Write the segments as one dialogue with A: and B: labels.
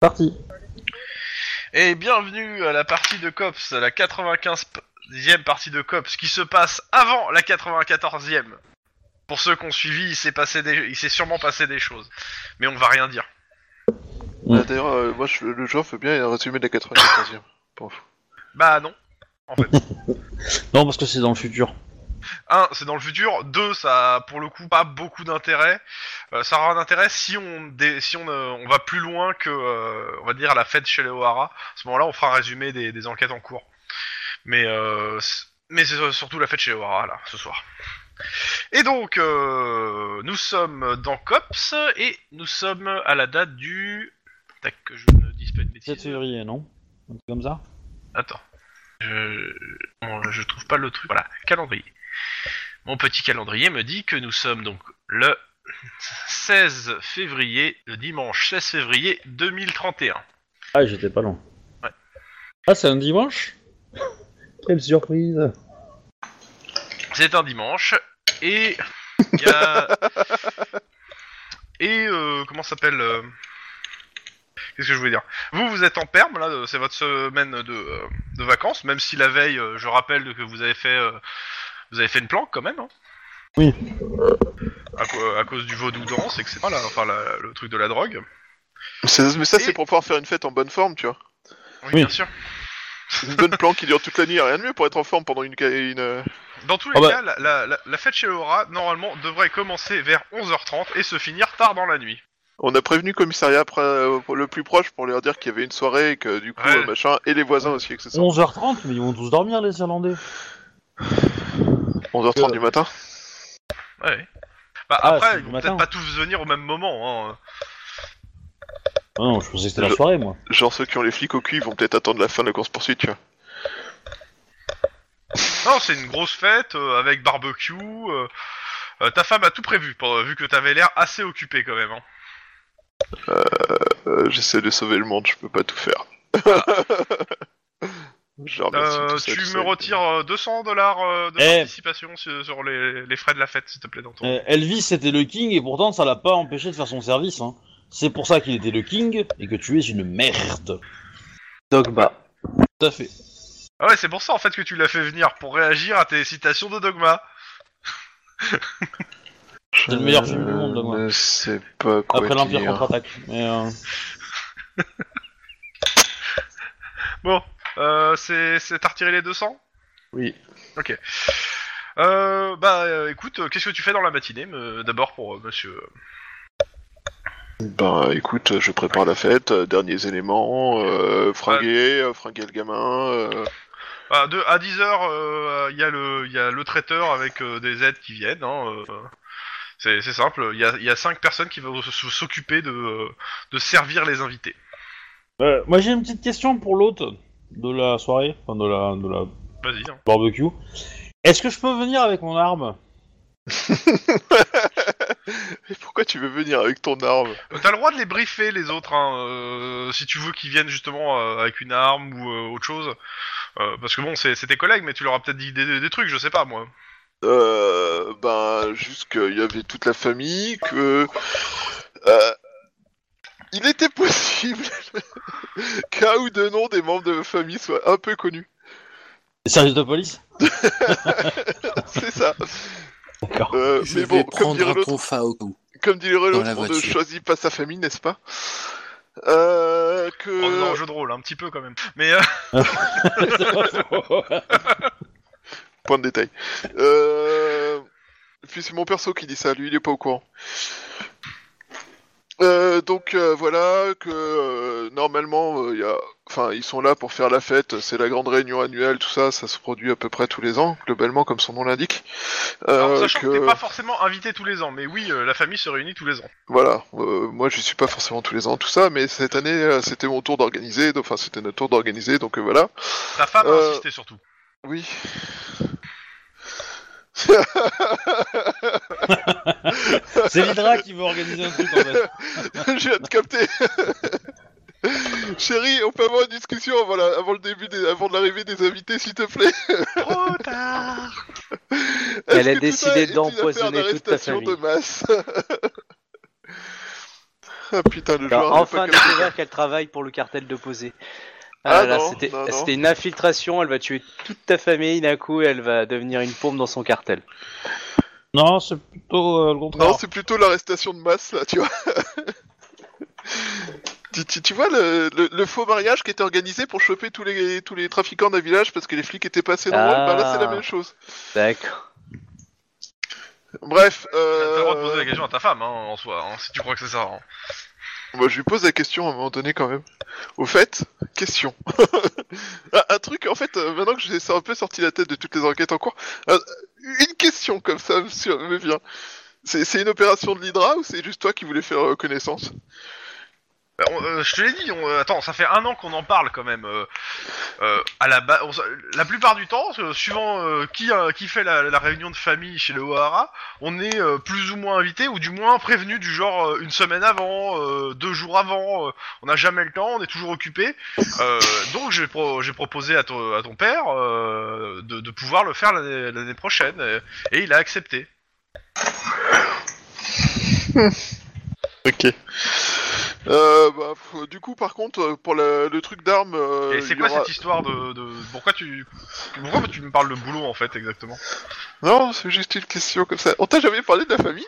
A: Parti.
B: Et bienvenue à la partie de Cops, la 95e partie de Cops qui se passe avant la 94e. Pour ceux qui ont suivi, il s'est passé des... il s'est sûrement passé des choses, mais on va rien dire.
A: Ouais.
C: Ah, D'ailleurs, euh, moi, je- le joueur fait bien un résumé de la 95 e
B: Bah non. En fait,
A: Non, parce que c'est dans le futur.
B: un, c'est dans le futur. Deux, ça a pour le coup pas beaucoup d'intérêt. Euh, ça aura un intérêt si on dé- si on, euh, on va plus loin que euh, on va dire à la fête chez les O'Hara. À ce moment-là, on fera un résumé des, des enquêtes en cours. Mais euh, c- mais c'est surtout la fête chez les O'Hara là ce soir. Et donc euh, nous sommes dans Cops et nous sommes à la date du tac que je ne dise pas de
A: 7
B: bêtises.
A: février, non Un truc comme ça
B: Attends. Je... bon, je trouve pas le truc. Voilà, calendrier. Mon petit calendrier me dit que nous sommes donc le 16 février, le dimanche 16 février 2031.
A: Ah, j'étais pas loin.
B: Ouais.
A: Ah, c'est un dimanche Quelle surprise
B: C'est un dimanche et il y a et euh, comment ça s'appelle euh, Qu'est-ce que je voulais dire Vous, vous êtes en perme là, euh, c'est votre semaine de, euh, de vacances, même si la veille, euh, je rappelle que vous avez fait euh, vous avez fait une planque quand même. Hein
A: Oui.
B: À, co- à cause du vaudou danse, etc. Là, enfin, la- le truc de la drogue.
C: Mais ça,
B: Et-
C: c'est pour pouvoir faire une fête en bonne forme, tu vois.
B: Oui,
A: Oui.
B: bien sûr.
C: Une bonne plan qui dure toute la nuit, rien de mieux pour être en forme pendant une. ca- une... euh,
B: Dans tous les
A: Ah bah.
B: cas, la, la- la- la fête chez Laura, normalement, devrait commencer vers 11h30 et se finir tard dans la nuit.
C: On a prévenu le commissariat après, euh, le plus proche pour leur dire qu'il y avait une soirée et que du coup,
B: Ouais.
C: euh, machin, et les voisins aussi, accessoirement.
A: 11h30, mais ils vont tous dormir, les Irlandais.
C: 11h30 du matin.
B: Ouais, Ouais. Bah,
A: Ah, c'est
B: après, ils
A: le
B: vont
A: matin.
B: peut-être pas tous venir au même moment. Hein.
A: Ah non, je pensais que c'était la
C: Je-
A: soirée, moi.
C: Genre, ceux qui ont les flics au cul, ils vont peut-être attendre la fin de la course-poursuite, tu vois.
B: Non, c'est une grosse fête euh, avec barbecue. euh, euh, ta femme a tout prévu, pour- vu que t'avais l'air assez occupé quand même. hein.
C: Euh, J'essaie de sauver le monde, je peux pas tout faire. Je leur remercie
B: Euh,
C: tout ça,
B: tu
C: tout
B: me
C: ça.
B: retires euh, 200 dollars euh, de
A: Eh.
B: participation sur, sur les, les frais de la fête, s'il te plaît, dans ton.
A: Euh, Elvis, c'était le king, et pourtant, ça l'a pas empêché de faire son service. Hein. C'est pour ça qu'il était le king, et que tu es une merde.
D: Dogba.
A: Tout à fait.
B: Ah ouais, c'est pour ça en fait que tu l'as fait venir, pour réagir à tes citations de dogma.
A: C'est le meilleur film du monde, moi.
C: Je ne sais pas quoi
A: Après l'Empire
C: dire.
A: contre-attaque. Mais, euh,
B: Bon, euh, c'est c'est- t'as retiré les 200
C: Oui.
B: Ok. Euh, bah euh, écoute, euh, qu'est-ce que tu fais dans la matinée me- D'abord pour euh, monsieur.
C: Ben écoute, je prépare la fête, euh, derniers éléments, euh, fringuer, euh, fringuer le gamin. euh,
B: Ah, de, à 10h, euh, il y, a le- il y a le traiteur avec euh, des aides qui viennent. Hein, euh, c'est c'est simple, il y a, il y a 5 personnes qui vont s- s'occuper de, euh, de servir les invités.
A: euh, moi, j'ai une petite question pour l'hôte de la soirée, enfin de la, de la
B: Vas-y. hein.
A: barbecue. Est-ce que je peux venir avec mon arme
C: Et pourquoi tu veux venir avec ton arme
B: Euh, T'as le droit de les briefer les autres, hein, euh, si tu veux qu'ils viennent justement euh, avec une arme ou euh, autre chose. Euh, parce que bon, c'est c'est tes collègues, mais tu leur as peut-être dit des, des- des trucs, je sais pas moi.
C: euh, Ben juste qu'il y avait toute la famille, que... euh, il était possible qu'un ou deux noms des membres de la famille soient un peu connus.
A: Service de police
C: C'est ça.
A: D'accord.
C: Euh,
D: Je
C: mais
D: vais
C: bon, comme dirait
D: prendre
C: l'autre,
D: ton Faoku.
C: comme dirait l'autre,
D: la
C: on ne
D: voiture.
C: choisit pas sa famille, n'est-ce pas euh, que...
B: En faisant un jeu de rôle, un petit peu quand même. Mais euh,
A: C'est pas faux.
C: Point de détail. Euh... Puis c'est mon perso qui dit ça, lui il est pas au courant. Euh, donc euh, voilà que euh, normalement euh, y a... enfin, ils sont là pour faire la fête, c'est la grande réunion annuelle, tout ça, ça se produit à peu près tous les ans, globalement comme son nom l'indique.
B: alors,
C: Euh,
B: sachant que,
C: que-
B: t'es pas forcément invité tous les ans, mais oui, euh, la famille se réunit tous les ans.
C: Voilà, euh, moi je suis pas forcément tous les ans, tout ça, mais cette année euh, c'était mon tour d'organiser, donc- enfin c'était notre tour d'organiser, donc euh, voilà.
B: Ta femme a
C: Euh,
B: insisté surtout.
C: Oui.
A: C'est l'Hydra qui veut organiser un truc en fait.
C: Je viens de capter. Chérie, on peut avoir une discussion avant, la- avant le début, des- avant de l'arrivée des invités, s'il te plaît.
B: Trop tard
C: Est-ce
D: Elle a
C: que tout ça
D: décidé
C: est une
D: d'empoisonner
C: affaire
D: toute ta
C: d'arrestation de
D: famille.
C: masse. Ah putain, le
D: Alors,
C: joueur. avait pas
D: Bah, enfin
C: capté.
D: découvert qu'elle travaille pour le cartel de Posé.
C: Ah
D: Ah, là là,
C: non,
D: c'était
C: non, non.
D: c'était une infiltration, elle va tuer toute ta famille d'un coup, elle va devenir une paume dans son cartel.
A: Non, c'est plutôt euh, le contraire.
C: Non, c'est plutôt l'arrestation de masse, là, tu vois. tu, tu- tu vois le, le- le faux mariage qui était organisé pour choper tous les, tous les trafiquants d'un village parce que les flics étaient pas assez nombreux,
D: Ah.
C: bah là c'est la même chose.
D: D'accord.
C: Bref,
B: T'as le droit de
C: euh...
B: poser la question à ta femme, hein, en soi, hein, si tu crois que c'est ça. hein.
C: moi, je lui pose la question à un moment donné quand même. Au fait, question. Ah, un truc, en fait, euh, maintenant que j'ai ça un peu sorti la tête de toutes les enquêtes en cours, euh, une question comme ça me, sur- me vient. C'est c'est une opération de l'Hydra ou c'est juste toi qui voulais faire euh, connaissance
B: Bah, on- euh, je te l'ai dit, on- euh, attends, ça fait un an qu'on en parle quand même. euh, euh, à la, ba- on s- la plupart du temps, euh, suivant euh, qui, euh, qui fait la, la réunion de famille chez le O'Hara, on est euh, plus ou moins invité, ou du moins prévenu du genre euh, une semaine avant, euh, deux jours avant. euh, on n'a jamais le temps, on est toujours occupé. Euh, donc j'ai pro- j'ai proposé à, ton- à ton père euh, de, de pouvoir le faire l'année l'année prochaine, euh, et il a accepté.
C: Ok. Euh, bah, f- du coup, par contre, euh, pour le, le truc d'armes, euh,
B: et c'est
C: il y
B: quoi
C: aura-
B: cette histoire de, de- pourquoi tu pourquoi tu me parles de boulot en fait exactement?
C: Non, c'est juste une question comme ça. On t'a jamais parlé de la famille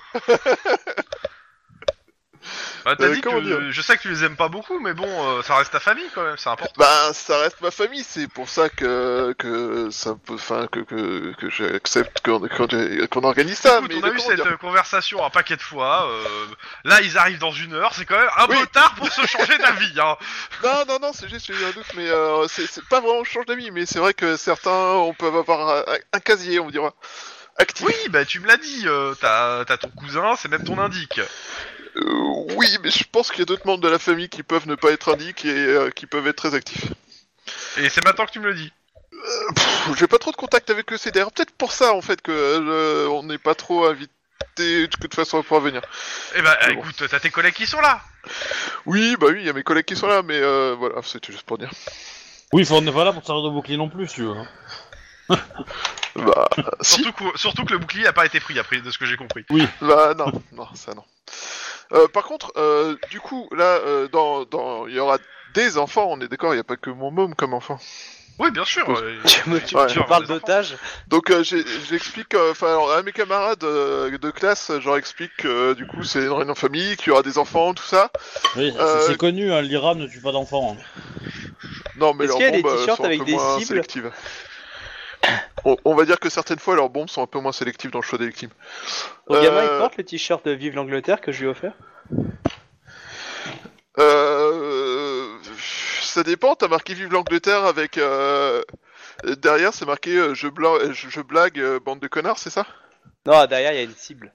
B: Bah, t'as
C: Euh,
B: dit
C: comment
B: que je sais que tu les aimes pas beaucoup, mais bon, euh, ça reste ta famille quand même, c'est important.
C: Bah, ça reste ma famille. C'est pour ça que que ça, peut- enfin que que, que j'accepte qu'on qu'on qu'on organise ça.
B: Écoute,
C: Ah, mais
B: on a eu
C: comment
B: cette
C: dire
B: euh, conversation un paquet de fois. euh, là, ils arrivent dans une heure, c'est quand même un
C: Oui.
B: peu tard pour se changer d'avis. Hein.
C: Non, non, non, c'est juste j'ai eu un doute, mais euh, c'est c'est pas vraiment on change d'avis, mais c'est vrai que certains, on peut avoir un, un casier, on dira. Actif.
B: Oui, bah tu me l'as dit, euh, t'as t'as ton cousin, c'est même ton indique.
C: Euh, oui, mais je pense qu'il y a d'autres membres de la famille qui peuvent ne pas être indiqués et euh, qui peuvent être très actifs.
B: Et c'est maintenant que tu me le dis.
C: Pff, J'ai pas trop de contact avec eux, c'est d'ailleurs peut-être pour ça en fait que euh, on n'est pas trop invité que de toute façon à pouvoir venir.
B: Eh bah
C: C'est bon.
B: écoute, t'as tes collègues qui sont là.
C: Oui, bah oui, il y a mes collègues qui sont là, mais euh, voilà, c'était juste pour dire.
A: Oui, faut, on n'est pas là pour te servir de bouclier non plus, si tu veux. hein.
C: Bah, si,
B: Surtout, que, surtout que le bouclier a pas été pris, après, de ce que j'ai compris.
C: bah non, non, ça non. Euh, par contre, euh, du coup, là, euh, dans, dans, il y aura des enfants, on est d'accord, il n'y a pas que mon môme comme enfant.
B: Oui, bien sûr. euh,
D: Tu me tu-
C: Ouais.
D: tu me parles d'otage
C: Donc euh, j'ai- j'explique, euh, enfin alors, à mes camarades euh, de classe, je leur explique que euh, du coup c'est une réunion de famille, qu'il y aura des enfants, tout ça.
A: Oui, c'est-
C: Euh,
A: C'est connu, hein, l'Ira ne tue pas d'enfants. hein.
C: Non, mais
D: Est-ce
C: leurs
D: qu'il y a des
C: bombes euh,
D: t-shirts
C: sont un
D: avec
C: peu
D: des
C: moins
D: cibles
C: sélectives. On, on va dire que certaines fois, leurs bombes sont un peu moins sélectives dans le choix des victimes.
D: Ton gamin il
C: Euh,
D: porte le t-shirt de Vive l'Angleterre que je lui ai offert
C: Euh, ça dépend, t'as marqué Vive l'Angleterre avec... euh, Derrière, c'est marqué euh, je, bla- euh, je, je blague, euh, bande de connards, c'est ça
D: Non, derrière il y a une cible.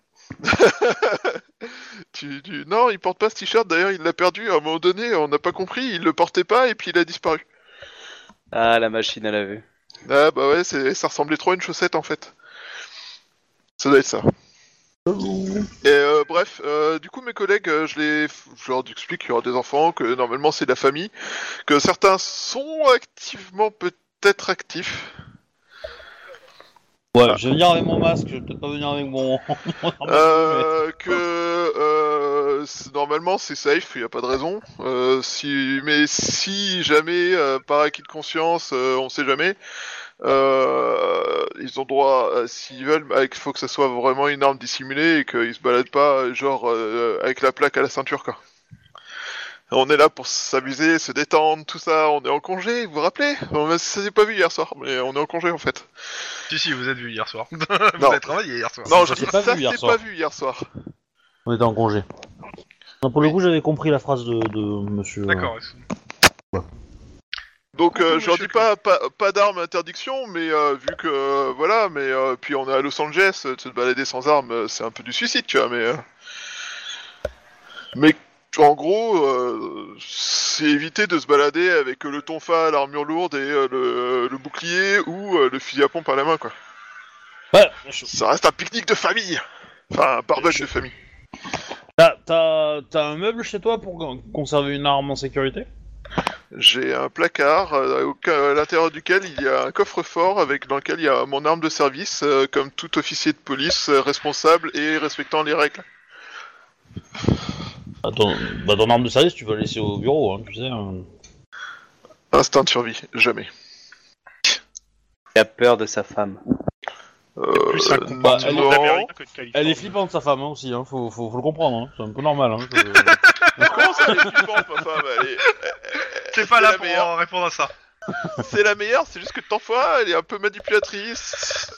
C: tu, tu- Non, il porte pas ce t-shirt, d'ailleurs il l'a perdu, à un moment donné, on n'a pas compris, il le portait pas et puis il a disparu.
D: Ah, la machine à laver.
C: Ah bah ouais, c'est- ça ressemblait trop à une chaussette en fait. Ça doit être ça. Et euh, bref, euh, du coup mes collègues, euh, je les, je leur explique qu'il y aura des enfants, que normalement c'est de la famille, que certains sont activement peut-être actifs.
A: Ouais, je vais venir avec mon masque, je vais peut-être pas venir avec mon. mon arme.
C: Euh, que euh, c'est- normalement c'est safe, il n'y a pas de raison. Euh, si, mais si jamais, euh, par acquis de conscience, euh, on sait jamais, euh, ils ont droit, euh, s'ils veulent, il faut que ça soit vraiment une arme dissimulée et qu'ils se baladent pas euh, genre euh, avec la plaque à la ceinture quoi. On est là pour s'amuser, se détendre, tout ça. On est en congé, vous vous rappelez On s'est pas vu hier soir, mais on est en congé en fait.
B: Si, si, vous êtes vus hier soir. vous
C: Non.
B: avez travaillé hier soir.
C: Non, je
A: s'est
C: dis
A: pas
C: ça,
A: vu hier
C: c'est
A: soir.
C: pas vu hier soir.
A: On était en congé. Non, pour le coup, j'avais compris la phrase de, de monsieur. euh,
B: D'accord.
C: Donc
B: Coucou,
C: euh, je leur dis
B: monsieur
C: pas pas, pas d'armes interdiction, mais euh, vu que euh, voilà, mais euh, puis on est à Los Angeles, euh, se balader sans armes, euh, c'est un peu du suicide, tu vois, mais euh, mais en gros, euh, c'est éviter de se balader avec euh, le tonfa, l'armure lourde et euh, le, le bouclier ou euh, le fusil à pompe à la main, quoi.
A: Ouais, je-
C: Ça reste un pique-nique de famille, enfin un barbecue de famille.
A: t'as- T'as t'as un meuble chez toi pour con- conserver une arme en sécurité
C: J'ai un placard euh, au ca- à l'intérieur duquel il y a un coffre-fort avec dans lequel il y a mon arme de service, euh, comme tout officier de police euh, responsable et respectant les règles.
A: Ah, ton, bah, ton arme de service, tu vas la laisser au bureau, hein, tu sais. hein.
C: Instinct de survie, jamais.
D: Il a peur de sa femme.
C: Euh,
E: Plus un
A: bah,
E: combat
A: elle-
E: monde d'Amérique que de Californie.
A: Elle est flippante, sa femme, hein, aussi, hein, faut, faut, faut le comprendre, hein, c'est un peu normal. Hein, que-
C: Comment ça, elle est flippante, papa Bah, elle est-
B: T'es pas là
C: la
B: pour
C: meilleure.
E: hein.
B: euh, répondre à ça.
C: C'est la meilleure, c'est juste que de temps en fois, elle est un peu manipulatrice.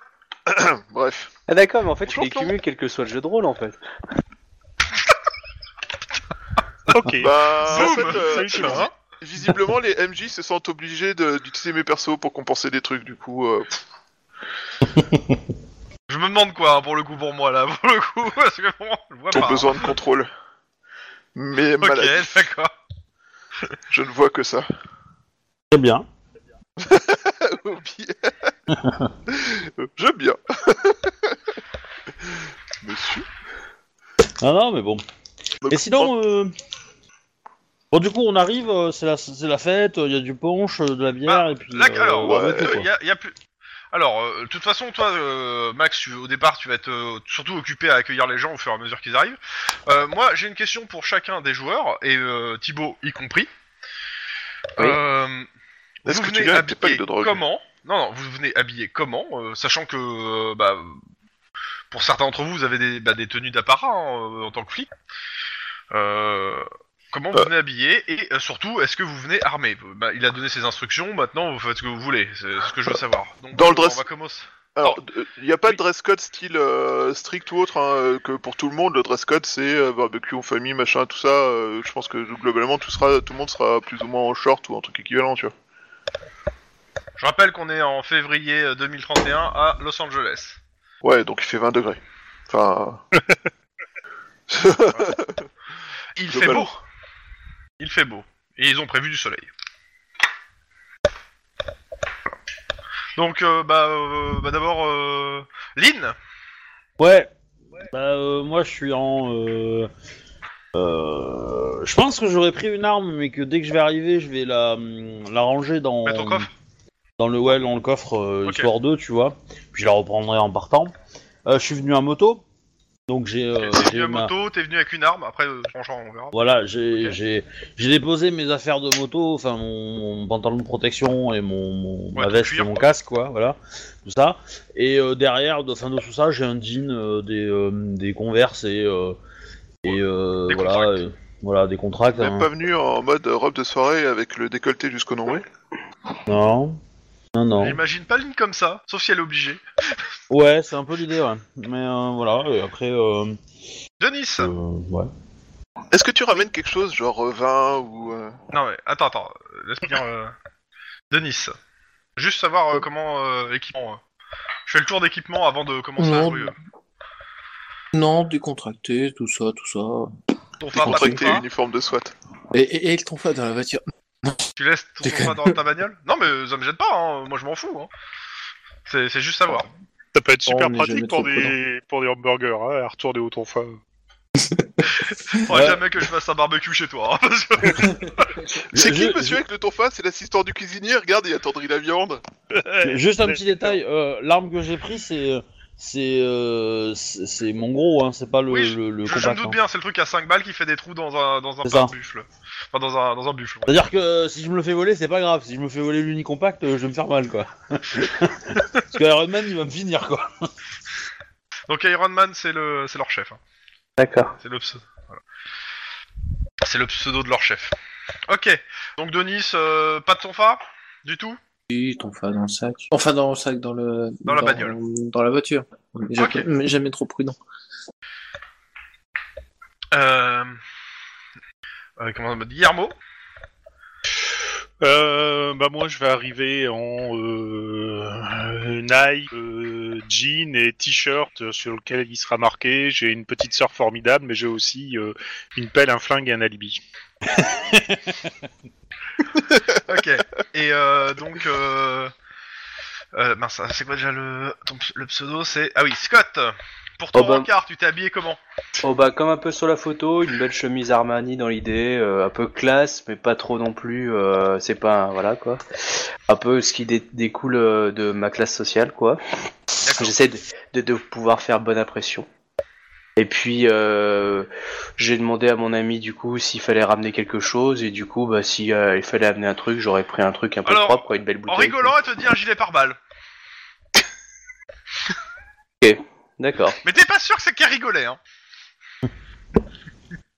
C: Bref.
D: Ah d'accord, mais en fait, tu
C: Bonjour,
D: les
C: Claude.
D: cumules quel que soit le jeu de rôle, en fait.
E: Ok. hein.
C: Bah, en
E: Zoom
C: fait, euh,
E: Salut tout le
B: hein.
E: monde.
C: visiblement, les MJ se sentent obligés de- d'utiliser mes persos pour compenser des trucs, du coup. euh, pff.
B: Je me demande quoi, hein, pour le coup, pour moi, là, pour le coup, parce que bon, je le vois
C: Ont
B: pas. hein.
C: besoin de contrôle. Mais
B: Ah. Ok,
C: maladie,
B: d'accord.
C: je ne vois que ça.
A: Très bien.
C: Hobby. J'aime bien. Monsieur.
A: Ah non, mais bon.
C: Donc,
A: Et sinon, euh... bon, du coup, on arrive, euh, c'est la, c'est la fête, il y a du punch, euh, de la bière, et puis.
B: Là,
A: euh,
B: alors,
A: on va
C: ouais,
A: arrêter,
B: Euh,
A: quoi.
B: y a- y a plus. Alors, euh, de toute façon, toi, euh, Max, tu- au départ, tu vas être euh, surtout occupé à accueillir les gens au fur et à mesure qu'ils arrivent. Euh, moi, j'ai une question pour chacun des joueurs, et euh, Thibaut y compris.
D: Oui.
B: Euh,
C: Est-ce
B: vous
C: que tu
B: venez
C: viens avec tes
B: habillé
C: packs de drogue
B: Comment Non, non, vous venez habillé comment Euh, Sachant que, euh, bah, pour certains d'entre vous, vous avez des, bah, des tenues d'apparat hein, euh, en tant que flic. Euh, comment vous venez habillé et euh, surtout, est-ce que vous venez armé Bah, Il a donné ses instructions, maintenant vous faites ce que vous voulez, c'est ce que je veux savoir. Donc,
C: Euh, Dans le
B: on
C: dress-
B: va commencer.
C: Alors,
A: oh.
C: euh, il n'y a pas de dress code style euh, strict ou autre hein, euh, que pour tout le monde. Le dress code, c'est euh, barbecue en famille, machin, tout ça. euh, je pense que globalement, tout, sera, tout le monde sera plus ou moins en short ou un truc équivalent, tu vois.
B: Je rappelle qu'on est en février euh, 2031 à Los Angeles.
C: Ouais, donc il fait 20 degrés. Enfin,
B: Il fait
C: Globalement.
B: beau Il fait beau. Et ils ont prévu du soleil. Donc, euh, bah, euh, bah d'abord, euh, Lynn
A: Ouais. Bah, euh, moi, je suis en. euh, euh, Je pense que j'aurais pris une arme, mais que dès que je vais arriver, je vais la, hum, la ranger dans.
B: Mettre au coffre
A: Dans le ouais, dans le coffre, euh,
B: Ok.
A: histoire d'eux, tu vois. Puis je la reprendrai en partant. Euh, je suis venu à moto, donc j'ai. euh,
B: T'es
A: j'ai
B: venu à
A: ma-
B: moto, t'es venu avec une arme, après, euh, franchement, on verra.
A: Voilà, j'ai
B: Ok.
A: j'ai- j'ai déposé mes affaires de moto, enfin mon, mon pantalon de protection et mon, mon- ma
B: Ouais, ton
A: veste
B: cuir,
A: et mon
B: quoi.
A: casque, quoi, voilà, tout ça. Et euh, derrière, de, fin de tout ça, j'ai un jean, euh, des, euh, des converses et, euh, et euh,
B: Des
A: voilà,
B: contracts.
A: euh, voilà, des hein. contrats.
C: même pas venu en mode robe de soirée avec le décolleté jusqu'au nombril.
A: Non, non, non.
B: J'imagine pas Lynn comme ça, sauf si elle est obligée.
A: Ouais, c'est un peu l'idée, ouais. Mais euh, voilà, et après, euh,
B: Denis
A: euh, ouais.
C: Est-ce que tu ramènes quelque chose, genre euh, vin ou. euh,
B: Non, mais attends, attends, euh, laisse moi dire. euh, Denis, juste savoir euh, comment euh, l'équipement. euh. Je fais le tour d'équipement avant de commencer à
F: Non.
B: jouer. euh.
F: Non, décontracté, tout ça, tout ça.
B: Ton phare, pas ton
C: Contracté
B: phare,
C: uniforme de SWAT
F: Et, et, et le tonfa dans la voiture.
B: tu laisses ton
F: Déconne.
B: phare dans ta bagnole Non, mais ça me gêne pas, hein, moi je m'en fous. hein. C'est c'est juste savoir.
E: Ça peut être super
F: on est
E: pratique
F: jamais
E: pour
F: trop
E: des, pour des hamburgers, hein, à retour des hauts tonfa.
B: Faudrait
A: Ouais.
B: jamais que je fasse un barbecue chez toi. hein, parce que-
A: Je-
C: C'est qui,
A: je-
C: monsieur, avec le tonfa C'est l'assistant du cuisinier, regarde, il attendrit la viande.
A: Juste un petit détail, euh, l'arme que j'ai pris, c'est c'est euh, c'est c'est mon gros, hein, c'est pas le,
B: Oui, je-
A: le, le
B: je, je me
A: compact, hein.
B: doute bien, c'est le truc à 5 balles qui fait des trous dans un, dans un
A: C'est ça.
B: buffle. Enfin, dans un, dans un buffle.
A: C'est-à-dire que euh, si je me le fais voler, c'est pas grave. Si je me fais voler l'unicompact, euh, je vais me faire mal, quoi. Parce que Iron Man, il va me finir, quoi.
B: Donc Iron Man, c'est le, c'est leur chef. hein.
D: D'accord.
B: C'est le pseudo. voilà. C'est le pseudo de leur chef. Ok. Donc Denis, euh, pas de son phare du tout.
F: Oui, tonfa dans le sac. Enfin, dans le sac, dans le.
B: Dans la bagnole.
F: Dans la voiture. On est
B: Ok.
F: jamais, mais jamais trop prudent.
B: Euh... euh, comment on dit Guillermo.
E: Euh, bah moi je vais arriver en euh, Nike, euh, jean et t-shirt sur lequel il sera marqué. J'ai une petite sœur formidable, mais j'ai aussi euh, une pelle, un flingue et un alibi.
B: Ok. Et euh, donc. Euh... euh, mince, c'est quoi déjà le, ton ps- le pseudo C'est ah oui, Scott. Pour ton
D: Oh, bah-
B: rencard, tu t'es habillé comment
D: Oh bah, comme un peu sur la photo, une belle chemise Armani dans l'idée, euh, un peu classe, mais pas trop non plus, euh, c'est pas un, voilà quoi. Un peu ce qui dé- découle euh, de ma classe sociale, quoi.
B: D'accord.
D: J'essaie de, de, de pouvoir faire bonne impression. Et puis euh, j'ai demandé à mon ami du coup s'il fallait ramener quelque chose et du coup bah si euh, il fallait amener un truc j'aurais pris un truc un peu
B: Alors,
D: propre quoi, une belle
B: En
D: bouteille.
B: rigolant,
D: quoi.
B: elle te dit un gilet pare-balles.
D: D'accord.
B: Mais t'es pas sûr que c'est qu'elle rigolait, hein.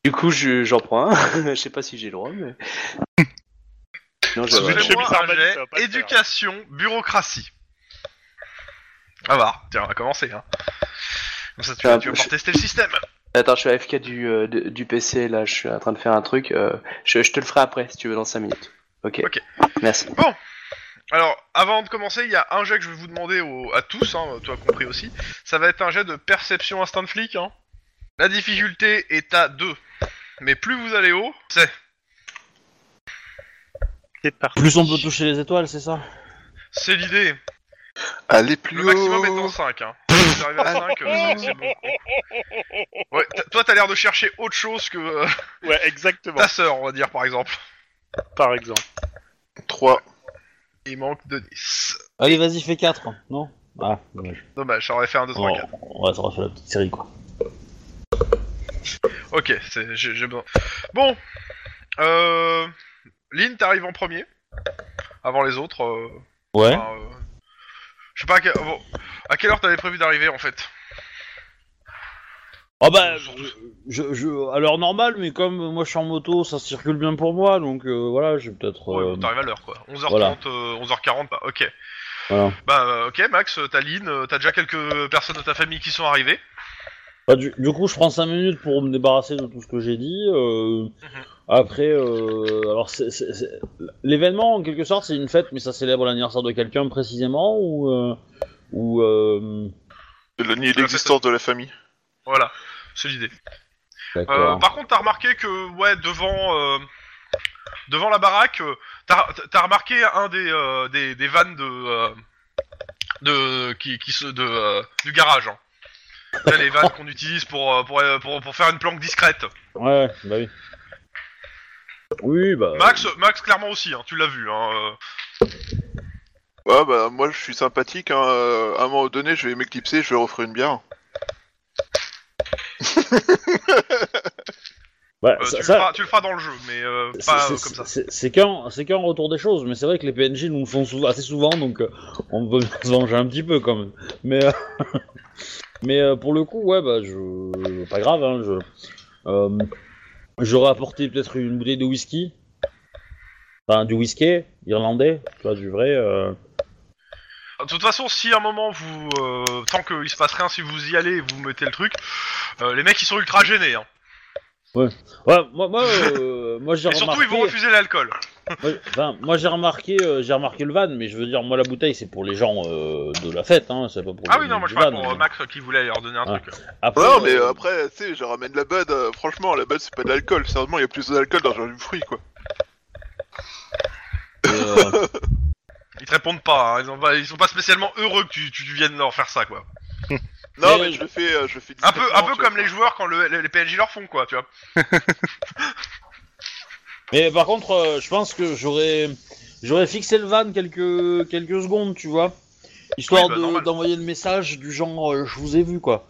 D: Du coup je- j'en prends un. je sais pas si j'ai le droit mais. Non je-
E: Parce que
B: Fais-moi
E: chemise
B: un
E: arbalète,
B: jet
E: ça va pas le faire.
B: éducation, bureaucratie. On va voir. Tiens, on va commencer, hein. Comme ça, tu,
D: Ah,
B: tu vas
D: je-
B: pouvoir tester le système.
D: Attends je suis AFK du euh, de- du PC là je suis en train de faire un truc. euh, je, je te le ferai après si tu veux dans 5 minutes. Ok.
B: Ok.
D: Merci.
B: Alors, avant de commencer, il y a un jet que je vais vous demander au- à tous, hein, toi compris aussi. Ça va être un jet de perception instinct de flic. Hein. La difficulté est à 2. Mais plus vous allez haut, c'est
E: C'est parti.
A: Plus on peut toucher les étoiles, c'est ça
B: c'est l'idée.
C: Allez plus
B: Le maximum est
C: haut.
B: en 5. Hein. Si vous arrivez à 5, euh, c'est c'est bon. Ouais, t- toi, t'as l'air de chercher autre chose que euh,
E: Ouais, exactement.
B: ta sœur, on va dire, par exemple.
E: Par exemple.
C: 3.
B: Il manque de 10.
A: Allez, vas-y, fais 4, non Ah, dommage.
B: Dommage, ça aurait fait un 2, 3,
A: Bon,
B: 4.
A: ouais, ça aurait fait la petite série, quoi.
B: Ok, c'est- j'ai j'ai besoin. Bon, euh, Lynn, t'arrives en premier, avant les autres. euh,
A: Ouais.
B: enfin, euh, Je sais pas à, que- bon, à quelle heure t'avais prévu d'arriver en fait.
A: Oh bah, je, je, alors normal, mais comme moi je suis en moto, ça circule bien pour moi, donc euh, voilà, j'ai peut-être...
B: Ouais,
A: euh,
B: T'arrives à l'heure quoi. 11h30,
A: voilà.
B: 11h40, bah ok.
A: voilà.
B: Bah euh, ok Max, euh, t'as Lynn, euh, t'as déjà quelques personnes de ta famille qui sont arrivées.
A: Bah, du, du coup, je prends 5 minutes pour me débarrasser de tout ce que j'ai dit. euh,
B: Mhm.
A: après, euh, alors c'est- c'est- c'est- l'événement, en quelque sorte, c'est une fête, mais ça célèbre l'anniversaire de quelqu'un précisément, ou... euh, ou euh,
C: Le- ni L'existence de la famille.
B: Voilà, c'est l'idée. Euh,
A: D'accord.
B: par contre, t'as remarqué que ouais devant euh, devant la baraque, euh, t'as t'as remarqué un des euh, des, des vannes de euh, de qui, qui se de euh, du garage. Hein. T'as les vannes qu'on utilise pour, euh, pour, euh, pour pour faire une planque discrète.
A: Ouais, bah oui. Oui, bah...
B: Max Max clairement aussi, hein, tu l'as vu. Hein, euh.
C: Ouais, bah moi je suis sympathique. Hein. euh, À un moment donné, je vais m'éclipser, je vais offrir une bière.
A: bah,
B: Euh,
A: ça-
B: tu, le
A: ça-
B: feras, tu le feras dans le jeu, mais euh,
A: c'est-
B: pas
A: c'est-
B: euh, comme ça.
A: c'est- C'est qu'un c'est qu'un retour des choses, mais c'est vrai que les PNJ nous le font souvent- assez souvent, donc euh, on peut se venger un petit peu quand même. Mais, euh, mais euh, pour le coup, ouais, bah, je, pas grave, hein, je, euh, j'aurais apporté peut-être une bouteille de whisky, enfin du whisky irlandais, tu vois, du vrai. euh,
B: De toute façon, si à un moment vous, euh, tant qu'il se passe rien, si vous y allez, et vous mettez le truc, euh, les mecs ils sont ultra gênés. Hein.
A: Ouais, moi, moi, euh, moi j'ai
B: Et surtout,
A: remarqué.
B: ils vont refuser l'alcool.
A: Moi, enfin, moi, j'ai remarqué, euh, j'ai remarqué le van, mais je veux dire, moi la bouteille c'est pour les gens euh, de la fête, hein, c'est pas pour.
B: Ah
A: les
B: oui,
A: gens
B: non, moi
A: du
B: je parle
A: van,
B: pour euh,
A: mais-
B: Max euh, qui voulait leur donner un
A: Ah.
B: truc.
A: Après,
C: Non, mais
A: euh,
C: euh, après, tu sais, je ramène la bud. euh, franchement, la bud, c'est pas de l'alcool. Sérieusement, il y a plus d'alcool dans le fruit, quoi.
A: euh,
B: Ils te répondent pas, hein, ils, ont pas ils sont pas spécialement heureux que tu, tu viennes leur faire ça, quoi.
C: Non,
A: Mais-
C: mais, je le fais, euh, je le fais
B: Un peu, un
C: discrètement,
B: peu
C: tu
B: comme
C: vois.
B: les joueurs quand le- les, les PNJ leur font, quoi, tu vois.
A: mais par contre, euh, je pense que j'aurais, j'aurais fixé le van quelques quelques secondes, tu vois, histoire
B: Oui, bah,
A: de-
B: normal.
A: d'envoyer le message du genre, euh, je vous ai vu quoi.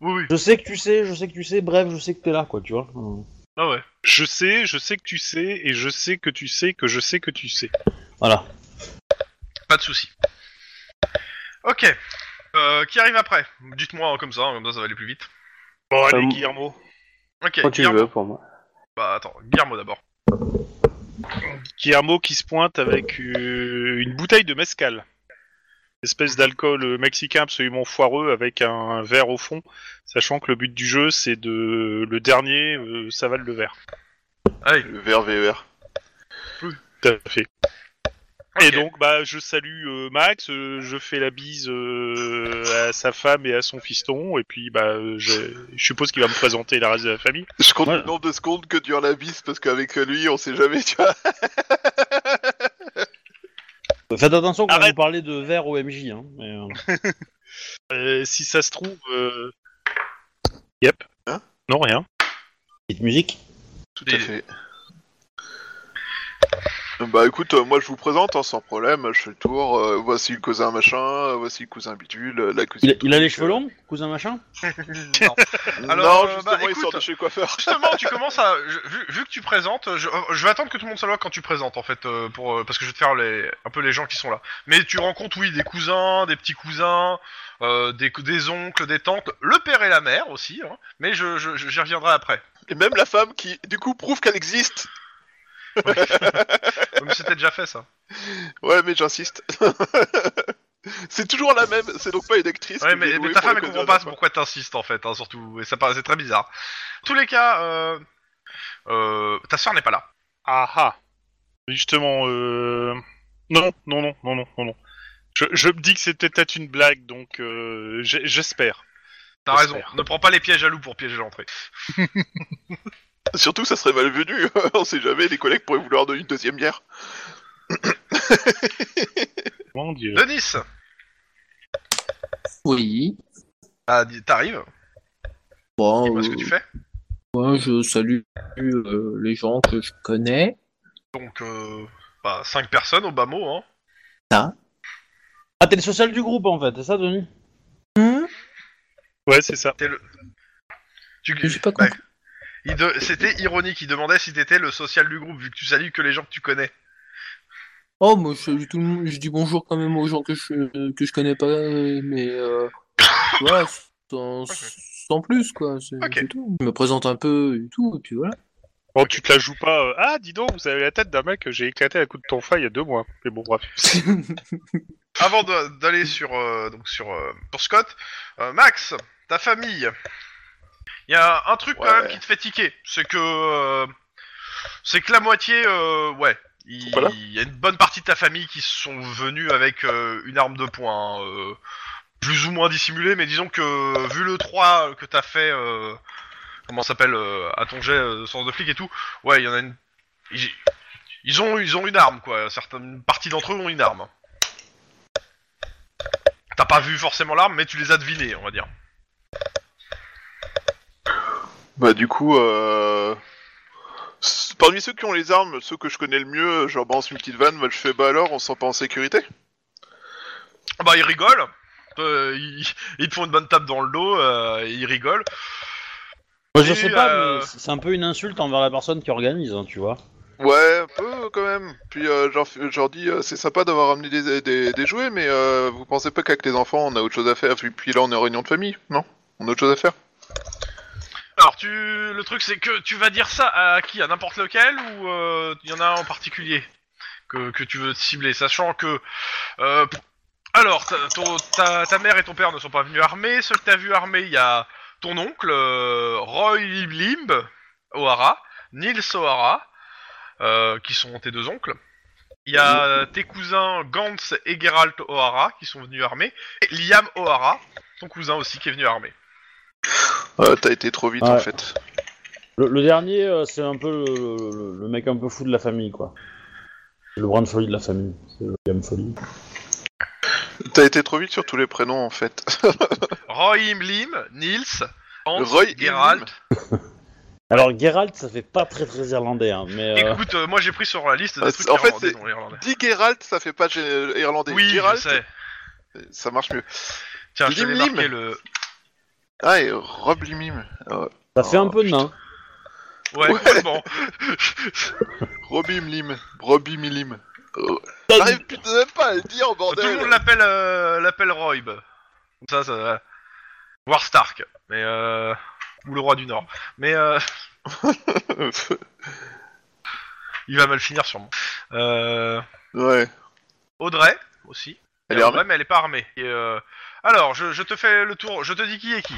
B: Oui, oui.
A: Je sais que tu sais, je sais que tu sais, bref, je sais que t'es là quoi, tu vois. Euh,
B: Ah ouais.
E: Je sais, je sais que tu sais, et je sais que tu sais que je sais que tu sais.
A: Voilà.
B: Pas de souci. Ok. Euh, qui arrive après Dites-moi hein, comme ça, hein, comme ça ça va aller plus vite.
E: Bon,
D: allez,
E: allez,
D: Euh,
E: Guillermo.
B: Ok,
D: Quand tu
B: Guillermo.
D: veux pour moi.
B: Bah attends, Guillermo d'abord.
E: Guillermo qui se pointe avec euh, une bouteille de mezcal. Espèce d'alcool euh, mexicain absolument foireux avec un verre au fond, sachant que le but du jeu c'est de le dernier euh, savale le verre.
B: Allez.
C: Le verre VER.
E: Tout à fait. Et
B: ok.
E: donc bah je salue euh, Max, euh, je fais la bise euh, à sa femme et à son fiston et puis bah euh, je, je suppose qu'il va me présenter la reste de la famille.
C: Je compte
A: Voilà.
C: le nombre de secondes que dure la bise parce qu'avec lui, on sait jamais, tu vois.
A: Faites attention quand
E: Arrête.
A: vous parlez de verre OMJ. Hein, mais, euh,
E: Euh, si ça se trouve euh, Yep.
C: Hein
E: non rien.
A: petite musique.
C: Tout à fait. Bah écoute, euh, moi je vous présente hein, sans problème, je fais le tour, euh, voici le cousin machin, euh, voici le cousin bidule, euh, la cousine...
A: Il, il a les
C: truc,
A: cheveux longs, cousin machin
B: Non.
C: euh,
B: Alors,
C: non,
B: euh,
C: justement,
B: bah,
C: il sort
B: écoute.
C: de chez le coiffeur.
B: Justement, tu commences à. je- vu, vu que tu présentes, je, euh, je vais attendre que tout le monde soit là quand tu présentes, en fait, euh, pour, euh, parce que je vais te faire les, un peu les gens qui sont là. Mais tu rencontres, oui, des cousins, des petits cousins, euh, des, cou- des oncles, des tantes, le père et la mère aussi, hein, mais je, je, je- j'y reviendrai après.
C: Et même la femme qui, du coup, prouve qu'elle existe.
B: Mais c'était déjà fait ça.
C: Ouais, mais j'insiste. c'est toujours la même, c'est donc pas une actrice.
B: Ouais,
C: que j'ai
B: mais,
C: louée
B: mais ta
C: pour
B: femme,
C: la
B: elle
C: cause
B: comprend
C: de
B: pas
C: la fois.
B: pourquoi t'insistes en fait, hein, surtout. Et ça paraît c'est très bizarre. En tous les cas, euh, euh, ta soeur n'est pas là.
E: Ah ah Justement, euh... Non, non, non, non, non, non, non. Je, je me dis que c'était peut-être une blague, donc euh, j'ai- j'espère.
B: T'as
E: J'espère.
B: raison. Ne prends pas les pièges à loup pour piéger l'entrée.
C: Surtout, ça serait malvenu, on sait jamais, les collègues pourraient vouloir donner une deuxième bière.
E: Mon dieu.
B: Denis,
F: Oui.
B: ah, dis- t'arrives.
F: Bon,
B: Dis-moi ce que tu
F: euh,
B: fais.
F: moi, je salue euh, les gens que je connais.
B: Donc, euh, bah, 5 personnes au bas mot, hein.
A: Ah, t'es le social du groupe en fait, c'est ça, Denis
F: Hmm,
E: Ouais, c'est ça.
B: Tu-
F: J'ai pas
B: bah,
F: compris.
B: il de- C'était ironique, il demandait si t'étais le social du groupe, vu que tu salues que les gens que tu connais.
F: Oh, moi, je, salue tout le monde. je dis bonjour quand même aux gens que je, euh, que je connais pas, euh, mais euh, tu vois, sans, sans plus, quoi. C'est
B: Ok.
F: c'est tout. Je me présente un peu et tout, et puis voilà.
E: Bon, Oh, tu te la joues pas. euh, Ah, dis donc, vous avez la tête d'un mec que j'ai éclaté à coup de tonfa il y a deux mois. Mais bon, bref.
B: Avant de- d'aller sur, euh, donc sur, euh, sur Scott, euh, Max, ta famille, il y a un truc quand
C: Ouais.
B: même qui te fait tiquer, c'est que euh, c'est que la moitié, euh, ouais, il
C: Voilà.
B: il y a une bonne partie de ta famille qui sont venus avec euh, une arme de poing, hein, euh, plus ou moins dissimulée, mais disons que vu le 3 que t'as fait, euh, comment ça s'appelle, euh, à ton jet euh, sens de flic et tout, ouais, il y en a une. Ils, ils ont, ils ont une arme quoi, certaines parties d'entre eux ont une arme. T'as pas vu forcément l'arme, mais tu les as devinés, on va dire.
C: Bah du coup, euh... s- parmi ceux qui ont les armes, ceux que je connais le mieux, euh, je leur balance une petite vanne, bah, je fais bah alors, on se sent pas en sécurité
B: Ah Bah, ils rigolent. Euh, ils, ils te font une bonne tape dans le dos, euh, et ils rigolent.
A: Moi, je
B: Et,
A: sais pas,
B: euh,
A: mais c'est c'est un peu une insulte envers la personne qui organise, hein, tu vois.
C: Ouais, un peu quand même. Puis euh, je leur f- je leur dis, euh, c'est sympa d'avoir amené des, des, des jouets, mais euh, vous pensez pas qu'avec les enfants, on a autre chose à faire Puis, puis là, on est en réunion de famille, non On a autre chose à faire
B: Alors, tu, le truc, c'est que tu vas dire ça à qui À n'importe lequel ou euh, il y en a un en particulier que, que tu veux te cibler Sachant que. euh, alors, ta, ton- ta, ta mère et ton père ne sont pas venus armés. Ceux que t'as vu armés, il y a ton oncle, euh, Roy Limb, O'Hara, Nils O'Hara, euh, qui sont tes deux oncles. Il y a euh, tes cousins Gans et Geralt O'Hara qui sont venus armés. Et Liam O'Hara, ton cousin aussi, qui est venu armé.
C: euh, T'as été trop vite en
A: Ouais.
C: fait.
A: Le, le dernier, euh, c'est un peu le, le- le mec un peu fou de la famille, quoi. C'est Le brin de folie de la famille. C'est le gamme folie.
C: T'as été trop vite sur tous les prénoms en fait.
B: Roy Imlim, Nils, Hans,
C: Roy Imlim.
B: Geralt.
A: Alors, Geralt, ça fait pas très très irlandais, hein, mais. euh,
B: Écoute, euh, moi j'ai pris sur la liste
C: Ah,
B: des trucs
C: c'est- en fait,
B: irlandais
C: c'est-
B: dans l'irlandais.
C: Dis Geralt, ça fait pas gé- irlandais.
B: Oui,
C: Geralt,
B: je sais.
C: ça marche mieux.
B: Tiens, je te l'ai
C: Limlim.
B: marqué le...
C: Ah, et Rob Limim.
A: ça fait un peu de nain.
B: Ouais,
C: Ouais.
B: complètement.
C: Robim Lim. Robim Lim. Oh. J'arrive putain même pas à le dire,
B: Tout
C: bordel
B: le monde l'appelle euh, l'appelle Royb. Comme ça, ça... War Stark. Mais euh... Ou le roi du Nord. Mais euh... il va mal finir sûrement. Euh...
C: Ouais.
B: Audrey, aussi.
C: Elle est armée
B: Ouais, mais elle est pas armée. Et, euh, Alors, je, je te fais le tour, je te dis qui est qui.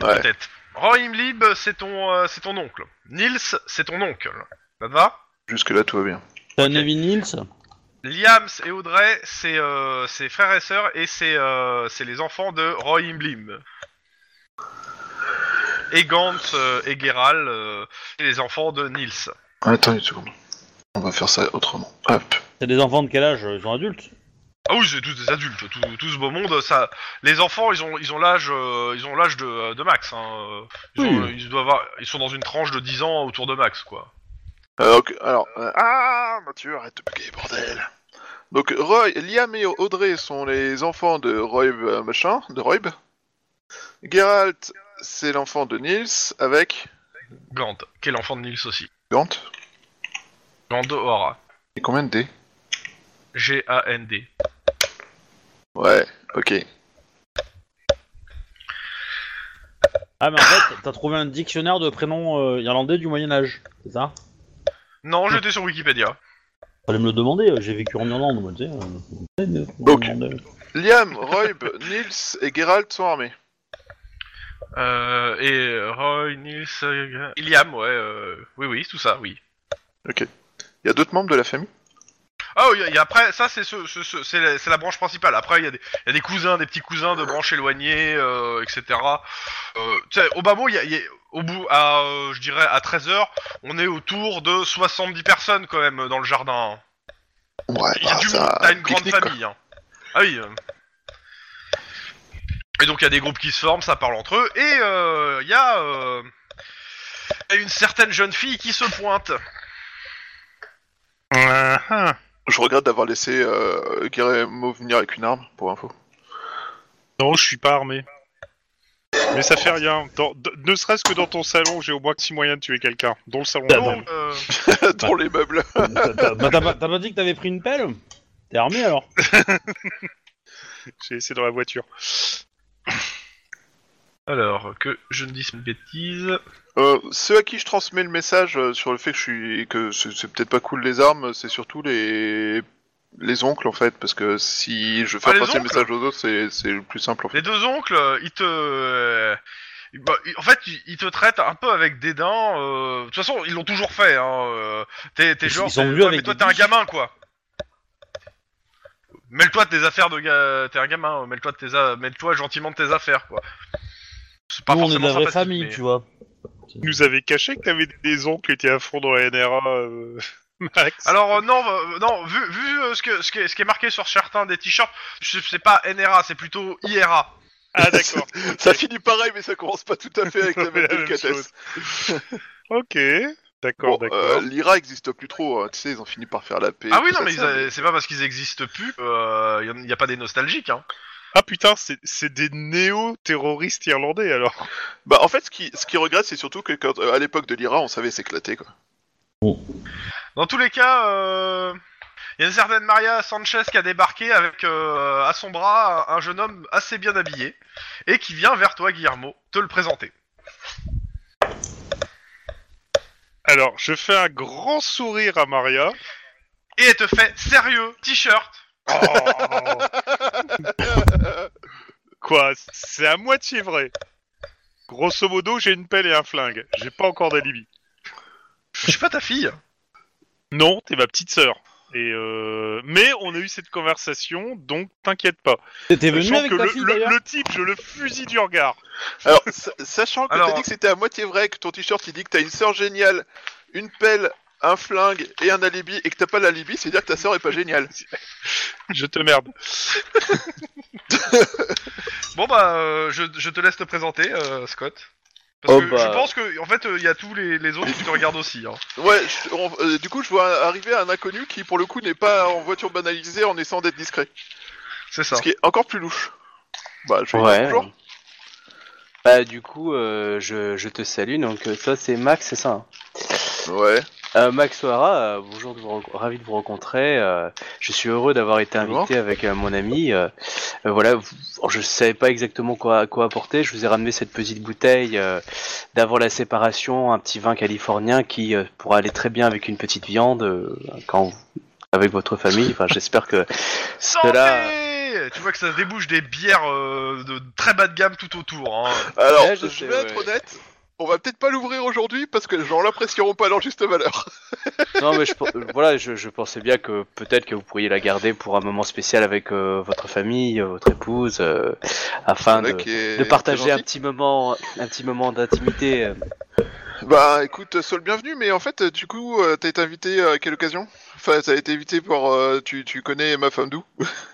C: Ouais.
B: Peut-être. Roy Imlib, c'est ton, euh, c'est ton oncle. Nils, c'est ton oncle. Ça te va
C: Jusque-là, tout va bien.
A: T'as Nevin Nils
B: Liams et Audrey, c'est euh, c'est frères et sœurs et c'est euh, c'est les enfants de Roy Imlim. Et Gant euh, et Geralt, euh, c'est les enfants de Nils.
C: Ah, Attends une seconde. On va faire ça autrement. Hop.
A: C'est des enfants de quel âge euh, Ils sont adultes
B: Ah oui, c'est tous des adultes, tout, tout ce beau monde. Ça, les enfants, ils ont, ils ont l'âge, euh, ils ont l'âge de, euh, de Max. hein, euh, Ils, ont-
A: Oui.
B: ils doivent avoir, ils sont dans une tranche de 10 ans autour de Max, quoi.
C: Alors, que- alors, euh, ah, Mathieu, arrête de bugger, bordel. Donc, Roy, Liam et Audrey sont les enfants de Roy, euh, machin, de Royb. Geralt, c'est l'enfant de Nils avec
B: Gand, qui est l'enfant de Nils aussi.
C: Gant.
B: Gandohara.
C: Et combien de dés
B: G-A-N-D.
C: Ouais, ok.
A: Ah, mais en fait, t'as trouvé un dictionnaire de prénoms euh, irlandais du Moyen-Âge, c'est ça
B: Non, j'étais sur Wikipédia.
A: Fallait me le demander, euh, j'ai vécu en Irlande, moi, tu sais. euh,
C: Donc.
A: on demandait.
C: Liam, Royb, Nils et Geralt sont armés.
B: Euh, et euh, Roy, Nils, euh, Iliam, ouais. euh, oui, oui, tout ça, oui.
C: Il y a d'autres membres de la famille
B: Ah oui, et après, ça c'est ce, ce- ce- c'est la, c'est la branche principale. Après, il y, a des- il y a des cousins, des petits cousins de branches éloignées, euh, etc. Euh, tu sais, au bas mot, il y a- il y a- au bout, à, euh, je dirais, à 13h, on est autour de 70 personnes quand même dans le jardin. hein.
C: Ouais,
B: Il y a
C: bah,
B: du
C: ça,
B: monde, t'as une grande
C: pique-nique, quoi.
B: famille. hein. Ah oui. euh. Et donc il y a des groupes qui se forment, ça parle entre eux, et euh, il y a euh, il y a une certaine jeune fille qui se pointe.
E: Ah, ah.
C: Je regrette d'avoir laissé euh, Guillermo venir avec une arme, pour info.
E: Non, je suis pas armé. Mais ça fait rien. Dans- d- ne serait-ce que dans ton salon, j'ai au moins que six moyens de tuer quelqu'un. Dans le salon.
A: Bah,
E: même.
B: Donc, euh,
C: Dans les meubles.
A: T'as- t'as- bah, T'as pas- t'as pas dit que t'avais pris une pelle T'es armé alors
E: J'ai laissé dans la voiture.
B: alors que je ne dise une bêtise.
C: Euh, ceux à qui je transmets le message euh, sur le fait que je suis que c'est c'est peut-être pas cool les armes, c'est surtout les les oncles en fait, parce que si je fais
B: Ah, les
C: passer le
B: oncles
C: message aux autres, c'est c'est le plus simple en fait.
B: Les deux oncles, euh, ils te. euh, ils- bah, ils- en fait, ils, ils te traitent un peu avec dédain. euh, De toute façon, ils l'ont toujours fait. Hein. euh, T'es, t'es
A: Ils-
B: genre.
A: ils sont
B: t'es-
A: venus
B: ouais,
A: avec
B: mais toi,
A: des
B: t'es un
A: biches.
B: gamin, quoi. Mêle-toi de tes affaires de gars. T'es un gamin. euh, Mêle-toi, de tes a- Mêle-toi gentiment de tes affaires, quoi. C'est pas
A: Nous, on est de
B: forcément
A: la vraie
B: sympathique,
A: famille,
B: mais-
A: tu vois.
E: Tu nous avais caché que t'avais des oncles qui étaient à fond dans la NRA, euh, Max.
B: Alors euh, non, euh, non, vu, vu euh, ce, que, ce, qui est, ce qui est marqué sur certains des t-shirts, je- c'est pas NRA, c'est plutôt IRA.
E: ah d'accord.
C: Ça finit pareil, mais ça commence pas tout à fait avec la même
E: La même
C: délicatesse.
E: chose. ok. D'accord,
C: Bon,
E: d'accord.
C: euh, L'IRA existe plus trop, hein, tu sais, ils ont fini par faire la paix.
B: Ah oui,
C: tout
B: non,
C: ça,
B: mais ils
C: ça,
B: a- c'est pas parce qu'ils existent plus euh, qu'il n'y a pas des nostalgiques. Hein.
E: Ah putain, c'est c'est des néo-terroristes irlandais alors.
C: Bah en fait, ce qui ce qui regrette, c'est surtout que quand euh, à l'époque de l'IRA, on savait s'éclater quoi.
B: Dans tous les cas, euh, il y a une certaine Maria Sanchez qui a débarqué avec euh, à son bras un jeune homme assez bien habillé et qui vient vers toi, Guillermo, te le présenter.
E: Alors, je fais un grand sourire à Maria.
B: Et elle te fait sérieux, t-shirt.
E: Oh.
C: Oh.
E: Quoi C'est à moitié vrai. Grosso modo, j'ai une pelle et un flingue. J'ai pas encore d'alibi.
B: Je suis pas ta fille.
E: Non, t'es ma petite sœur. Et euh... Mais on a eu cette conversation, donc t'inquiète pas.
A: T'es t'es venu
E: Sachant
A: avec
E: que
A: ta
E: le,
A: fille
E: le-
A: d'ailleurs
E: le type, je le fusille du regard.
C: Alors sa- sachant que t'as
B: Alors-
C: dit que c'était à moitié vrai, que ton t-shirt il dit que t'as une sœur géniale, une pelle, un flingue et un alibi, et que t'as pas l'alibi, c'est dire que ta sœur est pas géniale.
E: Je te merde.
B: Bon bah, euh, je, je te laisse te présenter, euh, Scott. Parce
D: Oh,
B: que
D: bah.
B: je pense que en fait, euh, il y a tous les, les autres qui te regardent aussi. Hein.
C: Ouais, je- on- euh, du coup, je vois arriver un inconnu qui, pour le coup, n'est pas en voiture banalisée en essayant d'être discret.
B: C'est ça.
C: Ce qui est encore plus louche. Bah, je vais
D: Ouais.
C: dire bonjour.
D: Bah du coup, euh, je, je te salue. Donc euh, toi c'est Max, c'est ça hein
C: Ouais.
D: Euh, Max O'Hara, euh, bonjour, de vous re- ravi de vous rencontrer. euh, je suis heureux d'avoir été
C: Bonjour.
D: invité avec euh, mon ami. euh, euh, voilà, vous- alors, je ne savais pas exactement quoi, quoi apporter. Je vous ai ramené cette petite bouteille euh, d'avant la séparation, un petit vin californien qui euh, pourra aller très bien avec une petite viande euh, quand vous- avec votre famille. Enfin, j'espère que
B: Santé
D: Cela-
B: Tu vois que ça débouche des bières euh, de très bas de gamme tout autour. Hein.
C: Alors,
D: Ouais,
C: je,
D: je sais,
C: vais être
D: ouais.
C: honnête. On va peut-être pas l'ouvrir aujourd'hui parce que les gens l'apprécieront pas à leur juste valeur.
D: non, mais je, pe- euh, voilà, je, je pensais bien que peut-être que vous pourriez la garder pour un moment spécial avec euh, votre famille, euh, votre épouse, euh, afin de.
C: Euh,
D: de partager un petit moment, un petit moment d'intimité. euh.
C: Bah, écoute, sois le bienvenu, mais en fait, euh, du coup, euh, t'as été invité euh, à quelle occasion Enfin, t'as été invité pour. euh, tu, tu connais ma femme d'où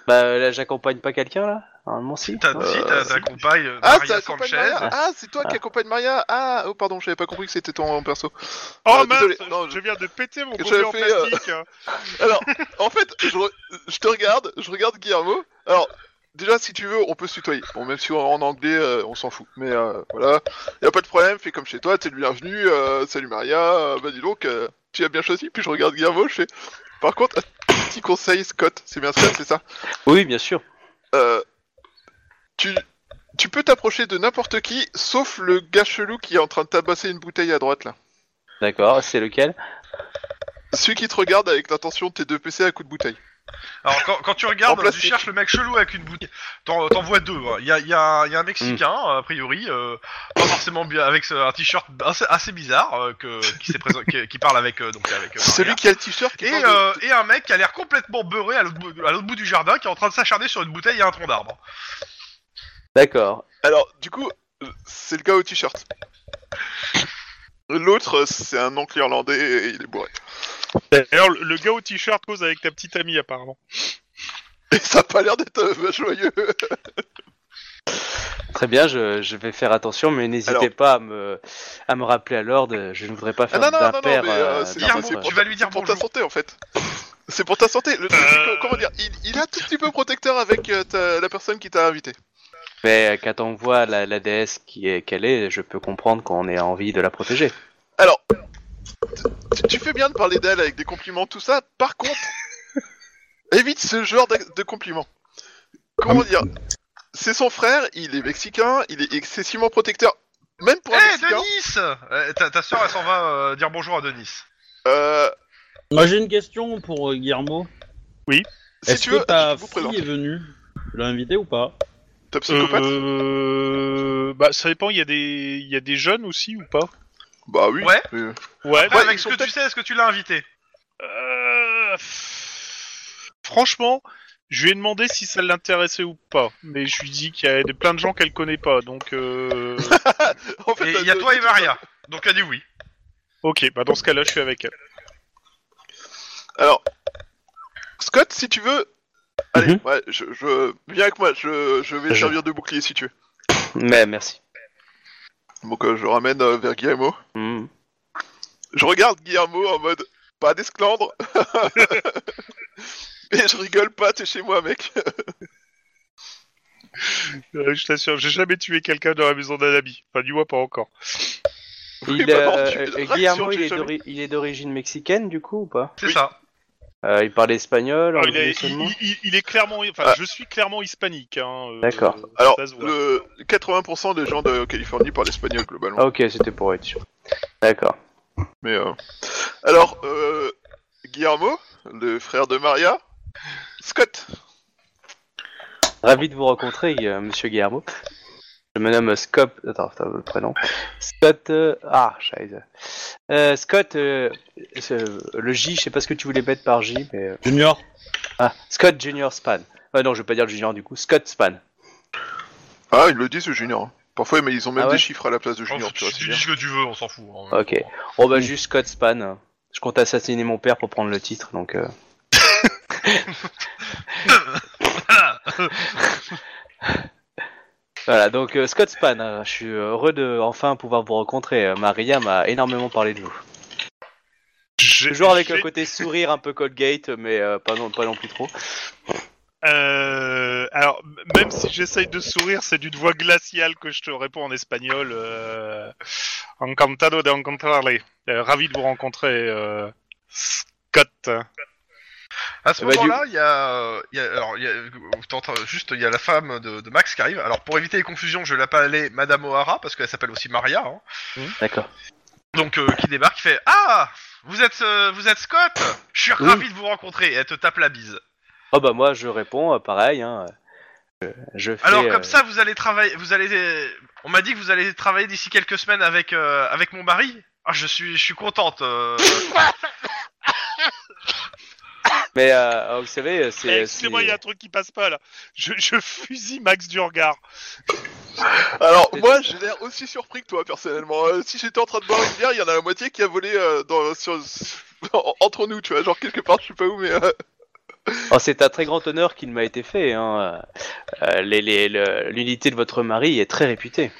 D: Bah là, j'accompagne pas quelqu'un là. Normalement, si.
B: T'as
D: Ouais.
B: si, t'as- t'accompagnes, euh,
C: Ah,
B: Maria
C: t'accompagnes
B: Sanchez.
C: Maria Ah, c'est toi
D: Ah.
C: qui accompagne Maria Ah, oh pardon, j'avais pas compris que c'était ton perso.
E: Oh
C: Euh,
E: mince,
C: désolé, non,
E: je...
C: je-
E: viens de péter mon
C: Je
E: gobelet en
C: fais, euh,
E: plastique. hein.
C: Alors, en fait, je, re- je te regarde, je regarde Guillermo. Alors, déjà, si tu veux, on peut se tutoyer. Bon, même si on est en anglais, euh, on s'en fout. Mais euh, voilà, y a pas de problème, fais comme chez toi, t'es le bienvenu. euh, salut Maria, euh, bah dis donc, euh, tu as bien choisi. Puis je regarde Guillermo, je fais. Par contre, un petit conseil, Scott, c'est bien Scott, c'est ça
D: Oui, bien sûr.
C: Euh, tu, tu peux t'approcher de n'importe qui, sauf le gars chelou qui est en train de tabasser une bouteille à droite là.
D: D'accord, c'est lequel
C: Celui qui te regarde avec l'intention de tes deux PC à coups de bouteille.
B: Alors quand, quand tu
C: En
B: regardes, tu
C: plastique.
B: cherches le mec chelou avec une bouteille, t'en t'en vois deux. hein. Il y a, il y a un- il y a un Mexicain,
C: Mm.
B: a priori, euh, pas forcément bien, avec ce- un t-shirt assez, assez bizarre, euh, que, qui, s'est présent- qui, qui parle avec... euh, donc, avec euh,
C: Celui
B: Maria.
C: qui a le t-shirt qui
B: et,
C: parle de-
B: euh, et un mec qui a l'air complètement beurré à l'autre bout, à l'autre bout du jardin, qui est en train de s'acharner sur une bouteille et un tronc d'arbre.
D: D'accord.
C: Alors, du coup, euh, c'est le gars au t-shirt. L'autre, euh, c'est un oncle irlandais et il est bourré.
E: D'ailleurs, le- le gars au t-shirt cause avec ta petite amie apparemment.
C: Et ça a pas l'air d'être euh, joyeux.
D: Très bien, je, je vais faire attention, mais n'hésitez
C: Alors- Ah
D: pas à me, à me rappeler à l'ordre. Je ne voudrais pas faire
C: non, non, non, non,
D: d'impair.
C: mais, euh,
D: euh,
C: c'est
D: dans
B: bien,
D: votre-
B: bon, tu vas lui dire
C: pour
B: bonjour. Euh,
C: ta santé en fait. C'est pour ta santé. Le truc, c'est que, comment dire, il, il est un tout petit peu protecteur avec euh, ta- la personne qui t'a invité.
D: Mais euh, quand on voit la, la déesse qui est qu'elle est, je peux comprendre qu'on ait envie de la protéger.
C: Tu- tu fais bien de parler d'elle avec des compliments, tout ça. Par contre, évite ce genre d'ac- de compliments.
A: Ah,
C: Comment dire C'est son frère, il est mexicain, il est excessivement protecteur. Même pour
B: Hé,
C: un mexicain.
B: Denis Euh, Eh, ta, ta soeur, elle s'en va euh, dire bonjour à Denis.
C: euh,
A: Moi j'ai une question pour euh, Guillermo.
C: si
A: Est-ce
C: tu
A: que
C: veux,
A: ta
C: je vous
A: fille
C: présente.
A: est venue Tu l'as invitée ou pas
C: T'as psychopathe
E: Euh, Bah ça dépend, il y, a des... il y a des jeunes aussi ou pas
C: Bah oui.
B: Ouais.
C: Euh,
E: Ouais,
B: Après,
C: Ouais,
B: avec
C: ils
B: ce
C: sont
B: que tu
C: peut-être-
B: sais, est-ce que tu l'as invité
E: Euh, pff, Franchement, je lui ai demandé si ça l'intéressait ou pas, mais je lui dis qu'il y a des- plein de gens qu'elle connaît pas, donc. Euh...
C: En fait,
B: Et
C: t'as
B: il y a
C: deux-
B: toi et Maria. Donc elle dit oui.
E: ok, bah dans ce cas-là, je suis avec elle.
C: Alors, Scott, si tu veux. Allez,
D: Mhm.
C: ouais, je, je- viens avec moi, je, je vais
D: Je-
C: servir de bouclier si tu veux.
D: Mais merci.
C: Donc euh, je ramène euh, vers Guillermo.
D: Hmm.
C: Je regarde Guillermo en mode pas d'esclandre. Et je rigole pas, t'es chez moi, mec.
E: Euh, je t'assure, j'ai jamais tué quelqu'un dans la maison d'un ami. Enfin, du moins pas encore.
C: Oui,
D: Il,
C: bah non,
D: euh,
C: tu fais
D: euh,
C: la réaction
D: Guillermo,
C: que
D: il
C: j'ai
D: est
C: jamais.
D: d'ori- il est d'origine mexicaine du coup ou pas
B: C'est
C: Oui.
B: ça.
D: Euh, Il parle espagnol,
E: Alors, Ah, il,
D: anglais
E: est,
D: seulement
E: il- il- il est clairement, enfin,
C: Ah.
E: je suis clairement hispanique. Hein, euh,
D: D'accord.
E: ça
C: Alors,
E: se voit.
C: le 80% des gens de Californie parlent espagnol globalement.
D: Ah, Ok, c'était pour être sûr. D'accord.
C: Mais euh, alors, euh, Guillermo, le frère de Maria, Scott.
D: Ravi de vous rencontrer, euh, monsieur Guillermo. Je me nomme Scott. Attends, attends, le prénom. Scott. euh, Ah, scheiße. Euh, Scott, euh, euh, le J, je sais pas ce que tu voulais mettre par J, mais. euh,
A: Junior
D: Ah, Scott Junior Span. Ah non, je vais pas dire le Junior du coup. Scott Span.
C: Ah, ils le disent, le junior. hein. Parfois, mais ils ont même
D: Ah ouais
C: des chiffres à la place de
B: Oh,
C: junior. tu
B: tu,
C: vois,
B: tu
C: c'est bien.
B: dis ce que tu veux, on s'en fout. hein.
D: Ok. Oh bah juste Scott Span. Je compte assassiner mon père pour prendre le titre, donc. euh. voilà, donc euh, Scott Span, euh, je suis heureux de enfin pouvoir vous rencontrer. Euh, Maria m'a énormément parlé de vous.
E: J'ai-
D: Toujours avec
E: j'ai-
D: un côté sourire un peu Colgate, mais euh, pas, non, pas non plus trop.
E: Mmh. Euh, alors, m- même si j'essaye de sourire, c'est d'une voix glaciale que je te réponds en espagnol. Euh, encantado de encontrarle. Euh, ravi de vous rencontrer, euh, Scott.
B: À ce
C: Eh ben,
D: Bah, du-
B: moment-là, il y a, euh, il y a- alors, il y a- euh, t'entends, euh, juste, il y a la femme de, de Max qui arrive. Alors, pour éviter les confusions, je vais l'appeler Madame O'Hara parce qu'elle s'appelle aussi Maria. hein.
D: D'accord.
B: Donc, euh, qui débarque, qui fait Ah, vous êtes, euh, vous êtes Scott. Je suis ravi de vous rencontrer. Et elle te tape la bise.
D: Oh bah moi je réponds euh, pareil. Hein, euh, je, je fais,
B: Alors,
D: euh,
B: comme ça, vous allez travailler, vous allez, euh, on m'a dit que vous allez travailler d'ici quelques semaines avec, euh, avec mon mari. Ah, je suis, je suis contente. euh.
D: Mais euh, vous savez, euh,
E: Eh,
D: c'est.
E: Excusez-moi,
D: c'est-
E: il y a un truc qui passe pas là. Je, je fusille Max du regard.
C: Alors, moi, j'ai l'air aussi surpris que toi, personnellement. Euh, si j'étais en train de boire une bière, il y en a la moitié qui a volé euh, dans, sur- entre nous, tu vois. Genre, quelque part, je sais pas où, mais. euh,
D: Oh, c'est un très grand honneur qu'il m'a été fait. hein. Euh, les- les- le- L'unité de votre mari est très réputée.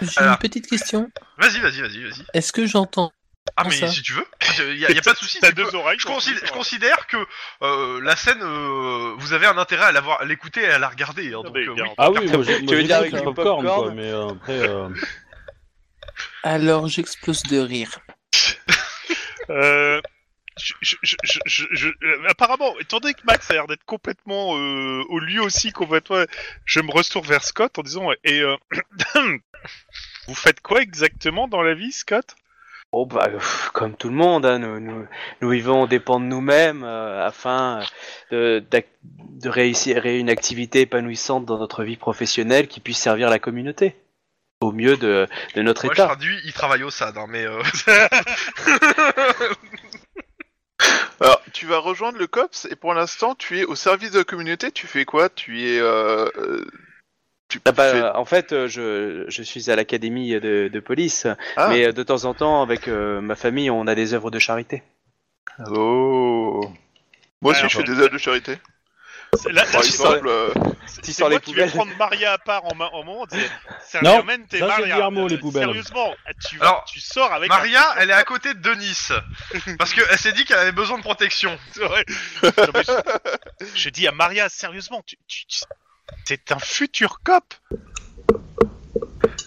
F: J'ai
B: Alors.
F: une petite question.
B: Vas-y, vas-y, vas-y, vas-y.
F: Est-ce que j'entends
B: Ah,
F: Comment
B: mais
F: ça
B: si tu veux, il y, a- y a pas de souci.
E: T'as
B: tu peux-
E: deux oreilles.
B: Je,
E: donc,
B: considère,
E: oui,
B: je considère que euh, la scène, euh, vous avez un intérêt à l'avoir, à l'écouter et à la regarder. hein,
E: Ah,
B: donc,
E: mais
B: euh,
E: bien.
B: oui.
A: Ah oui, moi,
D: Tu
A: j'ai- moi,
D: veux
A: j'ai
D: dire
A: dit
D: avec
A: que
D: du
A: popcorn,
D: popcorn
A: quoi, mais euh, après. euh,
F: Alors j'explose de rire.
E: Euh, je- je- je- je- je- je- euh, apparemment, étant donné que Max a l'air d'être complètement euh, au lieu aussi complètement, je me retourne vers Scott en disant et euh, vous faites quoi exactement dans la vie, Scott
D: Oh bah, pff, comme tout le monde, hein, nous, nous, nous vivons, on dépend de nous-mêmes euh, afin de, d'ac- de réussir une activité épanouissante dans notre vie professionnelle qui puisse servir la communauté au mieux de, de notre
B: Moi, je
D: état.
B: traduis, il travaille au SAD, hein, mais euh,
C: Alors, tu vas rejoindre le COPS et pour l'instant, tu es au service de la communauté. Tu fais quoi Tu es. euh, euh, tu
D: Ah bah,
C: fais-
D: En fait, euh, je, je suis à l'académie de, de police,
C: Ah.
D: mais euh, de temps en temps, avec euh, ma famille, on a des œuvres de charité.
C: Oh. Moi aussi,
E: Alors,
C: je fais des aides de charité.
E: C'est- là- là,
D: Bah,
C: Par
E: je sais pas,
C: exemple, euh,
E: c'est-
D: Qui
E: c'est
D: sort les
E: moi qui vais
D: poubelles.
E: prendre Maria à part en main en main. en disant,
A: Non,
E: Sérieusement, t'es
A: ça, c'est
E: Maria.
A: Guillermo, les poubelles.
E: Sérieusement, tu,
B: Alors,
E: tu sors avec.
B: Maria, elle est à côté de Denis. Parce qu'elle s'est dit qu'elle avait besoin de protection.
E: Ouais. Non, mais je, je dis à Maria, sérieusement, tu, tu- tu- c'est un futur cop.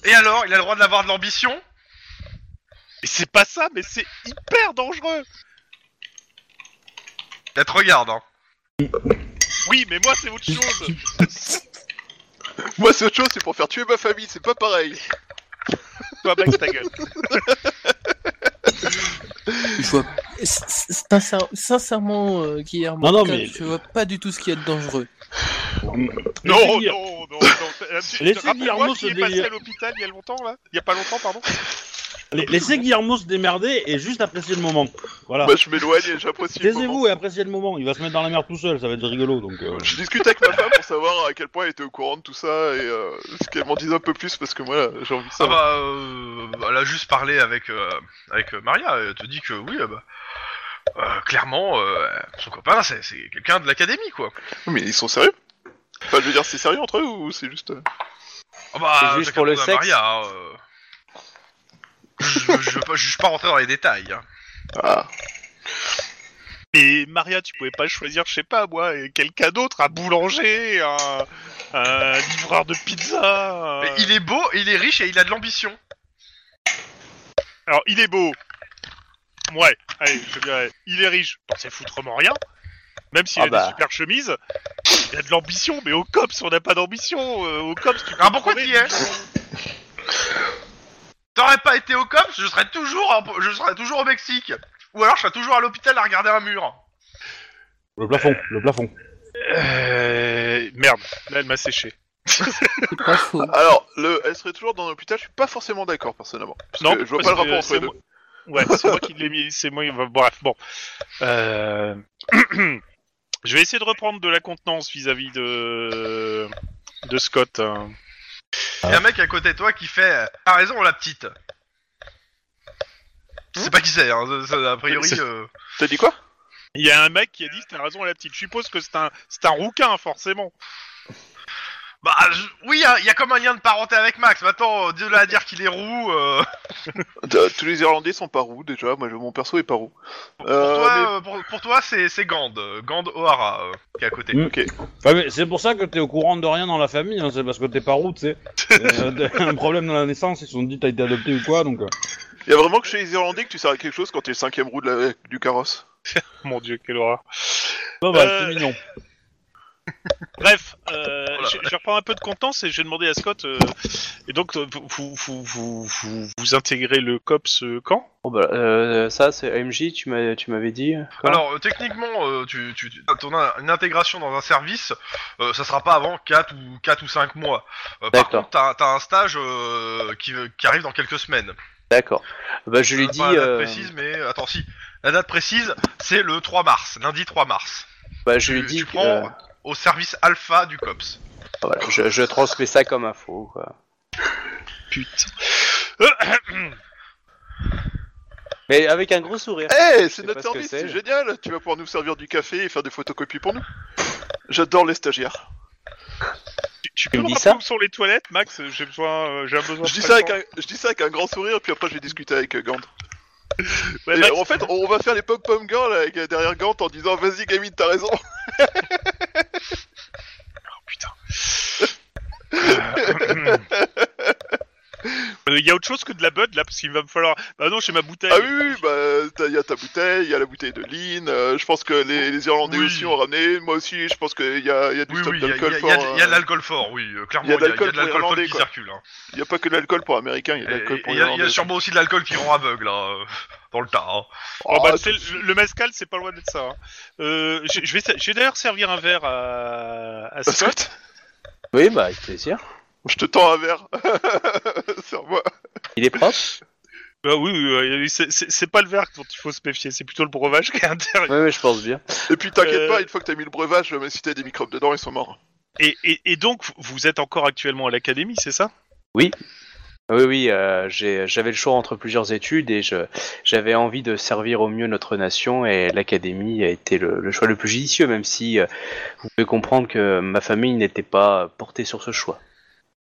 B: Et alors, il a le droit de l'avoir de l'ambition
E: Et c'est pas ça, mais c'est hyper dangereux.
B: Elle te regarde. Hein.
E: Oui, mais moi, c'est autre chose.
C: moi, c'est autre chose, c'est pour faire tuer ma famille, c'est pas pareil.
E: Toi, Max, ta gueule.
F: Je vois sincère- sincèrement euh, Guillermo,
A: Non, non,
F: Cap,
A: mais-
F: je vois pas du tout ce qu'il y a de dangereux.
E: Non,
A: Guilla-
E: non, non, non. Euh, tu-
A: Laissez
E: te rappelles-moi
A: Guillermo
E: qui
A: se
E: est passé
A: délire-
E: à l'hôpital il y a longtemps, là Il y a pas longtemps, pardon
A: la- Laissez Guillermo se démerder et juste apprécier le moment.
E: Ah.
A: Voilà.
C: Moi, je m'éloigne et j'apprécie. Bah, le moment.
A: Taisez-vous et appréciez le moment. Il va se mettre dans la merde tout seul, ça va être rigolo. Donc, euh,
C: Je discute avec ma femme pour savoir à quel point elle était au courant de tout ça et euh, ce qu'elle m'en dise un peu plus parce que moi là, j'ai envie de
B: Ah bah,
C: savoir.
B: euh, elle a juste parlé avec, euh, avec euh, Maria. Elle te dit que oui, euh, bah, euh, clairement, euh, son copain, c'est c'est quelqu'un de l'académie, quoi.
E: bah.
C: Mais ils sont sérieux Enfin, je veux dire, c'est sérieux entre eux ou c'est juste. euh,
B: Ah bah,
D: C'est juste
B: chacun
D: pour le
B: demande à
D: sexe.
B: Maria, hein, euh. je, je, veux pas- je suis pas rentré dans les détails. hein.
C: Ah,
E: Et Maria, tu pouvais pas choisir, je sais pas, moi, euh, quelqu'un d'autre, un boulanger, un, un livreur de pizza. un-
B: Mais il est beau, il est riche et il a de l'ambition.
E: Alors, il est beau. Ouais, allez, je dirais, il est riche. Bon, c'est foutrement rien. Même s'il
D: Ah
E: a
D: bah.
E: des super chemises, il a de l'ambition, mais au COPS, on n'a pas d'ambition. euh, au COPS, tu peux
B: Ah, pourquoi
E: trouver-
B: tu y es T'aurais pas été au COPS, je serais toujours, en- je serais toujours au Mexique. Ou alors je serais toujours à l'hôpital à regarder un mur.
A: le plafond, le plafond.
E: Euh, Merde, là, elle m'a séché.
F: C'est pas faux.
C: alors, le... elle serait toujours dans l'hôpital, je suis pas forcément d'accord personnellement. Parce
E: Non,
C: que je vois
E: parce
C: pas le
E: que
C: rapport entre
E: c'est
C: les deux.
E: Ouais, c'est moi qui l'ai mis, c'est moi. enfin, Bref, bon. Euh, Je vais essayer de reprendre de la contenance vis-à-vis de... de Scott. hein.
B: Il y a un mec à côté de toi qui fait euh, T'as raison, la petite. Je sais pas qui c'est, hein, ça- ça, a priori.
E: C'est-
B: euh,
C: T'as dit quoi
E: Il y a un mec qui a dit T'as raison, la petite. Je suppose que c'est un... c'est un rouquin, forcément.
B: Bah, je- oui, hein, il y a comme un lien de parenté avec Max. Maintenant, euh, de là à dire qu'il est roux. euh,
C: Euh, Tous les Irlandais sont par où déjà Moi, je- mon perso est par où
B: Pour
C: Euh,
B: toi,
C: mais-
B: euh, pour, pour toi, c'est c'est Gand, euh, Gand O'Hara euh, qui est à côté.
A: Mm. Ouais, mais c'est pour ça que t'es au courant de rien dans la famille, hein, c'est parce que t'es pas roux, tu sais. Euh, t'as un problème dans la naissance, ils se sont dit t'as été adopté ou quoi, donc. euh,
C: Il y a vraiment que chez les Irlandais que tu sers à quelque chose quand t'es le cinquième roue de la- du carrosse.
E: Mon dieu, quelle horreur.
A: Pas mal,
E: Euh,
A: bah, c'est mignon.
E: Bref,
C: Oh
E: euh,
B: Voilà.
E: je, je reprends un peu de contenance et je vais demander à Scott. euh, et donc, euh, vous, vous, vous, vous, vous intégrez le COPS euh, quand
D: Oh bah, euh, ça, c'est AMJ, tu m'as- tu m'avais dit. quoi
B: Alors, euh, techniquement, euh, tu, tu, tu- ton in- une intégration dans un service, euh, ça sera pas avant 4 ou, 4 ou 5 mois. Euh, par
D: D'accord.
B: contre, t'as t'as un stage euh, qui, qui arrive dans quelques semaines.
D: D'accord. Bah, je lui
B: Euh,
D: dis.
B: pas la date
D: euh,
B: précise, mais attends, si. La date précise, c'est le 3 mars, lundi 3 mars,
D: bah, je
B: tu-
D: lui dis.
B: tu
D: que,
B: prends-
D: euh,
B: au service alpha du COPS.
D: voilà, je, je transmets ça comme info. Quoi.
E: Putain.
D: Mais avec un gros sourire.
C: Eh, c'est
D: sais
C: notre
D: pas ce que
C: service,
D: c'est.
C: c'est génial. Tu vas pouvoir nous servir du café et faire des photocopies pour nous. J'adore les stagiaires.
E: Tu, tu
D: Tu
E: peux
D: me
E: me
D: dis
E: rappeler
D: ça
E: où sont les toilettes, Max J'ai besoin, euh, j'ai un besoin.
C: Je dis
E: très
C: ça avec
E: fort.
C: un, je dis ça avec un grand sourire, puis après je vais discuter avec euh, Gant.
E: Ouais,
C: Et
B: bah,
C: euh,
E: Max,
C: en fait, on va faire les pom-pom Gant là, avec, euh, derrière Gant en disant Vas-y, Gamine, t'as raison.
E: Euh, Il y a autre chose que de la bud là, parce qu'il va me falloir. Bah non, j'ai ma bouteille.
C: Ah oui, oui, oui, bah, t'as- y a ta bouteille, il y a la bouteille de Lynn, euh, je pense que les, les Irlandais
B: Oui.
C: aussi ont ramené, moi aussi, je pense qu'il y a, y a du
B: Oui,
C: stock
B: oui, il y, a-
C: d'alcool
B: y a-
C: fort.
B: y a de- y a de
C: euh,
B: l'alcool fort, oui. euh, Clairement,
C: y
B: il
C: a
B: y
C: de
B: a y
C: l'alcool
B: a de
C: pour
B: l'alcool fort
C: Irlandais,
B: qui
C: quoi.
B: circule. hein.
C: y a pas que de l'alcool pour Américains, il y a de l'alcool
B: Et-
C: pour
B: et Il y, a- il y
C: Irlandais.
B: a sûrement aussi de l'alcool qui rend aveugle, hein, euh, dans le tas. hein.
E: Oh, bah,
C: Ah,
E: c'est le, le mezcal, c'est pas loin d'être ça. hein. Euh, je je vais, je vais d'ailleurs servir un verre à, à Scott.
C: Scott,
D: Oui, bah, avec plaisir.
C: je te tends un verre. Sur moi.
D: Il est propre.
E: Bah oui, oui, oui, c'est- c'est c'est pas le verre dont il faut se méfier, c'est plutôt le breuvage qui est intéressant.
D: Oui, oui, je pense bien.
C: Et puis t'inquiète
E: Euh.
C: pas, une fois que t'as mis le breuvage, même si t'as des microbes dedans, ils sont morts.
E: Et, et, et donc, vous êtes encore actuellement à l'académie, c'est ça
D: Oui, oui, euh, j'ai- j'avais le choix entre plusieurs études et je- j'avais envie de servir au mieux notre nation et l'académie a été le, le choix le plus judicieux, même si euh, vous pouvez comprendre que ma famille n'était pas portée sur ce choix.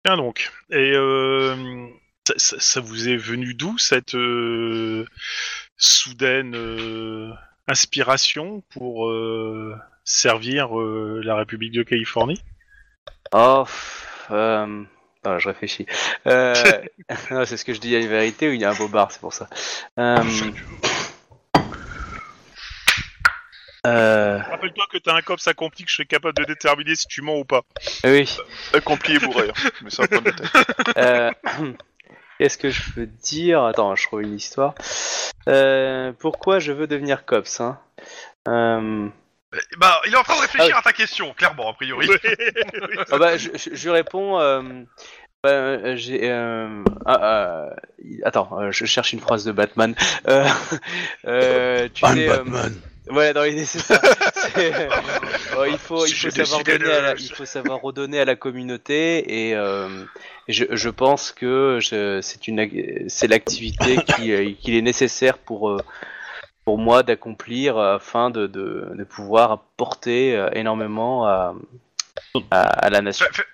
E: Bien donc. Et euh, ça, ça- ça vous est venu d'où cette euh, soudaine euh, inspiration pour euh, servir euh, la République de Californie
D: Oh, pff, euh, attends, je réfléchis. Euh, non, c'est ce que je dis, il y a une vérité ou il y a un beau bar, c'est pour ça. Euh, euh,
E: Rappelle-toi que t'as un COPS accompli que je serais capable de déterminer si tu mens ou pas.
D: oui.
C: Accompli et bourré, hein. mais c'est un point de tête.
D: Euh, Qu'est-ce que je peux dire Attends, je trouve une histoire. Euh, pourquoi je veux devenir cops hein Euh,
B: Et Bah, il est en train de réfléchir à ta question, clairement, a priori.
D: ah bah, je, je- je réponds. euh, bah, euh, j'ai. euh, ah, ah, il- attends, euh, je cherche une phrase de Batman. Euh, euh, tu sais, euh, Voilà, dans l'idée, c'est ça. C'est- euh, il, faut, il,
E: Si
D: faut
E: j'ai
D: savoir
E: décidé
D: donner à la-
E: de-
D: il faut savoir redonner à la communauté et euh, je, je pense que je- c'est une ac- c'est l'activité qui, euh, qu'il est nécessaire pour, euh, pour moi d'accomplir euh, afin de, de, de pouvoir apporter euh, énormément à, à, à la nation.
B: Fais- fais-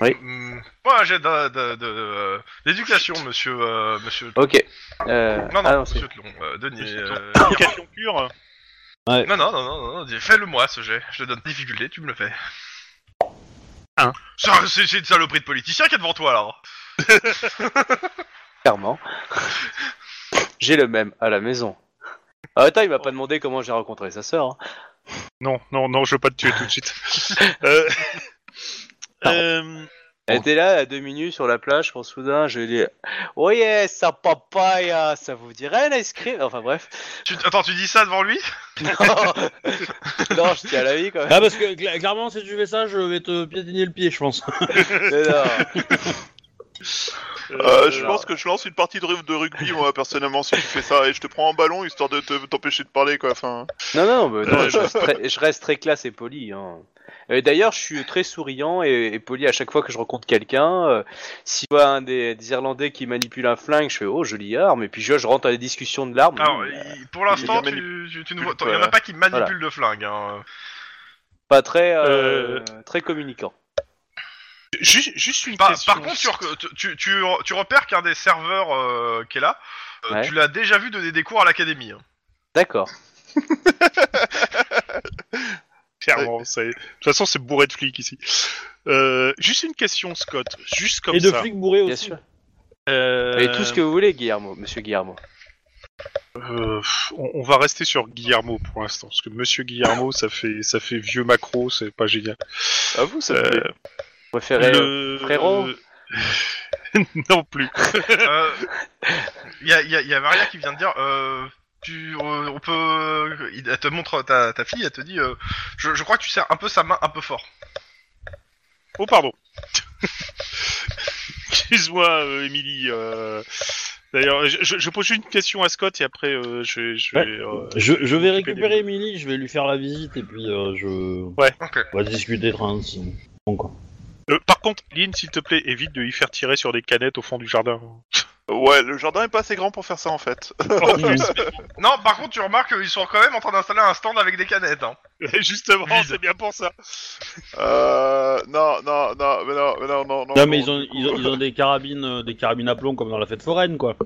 D: Oui.
B: Mm, Moi, j'ai de- de- de- euh, d'éducation, monsieur. euh, monsieur...
D: Ok. Euh,
B: Non, non,
D: ah, non, c'est-
B: monsieur Tlon, euh, Denis. euh,
E: Application pure.
B: Non, non, non, non, non, dis- fais-le moi ce jet. Je te donne difficulté, tu me le fais.
E: Un.
B: Ça, C'est c'est une saloperie de politicien qui est devant toi là.
D: Clairement. J'ai le même à la maison. Ah, attends, il m'a pas demandé comment j'ai rencontré sa sœur. hein.
E: Non, non, non, je veux pas te tuer tout de suite. Euh, euh,
D: Elle était là à deux minutes sur la plage quand soudain je lui ai dit Oh yes, ça papaya, ça vous dirait un ice cream Enfin bref.
B: Tu- Attends, tu dis ça devant lui
D: non, je tiens à la vie quand même.
A: Ah, parce que cla- clairement, si tu fais ça, je vais te piétiner le pied, je pense.
D: Mais non.
C: Euh, je
D: alors-
C: pense que je lance une partie de, rug- de rugby, moi, personnellement, si tu fais ça, et je te prends en ballon, histoire de te- t'empêcher de parler, quoi, enfin...
D: Non, non, mais non, je, reste très, je reste très classe et poli. hein. Et D'ailleurs, je suis très souriant et, et poli à chaque fois que je rencontre quelqu'un. Euh, si je vois un des, des Irlandais qui manipule un flingue, je fais oh jolie arme. Et puis je, je rentre dans les discussions de l'arme.
B: Alors,
D: Mmh,
B: il- pour l'instant,
C: il
B: tu, tu, tu ne vois.
C: manipule,
B: Il y en a
C: euh,
B: pas qui manipule le flingue. Hein.
D: Pas très, euh, très communicant.
E: ju- juste une
B: Par,
E: question.
B: par contre, tu, rec- tu, tu, tu, tu repères qu'un des serveurs euh, qui est là, euh,
D: Ouais.
B: tu l'as déjà vu donner des cours à l'académie. hein.
D: D'accord.
E: Clairement, c'est- de toute façon, c'est bourré de flics ici. Euh, juste une question, Scott. Juste comme
A: Et de
E: ça.
A: flics bourrés
D: Bien
A: aussi.
D: sûr.
E: Euh,
D: Et tout ce que vous voulez, Guillermo, Monsieur Guillermo.
E: euh, pff, on, on va rester sur Guillermo pour l'instant, parce que Monsieur Guillermo, ça fait ça fait vieux macro, c'est pas génial.
D: Ah
C: À Ah, vous, ça
E: Euh,
C: plaît.
D: Vous préférez
E: le-
D: frérot
E: euh, Non plus.
B: Euh, Il y, a, il y a- il y a Maria qui vient de dire euh, tu, euh, on peut. il- Elle te montre ta, ta fille, elle te dit euh, je, je crois que tu serres un peu sa main un peu fort.
E: Oh pardon. Excuse-moi, euh, Émilie. euh, D'ailleurs, je, je- je pose une question à Scott et après euh, je, je vais. euh,
A: Je, je vais
E: m'occuper des-
A: récupérer Emily, je vais lui faire la visite et puis euh, je.
E: Ouais.
B: Ok.
A: On va discuter tranquille. Bon, quoi.
E: Euh, par contre, Lynn, s'il te plaît, évite de lui faire tirer sur des canettes au fond du jardin.
C: Ouais, le jardin est pas assez grand pour faire ça en fait.
B: Non, par contre, tu remarques qu'ils sont quand même en train d'installer un stand avec des canettes. Hein.
E: Justement,
B: Vide.
E: c'est bien pour ça.
C: Euh, non, non, non, mais non, mais non, non, non.
A: Non, mais
C: non,
A: ils ont,
C: du coup.
A: ils ont, ils ont des carabines, euh, des carabines à plomb comme dans la fête foraine, quoi.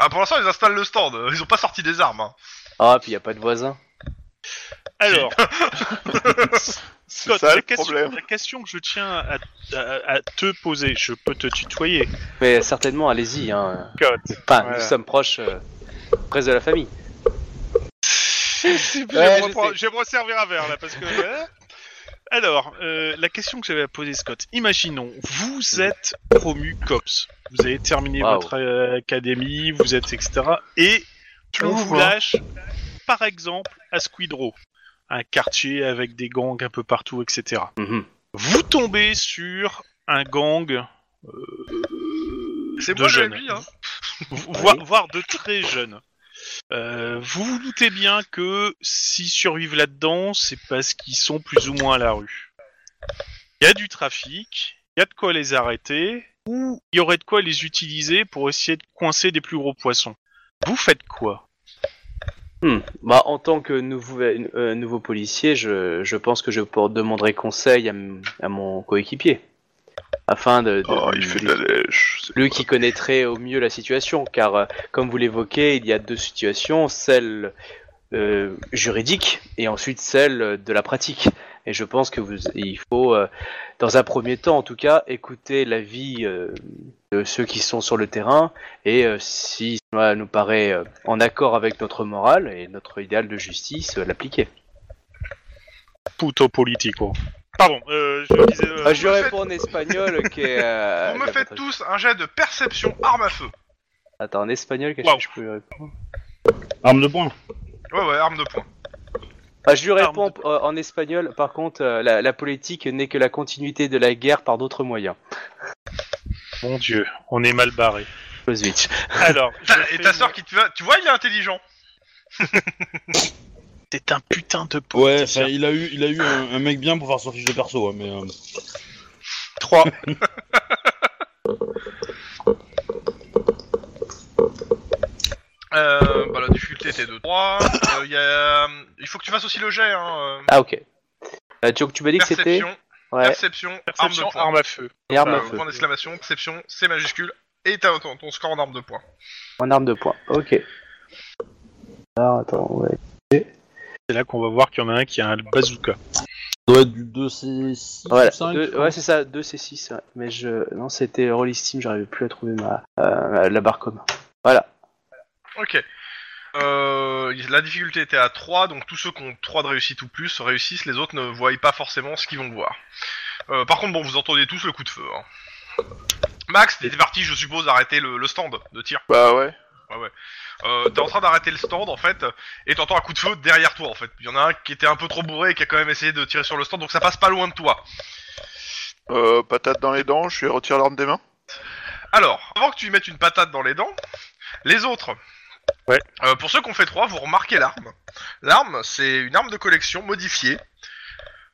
B: Ah, pour l'instant, ils installent le stand. Ils ont pas sorti des armes. Hein.
D: Ah, puis y a pas de voisin.
E: Alors,
C: C'est
E: Scott,
C: ça
E: la,
C: le
E: question,
C: problème.
E: la question que je tiens à, à- à te poser, je peux te tutoyer.
D: Mais certainement, allez-y. Hein.
E: Scott,
D: Enfin,
E: Voilà.
D: nous sommes proches, euh, presque de la famille.
E: je,
D: Ouais,
E: vais me
D: je
E: reprendre-
D: sais.
E: je vais me resservir un verre là parce que. euh, Alors, euh, la question que j'avais à poser, Scott, imaginons, vous êtes promu COPS, vous avez terminé
D: Waouh.
E: votre euh, académie, vous êtes etc. Et on
F: Ouf,
E: vous
F: hein.
E: lâche, par exemple, à Squidrow, un quartier avec des gangs un peu partout, etc.
D: Mhm.
E: Vous tombez sur un gang,
B: C'est
E: De
B: moi, j'ai
E: jeunes.
B: lui. Hein.
E: vo- voire, voire de très jeunes. Euh, vous vous doutez bien que s'ils survivent là-dedans, c'est parce qu'ils sont plus ou moins à la rue. Il y a du trafic, il y a de quoi les arrêter, ou il y aurait de quoi les utiliser pour essayer de coincer des plus gros poissons. Vous faites quoi
D: Hmm. Bah, en tant que nouveau, euh, nouveau policier, je, je pense que je por- demanderai conseil à, m- à mon coéquipier. Afin de. de-
C: Oh, il fait de la lèche. c'est
D: Lui qui connaîtrait au mieux la situation, car euh, comme vous l'évoquez, il y a deux situations, celle euh, juridique et ensuite celle euh, de la pratique. Et je pense que vous, il faut, euh, dans un premier temps en tout cas, écouter l'avis euh, de ceux qui sont sur le terrain et euh, si cela nous paraît euh, en accord avec notre morale et notre idéal de justice, euh, l'appliquer.
E: Puto politico. Pardon, euh, je disais. euh,
D: Bah, je
B: me
D: réponds en espagnol qui est. euh,
B: vous me
D: la
B: faites
D: patrie-
B: tous un jet de perception arme à feu.
D: Attends, en espagnol, qu'est-ce
E: Wow.
D: que je peux répondre
A: Arme de poing.
B: Ouais, ouais, arme de poing.
D: Ah, je lui
E: Arme
D: réponds euh, en espagnol, par contre, euh, la, la politique n'est que la continuité de la guerre par d'autres moyens.
E: Mon dieu, on est mal barré.
D: Clausewitz.
E: Alors, je
B: Ta-
E: fais
B: Et ta
E: une-
B: soeur qui te va. Tu vois, il est intelligent.
E: C'est un putain de
A: Ouais,
E: politicien.
A: enfin, il a eu, il a eu un, un mec bien pour faire son fiche de perso, hein, mais. euh,
E: 3.
B: Euh, bah, la difficulté était de 3. Euh, il y a... Il faut que tu fasses aussi le jet. Hein. euh,
D: Ah, ok. Euh, tu, tu m'as dit que c'était.
B: Perception,
D: Ouais,
B: perception,
E: Perception,
B: arme de poing.
E: arme à feu.
D: et arme à
B: Euh,
D: feu.
B: point d'exclamation, perception, C majuscule. Et t'as ton, ton score en arme de poing.
D: En arme de poing. Ok. Alors, attends, ouais.
E: C'est là qu'on va voir qu'il y en a un qui a un bazooka.
A: ça doit être du 2C6
D: Voilà.
A: ou 5.
D: Deux- ouais, c'est ça, 2 C6. ouais. Mais je. Non, c'était Roll Steam, j'arrivais plus à trouver ma. euh, la barre com. Voilà.
B: Ok. Euh, la difficulté était à 3, donc tous ceux qui ont 3 de réussite ou plus réussissent, les autres ne voient pas forcément ce qu'ils vont voir. Euh, par contre, bon, vous entendez tous le coup de feu. hein. Max, t'étais parti, je suppose, arrêter le, le stand de tir.
C: Bah ouais.
B: Euh, T'es en train d'arrêter le stand, en fait, et t'entends un coup de feu derrière toi, en fait. Il y en a un qui était un peu trop bourré et qui a quand même essayé de tirer sur le stand, donc ça passe pas loin de toi.
C: Euh, patate dans les dents, je lui retire l'arme des mains.
B: Alors, avant que tu lui mettes une patate dans les dents, les autres.
E: Ouais.
B: Euh, pour ceux qui ont fait 3, vous remarquez l'arme. L'arme, c'est une arme de collection modifiée.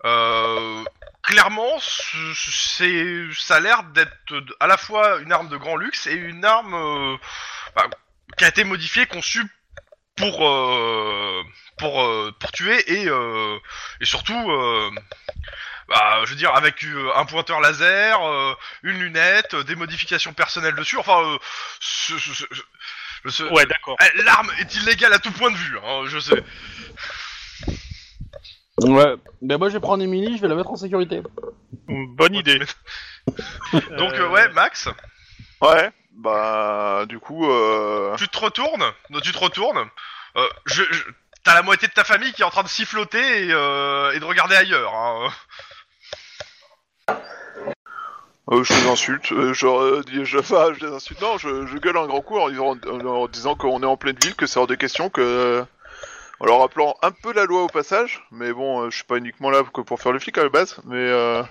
B: Euh, clairement, ce- c'est, ça a l'air d'être à la fois une arme de grand luxe et une arme euh, bah, qui a été modifiée, conçue pour euh, pour euh, pour tuer et euh, et surtout, euh, bah, je veux dire, avec euh, un pointeur laser. euh, une lunette, euh, des modifications personnelles dessus. Enfin, euh, ce- ce- ce- ce- ce-
E: Ouais, d'accord.
B: Eh, l'arme est illégale à tout point de vue. hein, je sais.
A: Ouais. Ben moi, je vais prendre Emily, je vais la mettre en sécurité.
E: Bonne idée.
B: Donc euh, ouais, Max,
C: Ouais. Bah, du coup, euh...
B: tu te retournes, non, tu te retournes. Euh, je, je- t'as la moitié de ta famille qui est en train de siffloter et, euh, et de regarder ailleurs. hein.
C: euh, je les insulte. Euh, genre, euh, dis- je, enfin, je les insulte. Non, je, je gueule un grand coup en, disant- en- en disant qu'on est en pleine ville, que c'est hors de question, que. En leur rappelant un peu la loi au passage, mais bon, euh, je suis pas uniquement là que pour faire le flic à la base, mais euh,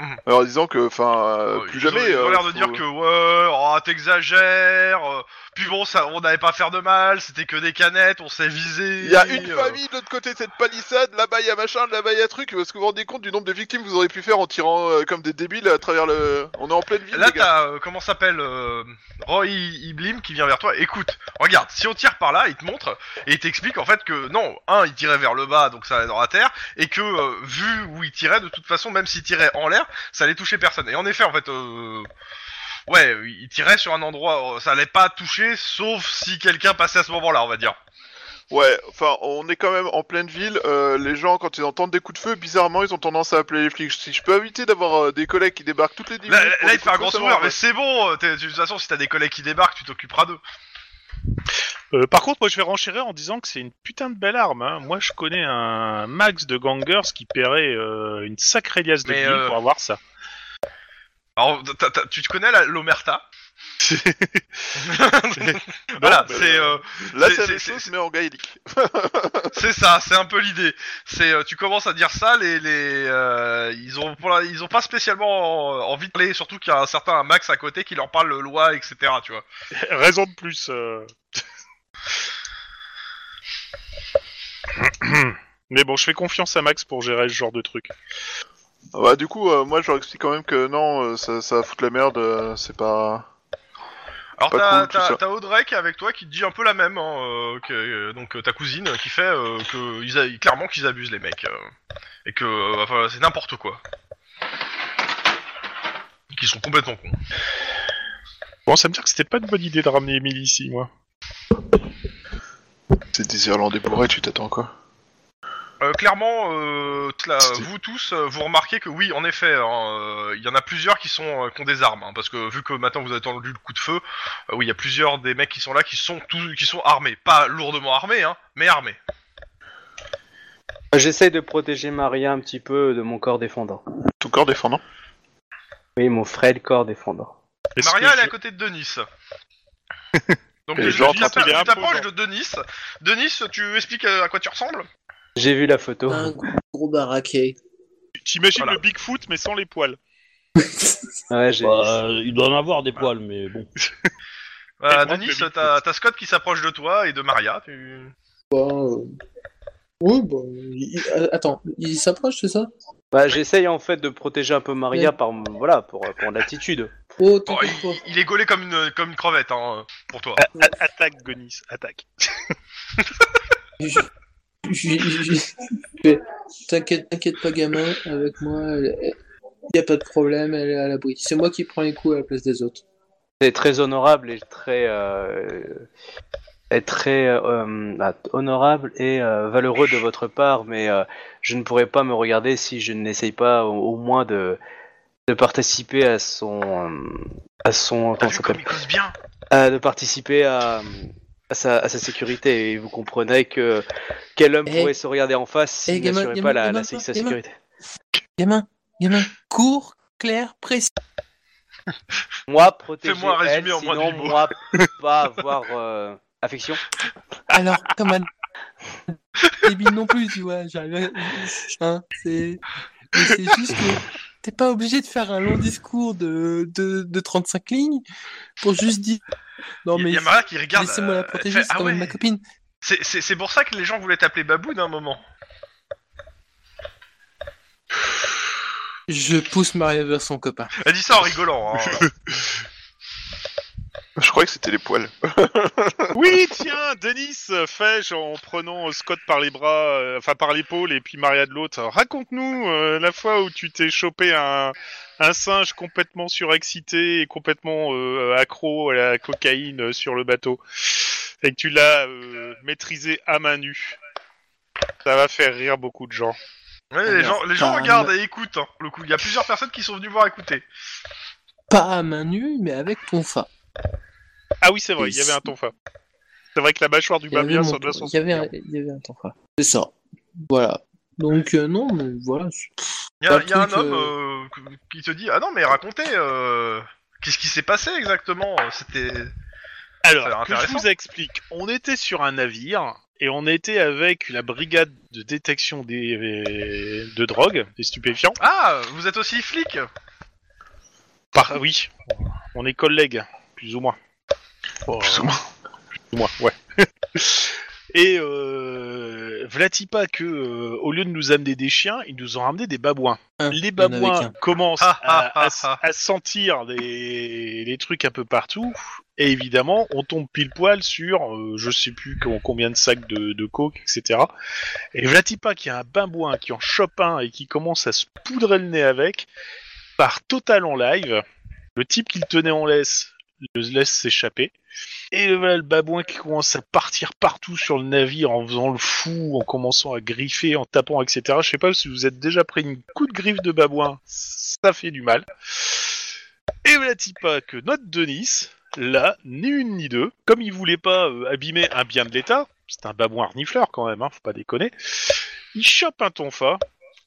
B: Mhm.
C: Alors, en disant que, enfin, euh,
B: Ouais,
C: plus
B: ils ont-
C: jamais.
B: Ils ont
C: euh,
B: l'air de
C: faut-
B: dire que ouais, oh, t'exagères. euh, Puis bon, ça, on n'avait pas à faire de mal. C'était que des canettes. On s'est visé.
C: Il y a une
B: euh,
C: famille de l'autre côté de cette palissade, là-bas il y a machin, là-bas il y a truc. Est-ce que vous vous rendez compte du nombre de victimes que vous auriez pu faire en tirant euh, comme des débiles à travers le. On est en pleine ville,
B: Là,
C: les gars.
B: t'as euh, comment s'appelle euh, Roy Iblim qui vient vers toi. Écoute, regarde, si on tire par là, il te montre et il t'explique en fait que non, un, il tirait vers le bas, donc ça allait dans la terre, et que euh, vu où il tirait, de toute façon, même s'il tirait en l'air, ça allait toucher personne. Et en effet, en fait, euh, ouais, il tirait sur un endroit, euh, ça allait pas toucher, sauf si quelqu'un passait à ce moment-là, on va dire.
C: Ouais, enfin, on est quand même en pleine ville. euh, les gens, quand ils entendent des coups de feu, bizarrement, ils ont tendance à appeler les flics. Si je peux éviter d'avoir euh, des collègues qui débarquent toutes les 10
B: Là,
C: minutes pour
B: là,
C: des
B: il te fait un grand
C: coups de feu, ça
B: sourire,
C: m'arrange.
B: mais c'est bon. euh, t'es- De toute façon, si t'as des collègues qui débarquent, tu t'occuperas d'eux.
E: Euh, par contre, moi, je vais renchérir en disant que c'est une putain de belle arme. hein. Moi, je connais un max de gangers qui paierait euh, une sacrée liasse de
B: Mais,
E: billes
B: euh,
E: pour avoir ça.
B: Alors, t'as- t'as- tu te connais la- l'omerta Voilà,
C: mais-
B: c'est euh, c'est-
C: Là, c'est la même
B: c'est-
C: chose,
B: c'est-
C: mais en gaélique.
B: c'est ça, c'est un peu l'idée. C'est euh, tu commences à dire ça, les les euh, ils ont pour la- ils ont pas spécialement en- envie de parler, surtout qu'il y a un certain Max à côté qui leur parle le loi, etc. Tu vois.
E: Raison de plus. euh. Mais bon, je fais confiance à Max pour gérer ce genre de truc.
C: Ah Bah, du coup, euh, moi, je leur explique quand même que non, euh, ça, ça fout la merde, euh, c'est pas.
B: Alors
C: Pas
B: t'as
C: cool, tout
B: t'as-
C: ça.
B: t'as Audrey qui est avec toi qui te dit un peu la même, hein, euh, que, euh, donc euh, ta cousine qui fait euh, que ils a- clairement qu'ils abusent les mecs euh, et que euh, enfin, c'est n'importe quoi. Qui sont complètement cons.
E: Bon, ça me dire que c'était pas une bonne idée de ramener Emily ici, moi.
C: C'est des Irlandais bourrés, tu t'attends quoi
B: Euh, clairement, euh, là,
C: C'était-
B: vous tous, euh, vous remarquez que oui, en effet, hein, euh, il y en a plusieurs qui sont euh, qui ont des armes, hein, parce que vu que maintenant vous avez entendu le coup de feu, euh, oui, il y a plusieurs des mecs qui sont là qui sont tous qui sont armés, pas lourdement armés, hein, mais armés.
D: J'essaie de protéger Maria un petit peu de mon corps défendant.
C: Tout corps défendant
D: Oui, mon frère corps défendant.
E: Est-ce
B: Maria,
E: que
B: elle est
E: je-
B: à côté de Denis. Donc
C: Et
B: tu-
C: genre,
B: tu
E: quand
B: t'approches
E: il est
B: tu t'approches de
E: imposant.
B: Denis. Denis, tu expliques euh, à quoi tu ressembles
D: J'ai vu la photo.
F: ah, Un gros- gros baraquet.
E: T'imagines
B: Voilà.
E: le Bigfoot, mais sans les poils.
D: Ouais, j'ai
A: Bah, il doit en avoir des poils, mais bon.
B: Voilà,
E: Et moi,
B: Euh, Denis,
E: je m'habite.
B: t'as t'as Scott qui s'approche de toi et de Maria. tu-
F: Bon, euh, Oui, bon. il- il- euh, Attends, il s'approche, c'est ça
D: Bah, j'essaye en fait de protéger un peu Maria par voilà pour, euh, pour l'attitude.
B: Bon,
F: Oh, t'inquiète
B: il, il est gaulé comme une, comme une crevette hein, pour toi.
E: A- attaque, Gonis, attaque.
F: pas. Je- je- je- je- T'inquiète, t'inquiète pas, gamin, avec moi, il n'y a pas de problème, elle est à l'abri. C'est moi qui prends les coups à la place des autres.
D: C'est très honorable et très euh, et très euh, ah, honorable et euh, valeureux de votre part, mais euh, je ne pourrais pas me regarder si je n'essaye pas au, au moins de de participer à son euh, à son
B: T'as
D: comment
E: ah,
D: ça
B: vu comme
D: s'appelle
B: il cause bien
D: Euh, de participer à à sa, à sa sécurité et vous comprenez que quel homme
F: Eh.
D: pourrait se regarder en face s'il
F: Eh, gamin,
D: n'assurait
F: gamin,
D: pas la,
F: gamin,
D: la- sa
F: gamin.
D: sécurité.
F: Gamin, gamin, court, clair, précis.
D: Moi protéger
B: Fais-moi un résumé
D: elle,
B: en moins de
D: sinon
B: huit mots.
D: moi pas avoir euh, affection.
F: Alors, comme un débile non plus, tu vois. J'arrive à- hein, c'est... mais c'est juste que t'es pas obligé de faire un long discours de, de, de 35 lignes pour juste dire. Non,
B: Il
F: mais
B: y a Maria qui regarde.
F: laissez-moi la
B: euh,
F: protéger,
B: elle fait,
F: c'est
B: Ah
F: quand même ma
B: ouais.
F: copine.
B: C'est- C'est c'est pour ça que les gens voulaient t'appeler Babou d'un moment.
F: Je pousse Maria vers son copain.
B: Elle dit ça en rigolant. hein.
C: Je croyais que c'était les poils.
E: Oui, tiens, Denis, euh, fais-je en prenant euh, Scott par les bras, euh, enfin par l'épaule, et puis Maria de l'autre. Raconte-nous euh, la fois où tu t'es chopé un, un singe complètement surexcité et complètement euh, accro à la cocaïne euh, sur le bateau, et que tu l'as euh, maîtrisé à main nue. Ça va faire rire beaucoup de gens.
B: Ouais, les
F: Ah,
B: gens, les gens
F: merde.
B: regardent et écoutent. hein, le coup, il y a plusieurs personnes qui sont venues voir écouter.
F: Pas à main nue, mais avec ton fa.
E: Ah oui, c'est vrai, il y avait un tonfa. C'est vrai que la mâchoire du
F: Il y avait,
E: babien,
F: mon-
E: ça doit s'en
F: il y avait un,
E: souvenir.
F: il y avait un ton fa. C'est ça. Voilà. Donc, euh, non, mais voilà. c'est-
B: Il y
F: Pas
B: a,
F: le
B: il y a un
F: truc,
B: homme euh, que- qui te dit Ah non, mais racontez, euh, qu'est-ce qui s'est passé exactement C'était. Ça a l'air
E: Alors, que je
B: intéressant.
E: vous explique, on était sur un navire et on était avec la brigade de détection des euh, de drogue, des stupéfiants.
B: Ah, vous êtes aussi flic
E: Par oui, on est collègues, plus ou moins. Oh.
C: Plus ou moins.
E: Plus ou moins, ouais. Et euh, vlati pas que, euh, au lieu de nous amener des chiens, ils nous ont ramené des babouins.
F: Ah,
E: Les
F: en avait
E: babouins
F: qu'un.
E: commencent
B: Ah, ah,
E: à, à-
B: ah,
E: à sentir des, des trucs un peu partout. Et évidemment, on tombe pile poil sur euh, je sais plus com- combien de sacs de, de coke, etc. Et Vlatipa qui a un babouin, qui en chope un et qui commence à se poudrer le nez avec, part total en live. Le type qu'il tenait en laisse le laisse s'échapper. Et le- voilà le babouin qui commence à partir partout sur le navire en faisant le fou, en commençant à griffer, en tapant, etc. Je sais pas si vous êtes déjà pris une coup de griffe de babouin, ça fait du mal. Et voilà pas que notre Denis, là, ni une ni deux, comme il voulait pas euh, abîmer un bien de l'État, c'est un babouin renifleur quand même, hein, faut pas déconner, il chope un tonfa,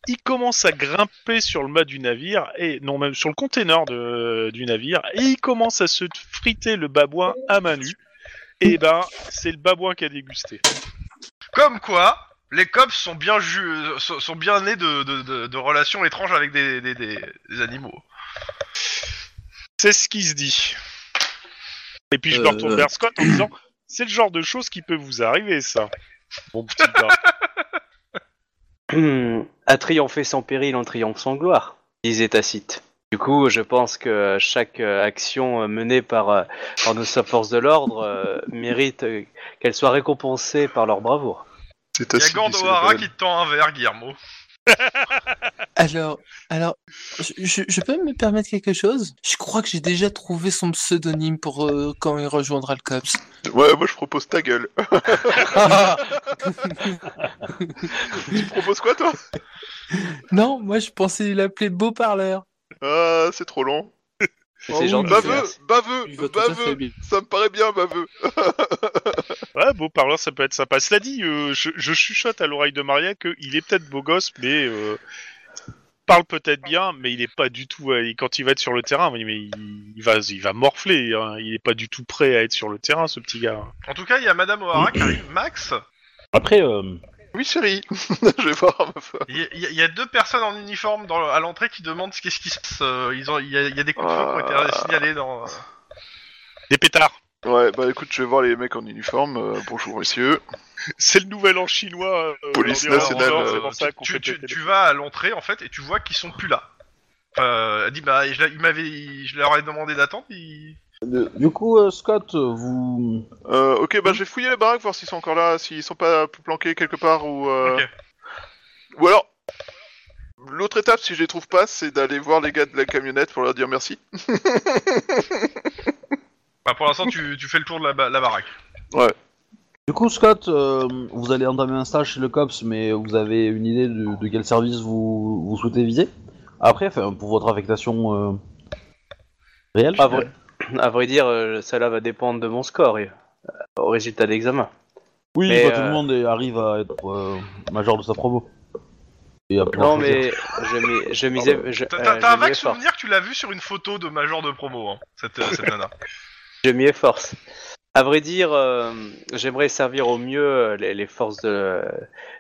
E: il commence à grimper sur le mât du navire, et non même sur le container de- du navire, et il commence à se friter le babouin à main nue. Et ben, c'est le babouin qui a dégusté.
B: Comme quoi, les cops sont bien, ju euh, sont sont bien nés de, de, de, de relations étranges avec des, des, des, des animaux.
E: C'est ce qui se dit. Et puis je me
F: Euh,
E: retourne
F: euh.
E: vers Scott en disant, c'est le genre de choses qui peut vous arriver, ça. Mon petit gars.
D: Hum, à triompher sans péril, on triomphe sans gloire, disait Tacite. Du coup, je pense que chaque euh, action euh, menée par, euh, par nos forces de l'ordre euh, mérite euh, qu'elle soit récompensée par leur bravoure.
C: C'est
B: Y'a
C: assez
B: Gandohara qui te tend un verre, Guillermo.
F: Alors, alors, je, je- je peux me permettre quelque chose Je crois que j'ai déjà trouvé son pseudonyme pour euh, quand il rejoindra le COPS.
C: Ouais, moi je propose ta gueule. tu proposes quoi toi
F: non, moi je pensais l'appeler beau parleur.
C: Ah, c'est trop long.
D: C'est
F: Oh oui,
D: gentil,
B: bah
C: Baveux,
D: merci.
F: Il
C: baveux,
F: va tout à fait
C: baveux.
F: bien.
C: Ça me paraît bien, baveux.
E: Ouais, beau parleur, ça peut être sympa. Cela dit, euh, je, je chuchote à l'oreille de Maria qu'il est peut-être beau gosse, mais euh, parle peut-être bien, mais il est pas du tout. euh, et quand il va être sur le terrain, mais il, il va, il va morfler. hein. Il est pas du tout prêt à être sur le terrain, ce petit gars.
B: En tout cas, il y a Madame O'Hara qui arrive, Max.
A: Après, euh,
C: Oui, chérie. je vais voir ma femme.
B: Il y, a- il y a deux personnes en uniforme dans le- à l'entrée qui demandent ce qu'est-ce qui se passe. Euh, Ils ont, il y, a- il y a des coups de feu qui ont
D: Ah.
B: été signalés dans.
E: Des pétards.
C: Ouais, bah écoute, je vais voir les mecs en uniforme. Euh, bonjour, messieurs.
E: C'est le nouvel an chinois. euh,
C: Police
E: on dirait,
C: nationale,
E: en or, C'est
C: euh,
E: pour ça qu'on
B: Tu,
E: fait
B: tu,
E: péter
B: tu vas à l'entrée en fait et tu vois qu'ils sont plus là. Euh, elle dit bah je, l'a- il m'avait- il- je leur ai demandé d'attendre. ils-
A: de- du coup, euh, Scott, vous.
C: Euh, ok, bah je vais fouiller les baraques, voir s'ils sont encore là, s'ils sont pas planqués quelque part ou. euh,
B: Ok.
C: Ou alors. L'autre étape, si je les trouve pas, c'est d'aller voir les gars de la camionnette pour leur dire merci.
B: Bah, pour l'instant tu, tu fais le tour de la, ba- la baraque.
A: Du coup, Scott, euh, vous allez entamer un stage chez le COPS, mais vous avez une idée de, de quel service vous, vous souhaitez viser Après, enfin, pour votre affectation euh, réelle
D: À vrai, à vrai dire, euh, cela va dépendre de mon score et, euh, au résultat d'examen.
A: Oui,
D: Mais,
A: bah, tout
D: euh,
A: le monde est- arrive à être euh, major de sa promo. Et à pouvoir
D: Non,
A: choisir.
D: mais je, mi- je misais. je-
B: T'as
D: euh,
B: t'as- t'as un
D: je m'y
B: vague
D: efforce.
B: souvenir que tu l'as vu sur une photo de major de promo hein, cette, euh, cette nana.
D: Je m'y efforce. À vrai dire, euh, j'aimerais servir au mieux euh, les, les forces de,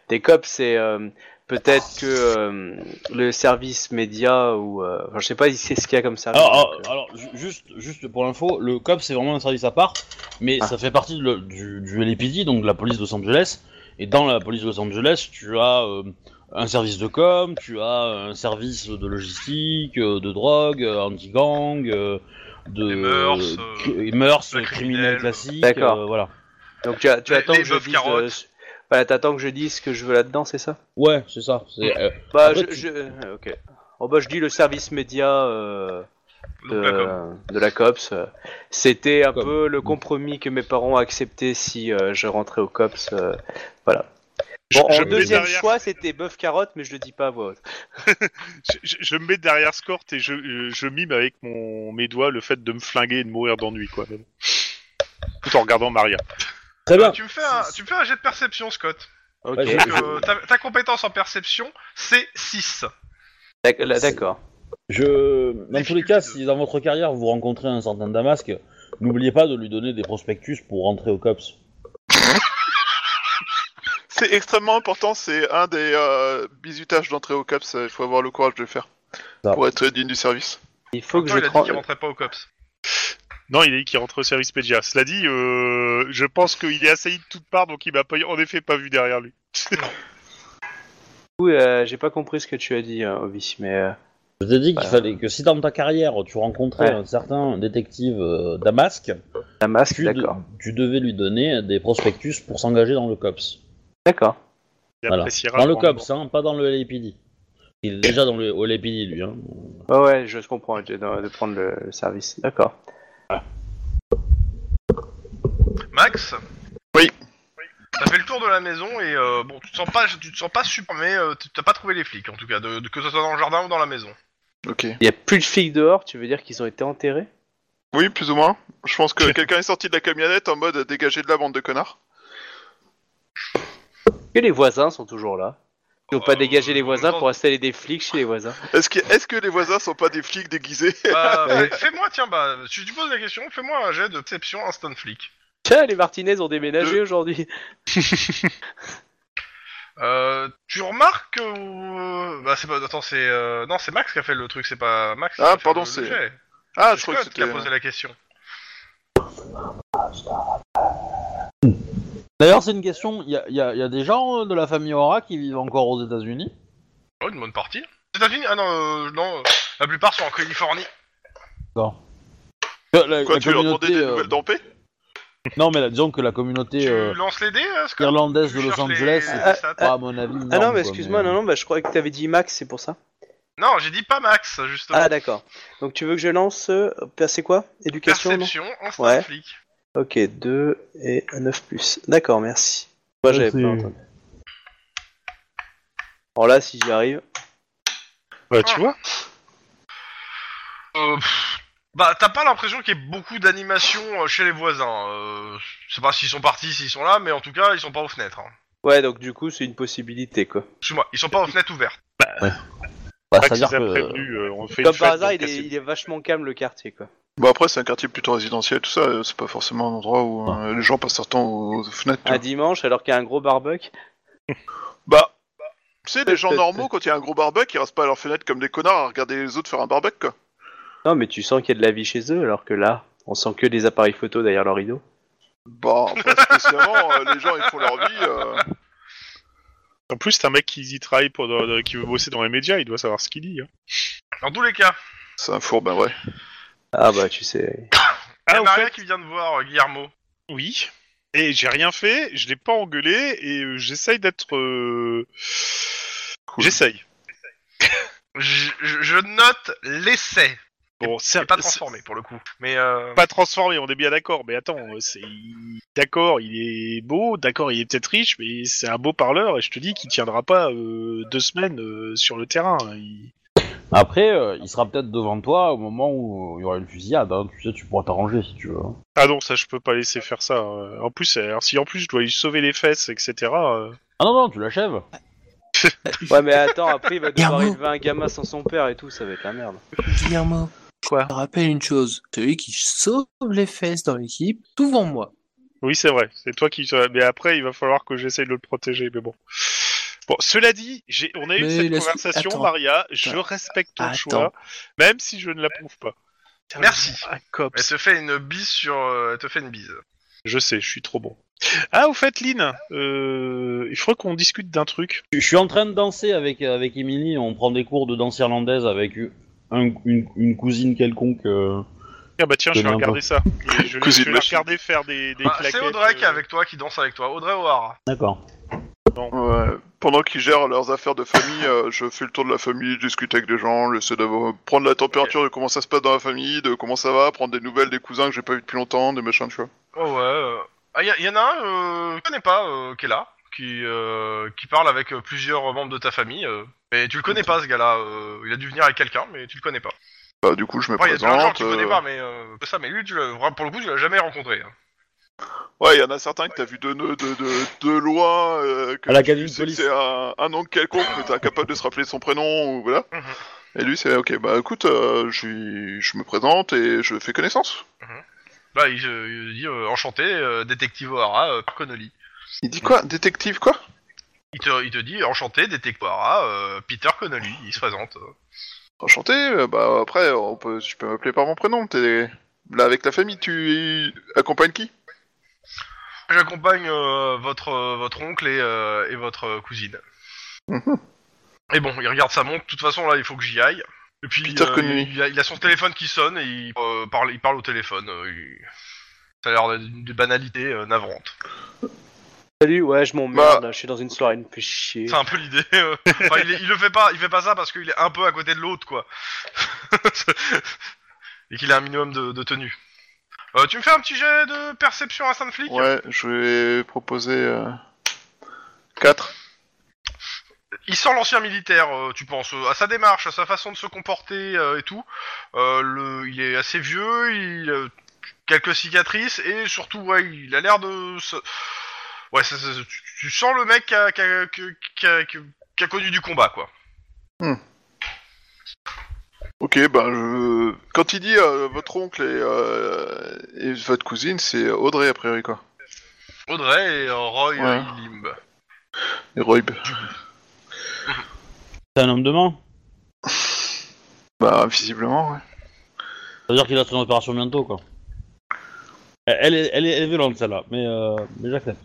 D: des cops et euh, peut-être que euh, le service média ou euh, enfin, je sais pas c'est ce qu'il y a comme service.
A: Alors, alors,
D: donc, euh,
A: Ah, alors, ju- juste, juste pour l'info, le COP c'est vraiment un service à part, mais
D: Ah.
A: ça fait partie de le- du, du LAPD, donc de la police de Los Angeles. Et dans la police de Los Angeles, tu as euh, un service de com, tu as euh, un service de logistique, euh, de drogue, euh, anti-gang, euh, de
B: Des mœurs,
A: euh,
B: euh,
A: cri- mœurs,
B: de
A: euh,
B: criminels.
A: criminels classiques.
D: D'accord.
A: euh, voilà.
D: donc tu, as- tu
B: les-
D: attends
B: les
D: que je
B: boeufs
D: dise,
B: carottes.
D: euh, ce- voilà, t'attends que je dise ce que je veux là-dedans, c'est ça
A: Ouais, c'est ça. c'est, euh,
D: Bah,
A: Après,
D: je,
A: tu-
D: je- euh, ok. Oh bah, je dis le service média euh, de,
B: Donc, la com.
D: de la cops. euh, C'était un
A: Com.
D: peu le compromis que mes parents acceptaient si euh, je rentrais au cops. euh, voilà.
E: Je-
D: Bon,
E: je
D: en
E: mets
D: deuxième
E: derrière-
D: choix, c'était bœuf carotte, mais je le dis pas à voix haute.
E: Je, je- je me mets derrière Scort et je, euh, je mime avec mon, mes doigts le fait de me flinguer et de mourir d'ennui, quoi. mais bon. Tout en regardant Maria.
A: Très bien.
B: Bah, Ah, tu me fais un, tu me fais un jet de perception Scott.
D: Ok.
A: Bah, je-
B: Donc, euh, ta, ta compétence en perception c'est 6.
D: D'ac- là, D'accord.
A: Je, dans tous les cas, si dans votre carrière vous rencontrez un certain Damasque, n'oubliez pas de lui donner des prospectus pour rentrer au COPS.
C: C'est extrêmement important, c'est un des euh, bisutages d'entrée au CAPS, euh, il faut avoir le courage de le faire.
A: Ça.
C: Pour être digne du service.
D: Il faut que
B: Attends,
D: je
B: il a dit
D: prends-
C: euh,
B: qu'il rentrait pas au COPS.
E: Non, il est qui rentre au service Pedia. Cela dit, euh, je pense qu'il est assailli de toutes parts, donc il m'a pas- en effet pas vu derrière lui.
D: Du coup, euh, j'ai pas compris ce que tu as dit, euh, Obi, mais euh,
A: Je t'ai dit qu'il
D: Bah.
A: fallait que si dans ta carrière tu rencontrais
D: Ouais.
A: un certain détective euh, Damasque,
D: la masque,
A: tu, de-
D: d'accord.
A: tu devais lui donner des prospectus pour s'engager dans le COPS.
D: D'accord.
E: Il
A: Voilà.
E: appréciera
A: Dans le
E: grandement.
A: COPS, hein, pas dans le LAPD. Il est déjà dans le au LAPD, lui. Hein.
D: Ouais, ouais, je comprends, de, de- de prendre le, le service. D'accord.
B: Max
C: Oui.
B: T'as fait le tour de la maison et euh, bon, tu te sens pas, tu te sens pas super, mais euh, tu- t'as pas trouvé les flics en tout cas, de- de- que ce soit dans le jardin ou dans la maison.
C: Ok.
D: Il y a plus de flics dehors, tu veux dire qu'ils ont été enterrés
C: Oui, plus ou moins. Je pense que quelqu'un est sorti de la camionnette en mode dégagez de la bande de connards.
D: Que les voisins sont toujours là. Ils n'ont pas
B: Euh,
D: dégagé les
B: en
D: voisins
B: même temps-
D: pour installer des flics chez les voisins.
C: Est-ce que, est-ce que les voisins sont pas des flics déguisés
B: Bah, fais- fais-moi, tiens, bah, si tu poses la question, fais-moi un jet de perception instant flic.
D: Tiens, les Martinez ont déménagé aujourd'hui.
B: Euh, tu remarques que. euh, bah, c'est pas. Attends, c'est. euh, non, c'est Max qui a fait le truc, c'est pas Max. qui
C: Ah,
B: a fait
C: pardon,
B: le- le
C: c'est-
B: jet.
C: Ah, je
B: C'est
C: crois que
B: Scott qui
C: c'était.
B: a posé la question.
A: D'ailleurs, c'est une question. Il y a, il y a- il y a des gens euh, de la famille Aura qui vivent encore aux États-Unis.
B: Oh, une bonne partie. États-Unis Ah non, euh, non, euh, la plupart sont en Californie.
A: Euh, La,
C: Quoi,
A: la
C: tu leur demandais des
A: euh,
C: nouvelles d'Ampé
A: Non, mais là, disons que la communauté
B: Tu
A: euh,
B: lances les dés, euh, Scott
A: irlandaise de
B: Tu
A: Los
B: cherches les-
A: Angeles,
B: les
A: c'est
B: stats
A: pas à mon avis.
D: Ah
A: énorme,
D: non, mais
A: quoi, euh,
D: excuse-moi, non, non, bah, je crois que t'avais dit Max, c'est pour ça.
B: Non, j'ai dit pas Max, justement.
D: Ah d'accord. Donc tu veux que je lance euh, C'est quoi Éducation non
B: Perception, instant
D: Ouais.
B: flic.
D: Ok, 2 et 9 plus. D'accord, merci. Moi j'avais pas entendu. Alors là, si j'y arrive.
E: Bah, tu vois
B: Euh, pff, bah, t'as pas l'impression qu'il y ait beaucoup d'animation euh, chez les voisins. Euh, je sais pas s'ils sont partis, s'ils sont là, mais en tout cas, ils sont pas aux fenêtres. hein.
D: Ouais, donc du coup, c'est une possibilité quoi.
B: Excuse-moi, ils sont pas aux fenêtres ouvertes.
A: Bah,
E: Max
A: C'est-à-dire
E: les a
A: que.
E: prévenus, euh, on fait
D: Comme
E: une
D: par
E: fête,
D: hasard,
E: donc
D: il est,
E: c'est-
D: il est vachement calme le quartier quoi.
C: Bon, Bah, après, c'est un quartier plutôt résidentiel, tout ça. euh, C'est pas forcément un endroit où euh, les gens passent leur temps aux, aux fenêtres. tu
D: Un
B: Ah,
C: vois.
D: dimanche, alors qu'il y a un gros barbecue.
C: Bah, tu sais, les gens normaux, quand il y a un gros barbecue, ils restent pas à leur fenêtre comme des connards à regarder les autres faire un barbecue, quoi.
D: Non, mais tu sens qu'il y a de la vie chez eux, alors que là, on sent que des appareils photo derrière leur rideau.
C: Bah, pas spécialement, euh, les gens ils font leur vie. euh.
E: En plus, c'est un mec qui y travaille, pour, dans- dans- qui veut bosser dans les médias, il doit savoir ce qu'il dit. hein.
B: Dans tous les cas,
C: C'est un four, ben ouais.
D: Ah bah tu sais.
B: il y a
E: au
B: Maria
E: fait-
B: qui vient de voir euh, Guillermo.
E: Oui. Et j'ai rien fait, je l'ai pas engueulé, et euh, j'essaye d'être... euh, J'essaye.
B: Je, je- je note l'essai.
E: Bon,
B: Il
E: c'est
B: est pas transformé pour le coup. Mais euh,
E: c'est Pas transformé, on est bien d'accord, mais attends, euh, c'est... D'accord, il est beau, d'accord, il est peut-être riche, mais c'est un beau parleur, et je te dis qu'il tiendra pas euh, deux semaines euh, sur le terrain. Il-
A: Après, euh, il sera peut-être devant toi au moment où il y aura une fusillade. hein. Tu sais, tu pourras t'arranger si tu veux. hein.
E: Ah non, ça, je peux pas laisser faire ça. euh. En plus, alors, si en plus je dois lui sauver les fesses, etc... euh,
A: Ah non, non, tu l'achèves.
D: Ouais, mais attends, après il va devoir
F: Guillermo.
D: élever un gamin sans son père et tout, ça va être la merde.
F: Guillermo.
D: Quoi
F: Je te rappelle une chose. Celui qui sauve les fesses dans l'équipe, souvent moi.
E: Oui, c'est vrai. C'est toi qui. Mais après, il va falloir que j'essaye de le protéger. Mais bon. Bon, cela dit, j'ai... on a eu
F: Mais
E: cette
F: laisse-
E: conversation,
F: attends.
E: Maria. Je
F: Attends.
E: respecte ton
F: Attends.
E: choix, même si je ne l'approuve pas.
B: Merci.
E: Un cop.
B: elle te fait une bise sur. euh, Elle te fait une bise.
E: Je sais, je suis trop bon. Ah, au fait, Lynn, euh, il faudrait qu'on discute d'un truc.
A: Je je suis en train de danser avec, euh, avec Emily. On prend des cours de danse irlandaise avec un- une, une cousine quelconque. euh.
E: Ah bah tiens, je vais
A: Demain,
E: regarder ça. Et Je, vais- je
C: Cousine
E: vais la
C: machine.
E: regarder faire des, des
B: Bah, c'est
E: claquettes.
B: Audrey qui est
E: euh,
B: avec toi, qui danse avec toi. Audrey O'Hara.
A: D'accord.
C: Ouais. Pendant qu'ils gèrent leurs affaires de famille, euh, je fais le tour de la famille, je discute avec des gens, j'essaie de prendre la température de comment ça se passe dans la famille, de comment ça va, prendre des nouvelles des cousins que j'ai pas vu depuis longtemps, des machins, tu vois.
B: Oh ouais. euh. Ah, il y, en a un euh, que je connais pas euh, qui est là, qui, euh, qui parle avec euh, plusieurs membres de ta famille. euh. Mais tu le connais pas ce gars-là. euh, Il a dû venir avec quelqu'un, mais tu le connais pas.
C: Bah, du coup, je me
B: Après, il y a plein de gens
C: présente.
B: qui connais
C: euh,
B: pas, mais euh, ça, mais lui, tu l'as- vra- pour le coup, tu l'as jamais rencontré. hein.
C: Ouais, il y en a certains que t'as vu de, de, de, de loin, euh, que
A: À la
C: tu
A: cabine de
C: sais que
A: police.
C: c'est un, un oncle quelconque, mais t'es incapable de se rappeler de son prénom, ou voilà.
B: Mhm.
C: Et lui, c'est ok, bah écoute, euh, je suis- je me présente et je fais connaissance.
B: Là, il, euh, il dit euh, enchanté, euh, détective O'Hara, euh, par Connolly.
C: Il dit quoi Détective quoi
B: Il te, il te dit enchanté, détective O'Hara, euh, Peter Connolly, il se présente.
C: Enchanté, euh, bah après, on peut, je peux m'appeler par mon prénom. T'es là avec la famille, tu accompagnes qui
B: J'accompagne euh, votre, euh, votre oncle et, euh, et votre euh, cousine.
C: Mhm.
B: Et bon, il regarde sa montre, de toute façon là il faut que j'y aille. Et puis
C: Peter
B: euh,
C: Connolly.
B: il, a, il a son téléphone qui sonne et il, euh, parle, il parle au téléphone. euh, il- Ça a l'air d'une d'une banalité euh, navrante.
D: Salut, ouais, je m'emmerde,
C: Bah.
D: là, je suis dans une soirée, il me fait chier.
B: C'est un peu l'idée. euh. Enfin, il, est- il le fait pas, il fait pas ça parce qu'il est un peu à côté de l'autre, quoi. et qu'il a un minimum de, de tenue. Euh, tu me fais un petit jet de perception à saint flic
C: Ouais, je vais proposer euh, 4.
B: Il sent l'ancien militaire, euh, tu penses, euh, à sa démarche, à sa façon de se comporter euh, et tout. Euh, le, il est assez vieux, il a quelques cicatrices et surtout, ouais, il a l'air de. se- Ouais, ça- ça- tu, tu sens le mec qui a, qui a- qui a- qui a- qui a connu du combat, quoi.
C: Ok, ben je... quand il dit euh, votre oncle et, euh, et votre cousine, c'est Audrey a priori quoi.
B: Audrey et euh, Roy
C: Ouais.
B: euh, Limb.
C: Et Royb.
A: C'est un homme de main.
C: Bah visiblement, ouais.
A: Ça veut dire qu'il a son opération bientôt, quoi. Elle est, elle est, elle est violente, celle-là, mais, euh, mais j'accepte.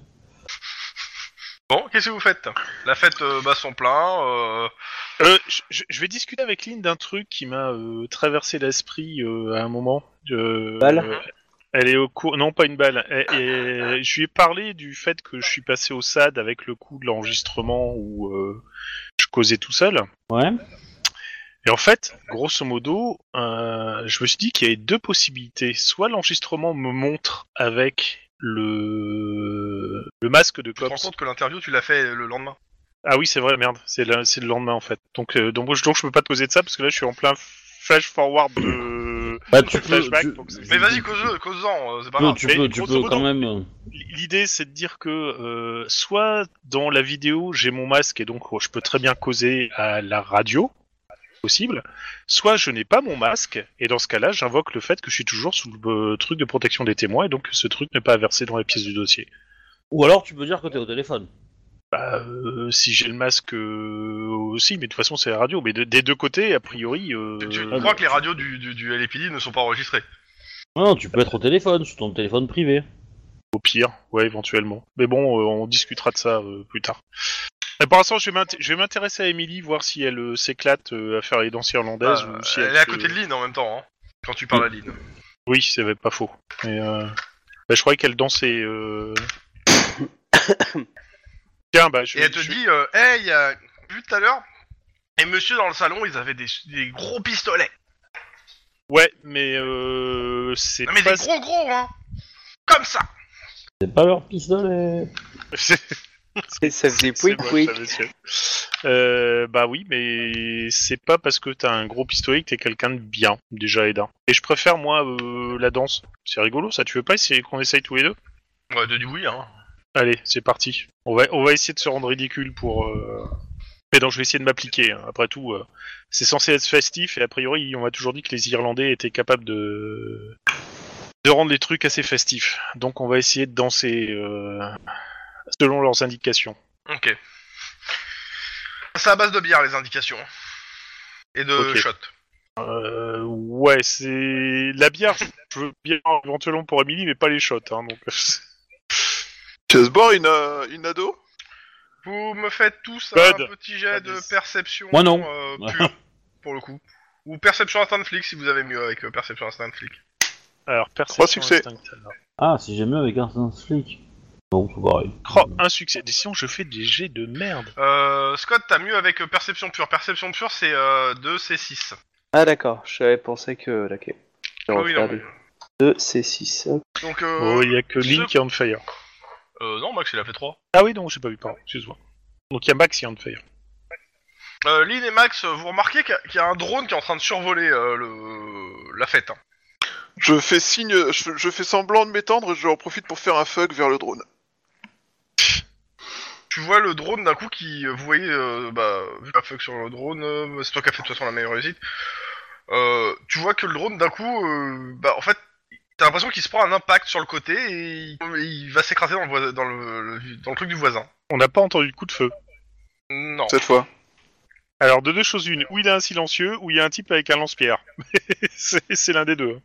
B: Bon, qu'est-ce que vous faites La fête euh, bat son plein. euh,
E: Euh, je- je je vais discuter avec Lynn d'un truc qui m'a euh, traversé l'esprit euh, à un moment. Euh,
D: Balle
E: euh, Elle est au cours, non pas une balle. Et, et je lui ai parlé du fait que je suis passé au SAD avec le coup de l'enregistrement où euh, je causais tout seul.
A: Ouais.
E: Et en fait, grosso modo, euh, je me suis dit qu'il y avait deux possibilités. Soit l'enregistrement me montre avec le le masque de
B: tu te rends
E: cops.
B: compte que l'interview, tu l'as fait le lendemain.
E: Ah oui, c'est vrai, merde, c'est le, c'est le lendemain en fait. Donc, euh, donc, je- donc je peux pas te poser de ça parce que là je suis en plein flash forward de.
A: Bah, tu
E: Le
A: peux.
E: flashback,
A: tu-
E: donc c'est-
B: Mais vas-y, cause-en, cause-en, euh, c'est pas
A: tu peux-
B: grave.
A: tu
E: mais
A: peux, tu
E: grosso
A: peux
E: modo-
A: quand même. euh,
E: L'idée c'est de dire que euh, soit dans la vidéo j'ai mon masque et donc oh, je peux très bien causer à la radio, possible, soit je n'ai pas mon masque et dans ce cas-là j'invoque le fait que je suis toujours sous le euh, truc de protection des témoins et donc ce truc n'est pas versé dans les pièces du dossier.
A: Ou alors tu peux dire que t'es au téléphone.
E: Bah, euh, si j'ai le masque euh, aussi, mais de toute façon c'est la radio, mais de- des deux côtés a priori. euh,
B: Tu- Tu
A: Euh,
B: crois que les radios du, du, du LAPD ne sont pas enregistrées
A: Non, tu peux être au téléphone, sur ton téléphone privé.
E: Au pire, ouais, éventuellement. Mais bon, euh, on discutera de ça euh, plus tard. Mais pour l'instant, je vais m'int- je vais m'intéresser à Emily, voir si elle euh, s'éclate euh, à faire les danses irlandaises.
B: Bah,
E: ou si
B: elle,
E: elle,
B: est à
E: se-
B: côté de Lynn en même temps, hein, quand tu parles à Lynn.
E: Oui, ça va être pas faux. Mais, euh, bah, je croyais qu'elle dansait. euh. Tiens, bah, je
B: Et elle te
E: je-
B: dit, euh, hey, il y a... vu tout à l'heure, et monsieur dans le salon, ils avaient des, des gros pistolets.
E: Ouais, mais euh, c'est
B: Non mais
E: pas...
B: des gros gros, hein Comme ça
A: C'est pas leur pistolet.
E: C'est-
D: Ça faisait
E: C'est
D: pouic
E: moi,
D: pouic.
E: ça, monsieur. Euh, bah oui, mais c'est pas parce que t'as un gros pistolet que t'es quelqu'un de bien, déjà Eda. Et je préfère, moi, euh, la danse. C'est rigolo, ça, tu veux pas essayer qu'on essaye tous les deux
B: Ouais, de dit oui, hein.
E: Allez, c'est parti. On va, on va essayer de se rendre ridicule pour... euh, Mais non, je vais essayer de m'appliquer. hein. Après tout, euh, c'est censé être festif, et a priori, on m'a toujours dit que les Irlandais étaient capables de... de rendre les trucs assez festifs. Donc on va essayer de danser euh, selon leurs indications.
B: Ok. C'est à base de bière, les indications. Et de
E: Ok.
B: shot.
E: Euh, ouais, c'est la bière. je- Je veux bien éventuellement pour Emily, mais pas les shots. Hein, donc,
C: Tu vas se boire une, euh, une ado
B: Vous me faites tous
E: Bud.
B: un petit jet de
E: Bud.
B: perception
A: Moi, non.
B: euh, pure, pour le coup. Ou perception instant de flic, si vous avez mieux avec euh, perception instant de flic.
E: alors
C: Trois
E: perception
C: succès.
E: instinct, alors.
A: Ah, si j'aime mieux avec un sens flic. Bon, c'est pareil.
B: Oh.
E: Cro- un succès. Décidément, je fais des jets de merde.
B: Euh, Scott, t'as mieux avec euh, perception pure. Perception pure, c'est euh, 2 C6.
D: Ah d'accord, j'avais pensé que... là, Ok. Je vais
B: Ah oui, non,
D: refaire les deux C6.
B: Donc, euh,
E: Oh, il y a que
B: ce-
E: Link qui est on fire.
B: euh, non, Max, il a fait 3.
E: Ah oui, non, j'ai pas vu. Pardon, excuse-moi. Donc il y a Max qui est on fire.
B: Euh, Lynn et Max, euh, vous remarquez qu'il y a- qu'il y a un drone qui est en train de survoler euh, le... la fête. hein.
C: Je fais signe, je, je fais semblant de m'étendre, je en profite pour faire un fuck vers le drone.
B: Tu vois le drone d'un coup qui, euh, vous voyez, euh, bah, vu la fuck sur le drone, euh, c'est toi qui as fait de toute façon la meilleure réussite. Euh, tu vois que le drone d'un coup, euh, bah, en fait, t'as l'impression qu'il se prend un impact sur le côté et il, et il va s'écraser dans, le, voi- dans, le, le- dans le truc du voisin.
E: On n'a pas entendu de coup de feu.
B: Non.
C: cette fois.
E: Alors, de deux choses une, ou il a un silencieux, ou il y a un type avec un lance-pierre. c'est c'est l'un des deux. hein.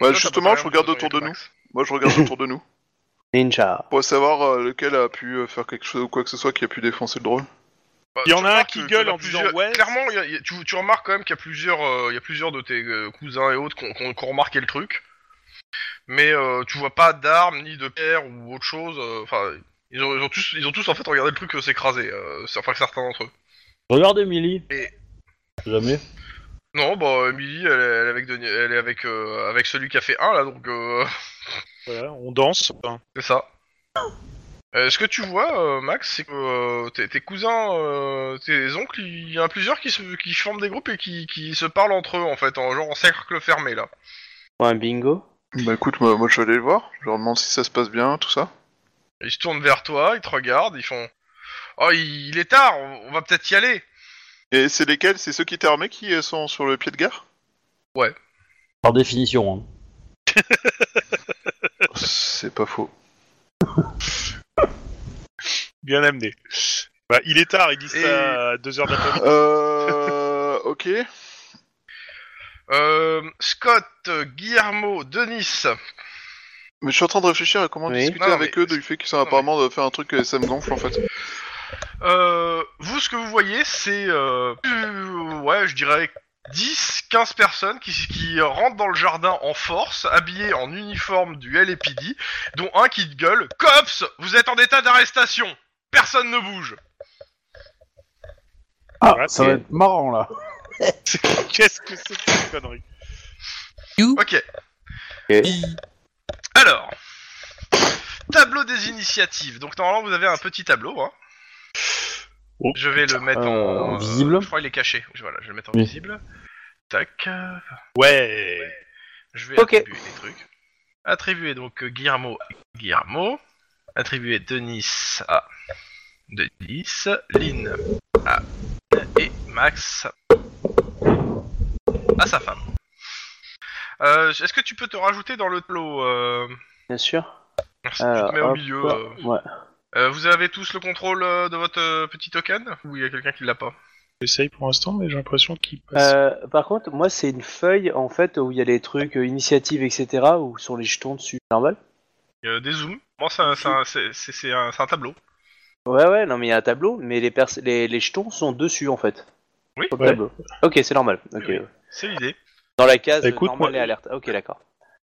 C: Bah,
B: Ça, ça
C: justement,
B: peut pas
C: je
B: rien
C: regarde
B: pour
C: autour de nous.
B: Max.
C: Moi, je regarde autour de nous.
D: Ninja.
C: Pour savoir euh, lequel a pu euh, faire quelque chose ou quoi que ce soit qui a pu défoncer le drone.
B: Bah,
E: Il
B: tu
E: y en a un
B: remarques
E: qui
B: que-
E: gueule
B: qu'il y
E: en disant
B: plusieurs-
E: ouais.
B: Clairement, il y a- il y a- tu, tu remarques quand même qu'il y a plusieurs, euh, il y a plusieurs de tes euh, cousins et autres qui ont qui ont- qui ont remarqué le truc. Mais euh, tu vois pas d'armes ni de pierres ou autre chose. euh, Enfin, ils, ont, ils ont tous, ils ont tous en fait regardé le truc euh, s'écraser. euh, c'est- enfin, certains d'entre eux.
A: Regarde Emily.
B: Et-
A: Jamais.
B: Non, bah Emily, elle, est- elle est avec, Denis- elle est avec, euh, avec celui qui a fait 1 là, donc euh,
E: Voilà, on danse. hein.
B: c'est ça. Euh, ce que tu vois, euh, Max, c'est que euh, tes, tes cousins, euh, tes oncles, il y en a plusieurs qui, se, qui forment des groupes et qui, qui se parlent entre eux en fait, en genre en cercle fermé là.
D: Pour un bingo.
C: Bah écoute, moi, moi, je vais aller le voir. Je leur demande si ça se passe bien, tout ça.
B: Ils se tournent vers toi, ils te regardent, ils font Oh, il, il est tard, on, on va peut-être y aller.
C: Et c'est lesquels C'est ceux qui étaient armés qui euh, sont sur le pied de guerre
A: Par définition. hein.
C: C'est pas faux.
E: Bien amené. Bah, il est tard, il dit
B: Et-
E: ça à 2h d'après-midi.
C: Euh. ok.
B: Euh, Scott, Guillermo, Denis,
C: Mais je suis en train de réfléchir à comment
D: Oui.
C: discuter
B: Non,
C: avec
B: mais-
C: eux du fait qu'ils sont
B: Non,
C: apparemment de faire un truc et ça me gonfle en fait.
B: Euh, vous, ce que vous voyez, c'est. euh, euh, ouais, je dirais 10, 15 personnes qui, qui rentrent dans le jardin en force, habillées en uniforme du LAPD, dont un qui gueule Cops, vous êtes en état d'arrestation Personne ne bouge
G: Ah,
E: Ouais,
G: ça
E: c'est-
G: va être marrant là.
E: Qu'est-ce que c'est que cette connerie
B: Ok,
F: Hi.
B: alors. Tableau des initiatives. Donc, normalement, vous avez un petit tableau. Hein.
E: Oh.
B: Je vais le mettre
A: Euh,
B: en,
A: en visible.
B: Je crois qu'il est caché. Je- Voilà, je vais le mettre en
A: Oui.
B: visible. Tac. euh,
E: Ouais.
B: Je vais
D: Ok.
B: attribuer des trucs. Attribuer donc euh, Guillermo à Guillermo. Attribuer Denis à Denis. Lynn à et Max à sa femme. Euh, Est-ce que tu peux te rajouter dans le tableau euh...
D: Bien sûr.
B: Si tu te mets au
D: hop,
B: milieu.
D: là.
B: euh,
D: Ouais.
B: euh, vous avez tous le contrôle euh, de votre euh, petit token Ou il y a quelqu'un qui l'a pas
E: J'essaye pour l'instant, mais j'ai l'impression qu'il passe.
D: Euh, par contre, moi, c'est une feuille en fait où il y a les trucs euh, initiatives, etc. Où sont les jetons dessus. Normal.
B: Euh, Des zooms. Moi, c'est un- c'est un- c'est- c'est- c'est un- c'est un tableau.
D: Ouais, ouais. Non, mais il y a un tableau, mais les pers- les, les jetons sont dessus en fait.
B: Oui.
D: Au
E: Ouais.
D: tableau. Ok, c'est normal. Ok.
B: Oui. C'est l'idée.
D: Dans la case
E: Écoute,
D: normale
E: moi-
D: et alerte. Ah, Ok, d'accord.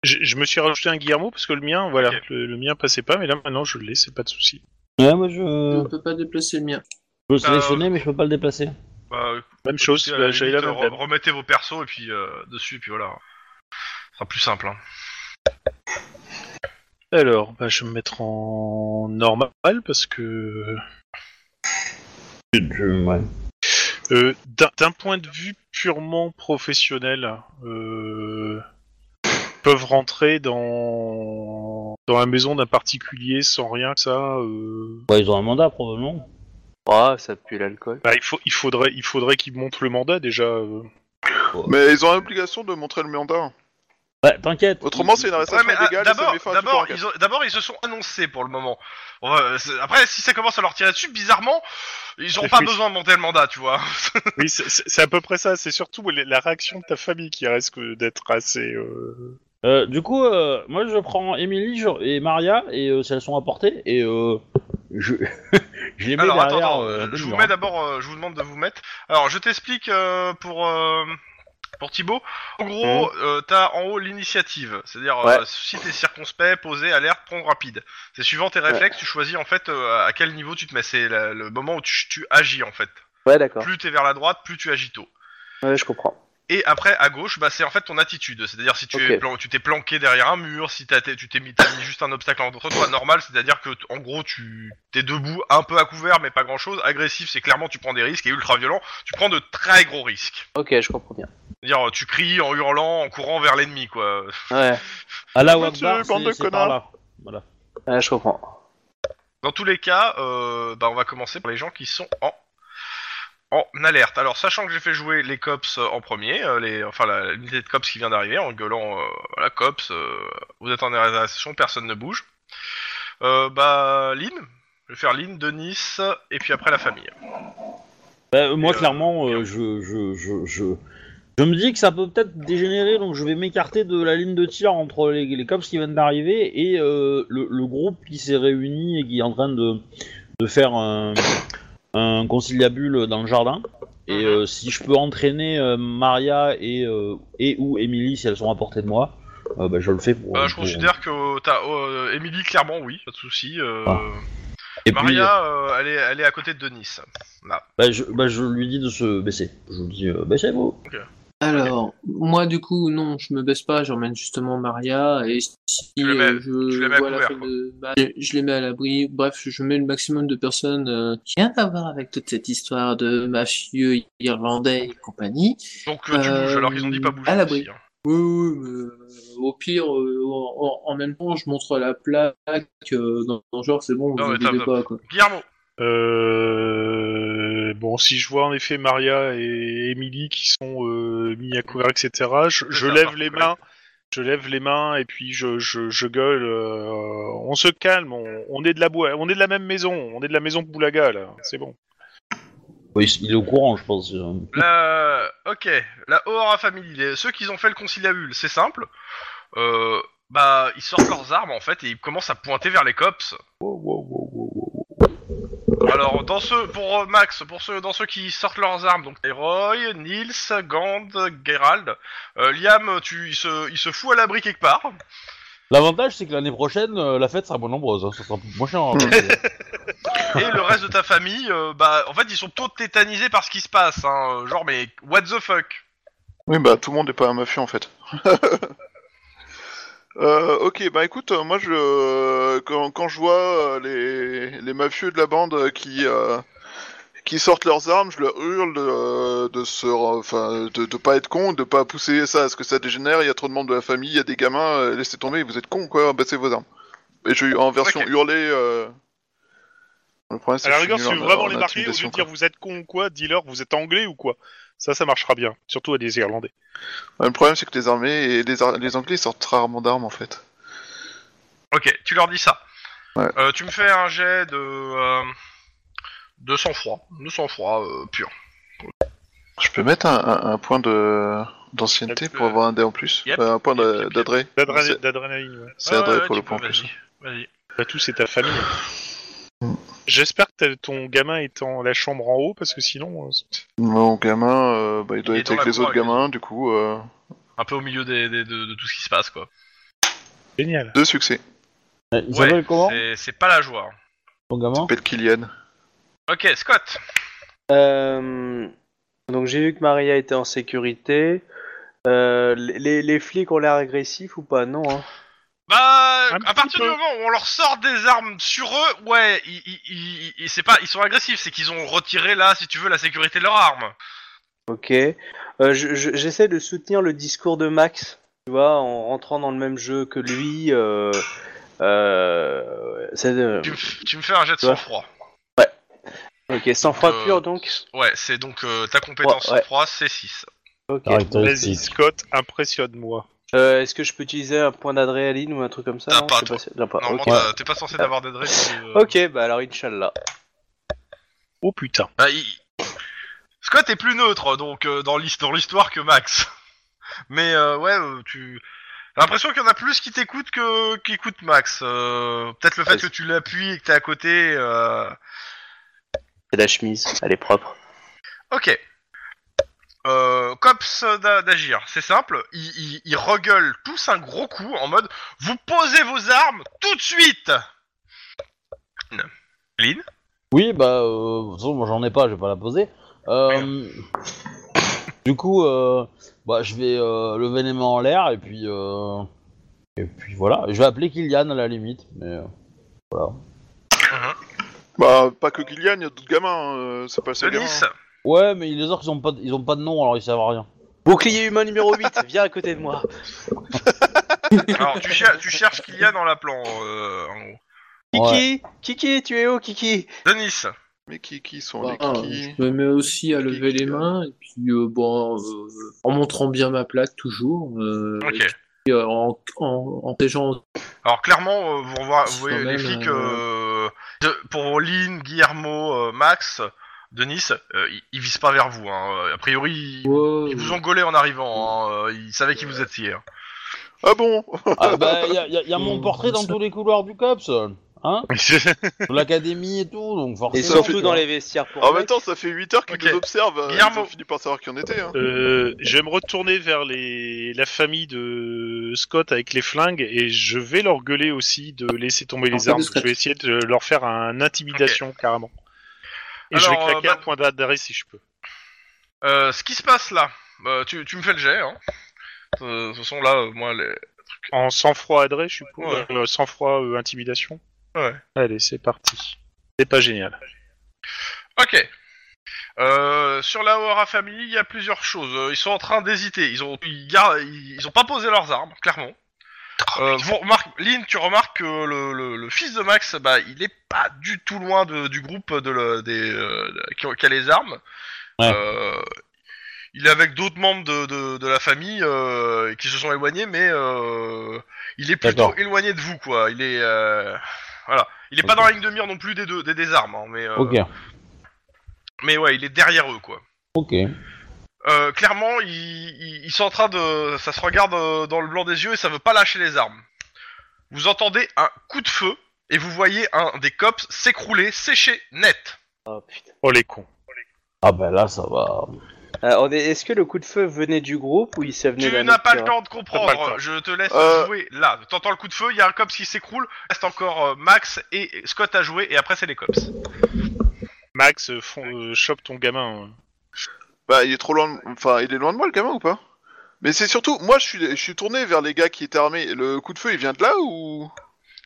E: Je, je me suis rajouté un Guillermo parce que le mien, voilà,
B: Ok.
E: le, le mien passait pas, mais là maintenant je l'ai, c'est pas de souci.
A: Ouais, moi
F: Je
A: je
F: peux pas déplacer le mien.
A: je peux le
B: Euh,
A: sélectionner, mais je peux pas le déplacer.
B: Bah,
E: Même chose,
B: Écoutez, à
E: là,
B: la
E: j'avais la
B: limite,
E: même.
B: re-
E: blague.
B: Remettez vos persos et puis euh, dessus, et puis voilà. Ce sera plus simple. Hein.
E: Alors, bah, je vais me mettre en normal parce que
A: Ouais.
E: euh, d'un d'un point de vue purement professionnel, euh, peuvent rentrer dans dans la maison d'un particulier sans rien que ça. euh,
A: Bah, ils ont un mandat probablement.
D: Ah, ça pue l'alcool.
E: Bah, il faut, il faudrait, il faudrait qu'ils montent le mandat déjà. euh.
C: Mais ils ont l'obligation de montrer le mandat.
A: Ouais, t'inquiète.
C: Autrement, c'est une
B: Ouais,
C: arrestation
B: mais, ah,
C: illégale et ça
B: d'abord,
C: met fin à toute
B: d'abord,
C: enquête.
B: ils ont- d'abord, ils se sont annoncés pour le moment. On va- c'est- après, si ça commence à leur tirer dessus, bizarrement, ils n'auront
E: Oui.
B: pas besoin de monter le mandat, tu vois.
E: Oui, c'est- c'est c'est à peu près ça. C'est surtout la- la réaction de ta famille qui risque d'être assez. euh,
A: Euh, du coup, euh, moi je prends Emily je- et Maria et euh, si elles sont à portée et euh, je... je les mets
B: Alors,
A: derrière.
B: attends, attends,
A: euh, un peu
B: je
A: le
B: vous
A: mur,
B: mets
A: hein.
B: d'abord, euh, je vous demande de vous mettre. Alors, je t'explique euh, pour. euh, Pour Thibaut, en gros,
A: Mhm.
B: euh, t'as en haut l'initiative, c'est-à-dire euh,
D: Ouais.
B: si t'es circonspect, posé, alerte, prendre rapide. C'est suivant tes réflexes, tu choisis en fait euh, à quel niveau tu te mets. C'est la- le moment où tu, tu agis en fait.
D: Ouais, d'accord.
B: Plus t'es vers la droite, plus tu agis tôt.
D: Ouais, je comprends.
B: Et après, à gauche, bah, c'est en fait ton attitude. C'est-à-dire si tu
D: Ok.
B: es plan- tu t'es planqué derrière un mur, si t'as- t'es- tu t'es mis, t'as mis juste un obstacle entre toi, normal, c'est-à-dire que t- en gros, tu t'es debout, un peu à couvert, mais pas grand-chose. Agressif, c'est clairement tu prends des risques. Et ultra violent, tu prends de très gros risques.
D: Ok, je comprends bien.
B: C'est-à-dire tu cries en hurlant, en courant vers l'ennemi, quoi.
D: Ouais,
A: À la
C: Monsieur,
A: Wabbar,
C: bande de
A: c'est c'est par
C: connards.
A: là. Voilà.
D: ouais, je comprends.
B: Dans tous les cas, euh, bah, on va commencer par les gens qui sont en en alerte. Alors, sachant que j'ai fait jouer les cops euh, en premier, euh, les, enfin la- l'unité de cops qui vient d'arriver en gueulant, euh, voilà, cops, euh, vous êtes en arrestation, personne ne bouge. Euh, bah, Lynn, Je vais faire Lynn, Denis, et puis après la famille.
A: Bah, euh, moi,
B: Et, euh,
A: clairement, euh, je, je, je, je, je me dis que ça peut peut-être dégénérer, donc je vais m'écarter de la ligne de tir entre les, les cops qui viennent d'arriver et euh, le, le groupe qui s'est réuni et qui est en train de, de faire un, un conciliabule dans le jardin.
B: Mhm.
A: Et euh, si je peux entraîner euh, Maria et, euh, et ou Emily si elles sont à portée de moi, euh, bah, je le fais pour.
B: Euh, je
A: pour-
B: considère que t'as euh, Emily, clairement, oui, pas de souci. euh,
A: Ah. Et puis,
B: Maria, euh, elle, est, elle est à côté de Denis. Là.
A: bah, je, bah, je lui dis de se baisser. Je lui dis euh, baissez-vous.
F: Alors, moi, du coup, non, je me baisse pas, j'emmène justement Maria, et si
B: les mets-
F: euh, je
B: tu les mets à
F: vois la
B: couvert,
F: fin
B: quoi.
F: de- bah, je- je les mets à l'abri, bref, je mets le maximum de personnes euh, qui n'ont rien à voir avec toute cette histoire de mafieux irlandais et compagnie.
B: Donc euh, tu
F: Euh,
B: bouges, alors qu'ils ont dit pas bouger.
F: à l'abri.
B: aussi, hein.
F: Oui, oui, mais euh, au pire, euh, en, en- en même temps, je montre la plaque euh, dans, dans le genre, c'est bon, vous
B: mais
F: inquiétez
B: top,
F: pas, quoi.
B: Guillermo,
E: Euh, bon, si je vois en effet Maria et Emily qui sont euh, mis à couvert, etc., je, je
B: ça,
E: lève
B: par
E: les
B: contre,
E: mains, je lève les mains et puis je, je, je gueule. euh, on se calme, on, on est de la boue- on est de la même maison, on est de la maison Boulaga là, c'est bon.
A: Oui, il est au courant, je pense. euh.
B: la... ok, la Ohara Family, les- ceux qui ont fait le conciliabule, c'est simple. Euh, bah, ils sortent leurs armes en fait et ils commencent à pointer vers les cops. Alors, dans ceux, pour euh, Max, pour ceux, dans ceux qui sortent leurs armes, donc les Roy, Nils, Gand, Gerald, euh, Liam, tu, il, se, il se fout à l'abri quelque part.
A: L'avantage, c'est que l'année prochaine, euh, la fête sera moins nombreuse. hein, ça sera moins chiant. hein, mais, euh,
B: Et le reste de ta famille, euh, bah, en fait, ils sont tous tétanisés par ce qui se passe. Hein, euh, genre, mais what the fuck
C: Oui, bah tout le monde n'est pas un mafieux en fait. Euh, ok, bah écoute, euh, moi je euh, quand, quand je vois euh, les, les mafieux de la bande euh, qui euh, qui sortent leurs armes, je leur hurle euh, de se re- enfin de, de pas être con, de pas pousser ça, à ce que ça dégénère. Il y a trop de membres de la famille, il y a des gamins, euh, laissez tomber, vous êtes con quoi, baissez vos armes. Et je en version
B: Ok.
C: hurlée. euh, Le problème, c'est
E: À la
C: que je
E: rigueur,
C: suis
E: si vous
C: nul en-
E: vraiment
C: en
E: les marquer, au lieu
C: intimidation,
E: de dire
C: quoi.
E: vous êtes con ou quoi, dealer, vous êtes anglais ou quoi, ça, ça marchera bien, surtout à des Irlandais.
C: Le problème, c'est que les armées et les, ar- les Anglais ils sortent rarement d'armes en fait.
B: Ok, tu leur dis ça.
C: Ouais.
B: Euh, tu me fais un jet de. euh, de sang-froid. De sang-froid euh, pur.
C: Je peux mettre un, un- un point de d'ancienneté
E: Yep.
C: pour avoir un dé en plus
B: Yep.
C: Euh, Un point
B: Yep,
C: de-
B: yep,
C: d'adré
E: D'adrénaline,
C: C'est-
E: d'adrénaline, ouais.
C: C'est
B: Ouais,
C: adré
B: ouais,
C: pour
B: ouais,
C: le
B: tu
C: point en
B: peux,
C: plus.
B: Vas-y. vas-y.
E: Pas tous, Bah, c'est ta famille. Mm. J'espère que t'as- ton gamin est en la chambre en haut, parce que sinon... euh, c'est-
C: Mon gamin, euh, bah, il doit
B: Il est
C: être
B: dans
C: avec
B: la
C: les
B: cour
C: autres
B: avec les
C: gamins, du coup, euh,
B: Un peu au milieu des, des- de, de tout ce qui se passe, quoi.
E: Génial.
C: deux succès.
A: il
B: Ouais,
A: s'appelle comment
B: c'est- C'est pas la joie. hein.
A: ton euh, gamin
C: Pète Kylian.
B: Ok, Scott.
D: Euh, donc j'ai vu que Maria était en sécurité. Euh, les, les flics ont l'air agressifs ou pas Non. hein.
B: Bah,
E: Un
B: à
E: petit
B: partir du
E: peu.
B: moment où on leur sort des armes sur eux, ouais, ils, ils- ils- ils- c'est pas, ils sont agressifs, c'est qu'ils ont retiré là, si tu veux, la sécurité de leurs armes.
D: Ok. Euh, je- je- J'essaie de soutenir le discours de Max, tu vois, en rentrant dans le même jeu que lui. Euh, euh, c'est de-
B: Tu, me f- tu me fais un jet de
D: Ouais.
B: sang-froid.
D: Ok, sans froid
B: Euh,
D: pur donc.
B: Ouais, c'est donc euh, ta compétence
D: Ouais, ouais.
B: sang-froid, c'est 6.
D: Ok.
E: Vas-y,
A: Caractéristique.
E: Scott, impressionne-moi.
D: Euh, Est-ce que je peux utiliser un point d'adrénaline ou un truc comme ça
B: T'as
D: non
B: pas,
D: Je sais
B: toi.
D: si- T'as pas,
B: Normalement,
D: Euh, ok.
B: t'as- t'es pas censé d'avoir d'adresse. euh,
D: ok, bah alors Inch'Allah.
E: Oh putain.
B: bah, il- Scott est plus neutre donc euh, dans l'his- dans l'histoire que Max. Mais euh, ouais, euh, tu. J'ai l'impression qu'il y en a plus qui t'écoutent que qui écoutent Max. Euh, Peut-être le fait
D: Ouais,
B: que tu l'appuies et que t'es à côté. euh,
D: C'est la chemise, elle est propre.
B: Ok. Euh, cops d'a- d'agir, c'est simple. Ils, ils, ils regueulent tous un gros coup en mode Vous posez vos armes tout de suite Lynn
A: Oui, bah, euh, de toute façon, moi j'en ai pas, je vais pas la poser. Euh, du coup, euh, bah, je vais euh, lever les mains en l'air et puis. euh, et puis voilà, je vais appeler Kylian à la limite. Mais euh, voilà.
C: Bah, pas que Kylian, il y a d'autres gamins, euh, c'est pas le seul gamin.
B: Denis
A: Ouais, mais les autres ils ont pas, de- ils ont pas de nom alors ils savent à rien.
D: Bouclier humain numéro 8, viens à côté de moi.
B: Alors tu, cher- tu cherches Kylian en l'appelant, euh, en gros.
D: Kiki, Kiki, tu es où Kiki
B: Denis
C: Mais qui, qui sont
F: Bah,
C: les qui
F: je me mets aussi à
C: Qui-
F: lever
C: qui-
F: les mains, et puis euh, bon, euh, en montrant bien ma plaque toujours, euh,
B: Ok.
F: et puis, euh, en, en, en piégeant
B: Alors clairement, euh, vous, revoir- vous
F: Quand
B: voyez les
F: même,
B: flics,
F: euh,
B: euh, de- pour Lynn, Guillermo, euh, Max, Denis, euh, ils, ils visent pas vers vous. Hein. A priori, ils, ils vous ont gaulé en arrivant. hein. Euh, Ils savaient qui vous étiez. hein.
C: Ah bon
A: Ah bah, il y, a- y a- y a mon
F: Mm,
A: portrait dans
F: ça-
A: tous les couloirs du COPS, hein Sur l'académie et tout, donc
D: Et
A: forcément.
D: surtout dans les vestiaires pour
C: En
D: mecs.
C: même temps, ça fait 8 heures qu'ils
B: Ok.
C: nous observent. euh, Ils
B: Guillermo.
C: ont fini par savoir qui on était. Hein.
E: Euh, je vais me retourner vers les... la famille de Scott avec les flingues et je vais leur gueuler aussi de laisser tomber
G: Alors, pas
E: les
G: de
E: armes.
G: Scott.
E: Je vais essayer de leur faire un intimidation carrément. Et je
B: Alors,
E: vais claquer
B: euh,
E: un
B: bah-
E: point d'arrêt si je peux.
B: Euh, ce qui se passe là, euh, tu, tu me fais le jet. Hein. Euh, ce sont là, euh, moi, les...
E: En sang-froid adresse, je suppose.
B: Ouais.
E: Euh, sang-froid euh, intimidation.
B: Ouais.
E: Allez, c'est parti. C'est pas génial.
B: Ok. Euh, sur la O'Hara Family, il y a plusieurs choses. Euh, Ils sont en train d'hésiter. Ils ont, ils, gardent- ils ils ont pas posé leurs armes, clairement.
A: Oh,
B: Euh, vous remarquez, Lynn, tu remarques que le, le- le fils de Max, bah, il est pas du tout loin de- du groupe de, le- des, euh, de- qui, ont- qui a les armes.
A: Ouais.
B: Euh, il est avec d'autres membres de, de- de la famille euh, qui se sont éloignés, mais euh, il est plutôt
A: D'accord.
B: éloigné de vous, quoi. Il est, euh, voilà, il est pas
A: Ok.
B: dans la ligne de mire non plus des deux, des, des armes, hein, mais. euh,
A: Ok,
B: mais ouais, il est derrière eux, quoi.
A: ok.
B: Euh, clairement, ils, ils- ils sont en train de... Ça se regarde euh, dans le blanc des yeux et ça veut pas lâcher les armes. Vous entendez un coup de feu et vous voyez un des cops s'écrouler, sécher net.
D: Oh, putain.
E: Oh les cons.
A: Ah bah là, ça va.
D: Euh, on est- Est-ce que le coup de feu venait du groupe ou il s'est venu
B: tu
D: d'un
B: n'as
D: autre
B: pas le
D: terrain
B: temps de
E: T'as pas le
B: comprendre,
E: temps.
B: je te laisse
C: Euh.
B: jouer là. T'entends le coup de feu, il y a un cops qui s'écroule, reste encore euh, Max et Scott à jouer et après c'est les cops.
E: Max, euh, fond- euh, chope ton gamin. hein.
C: Bah, il est trop loin. de- Enfin, il est loin de moi, le gamin, ou pas Mais c'est surtout. Moi, je suis, je suis tourné vers les gars qui étaient armés. Le coup de feu, il vient de là ou.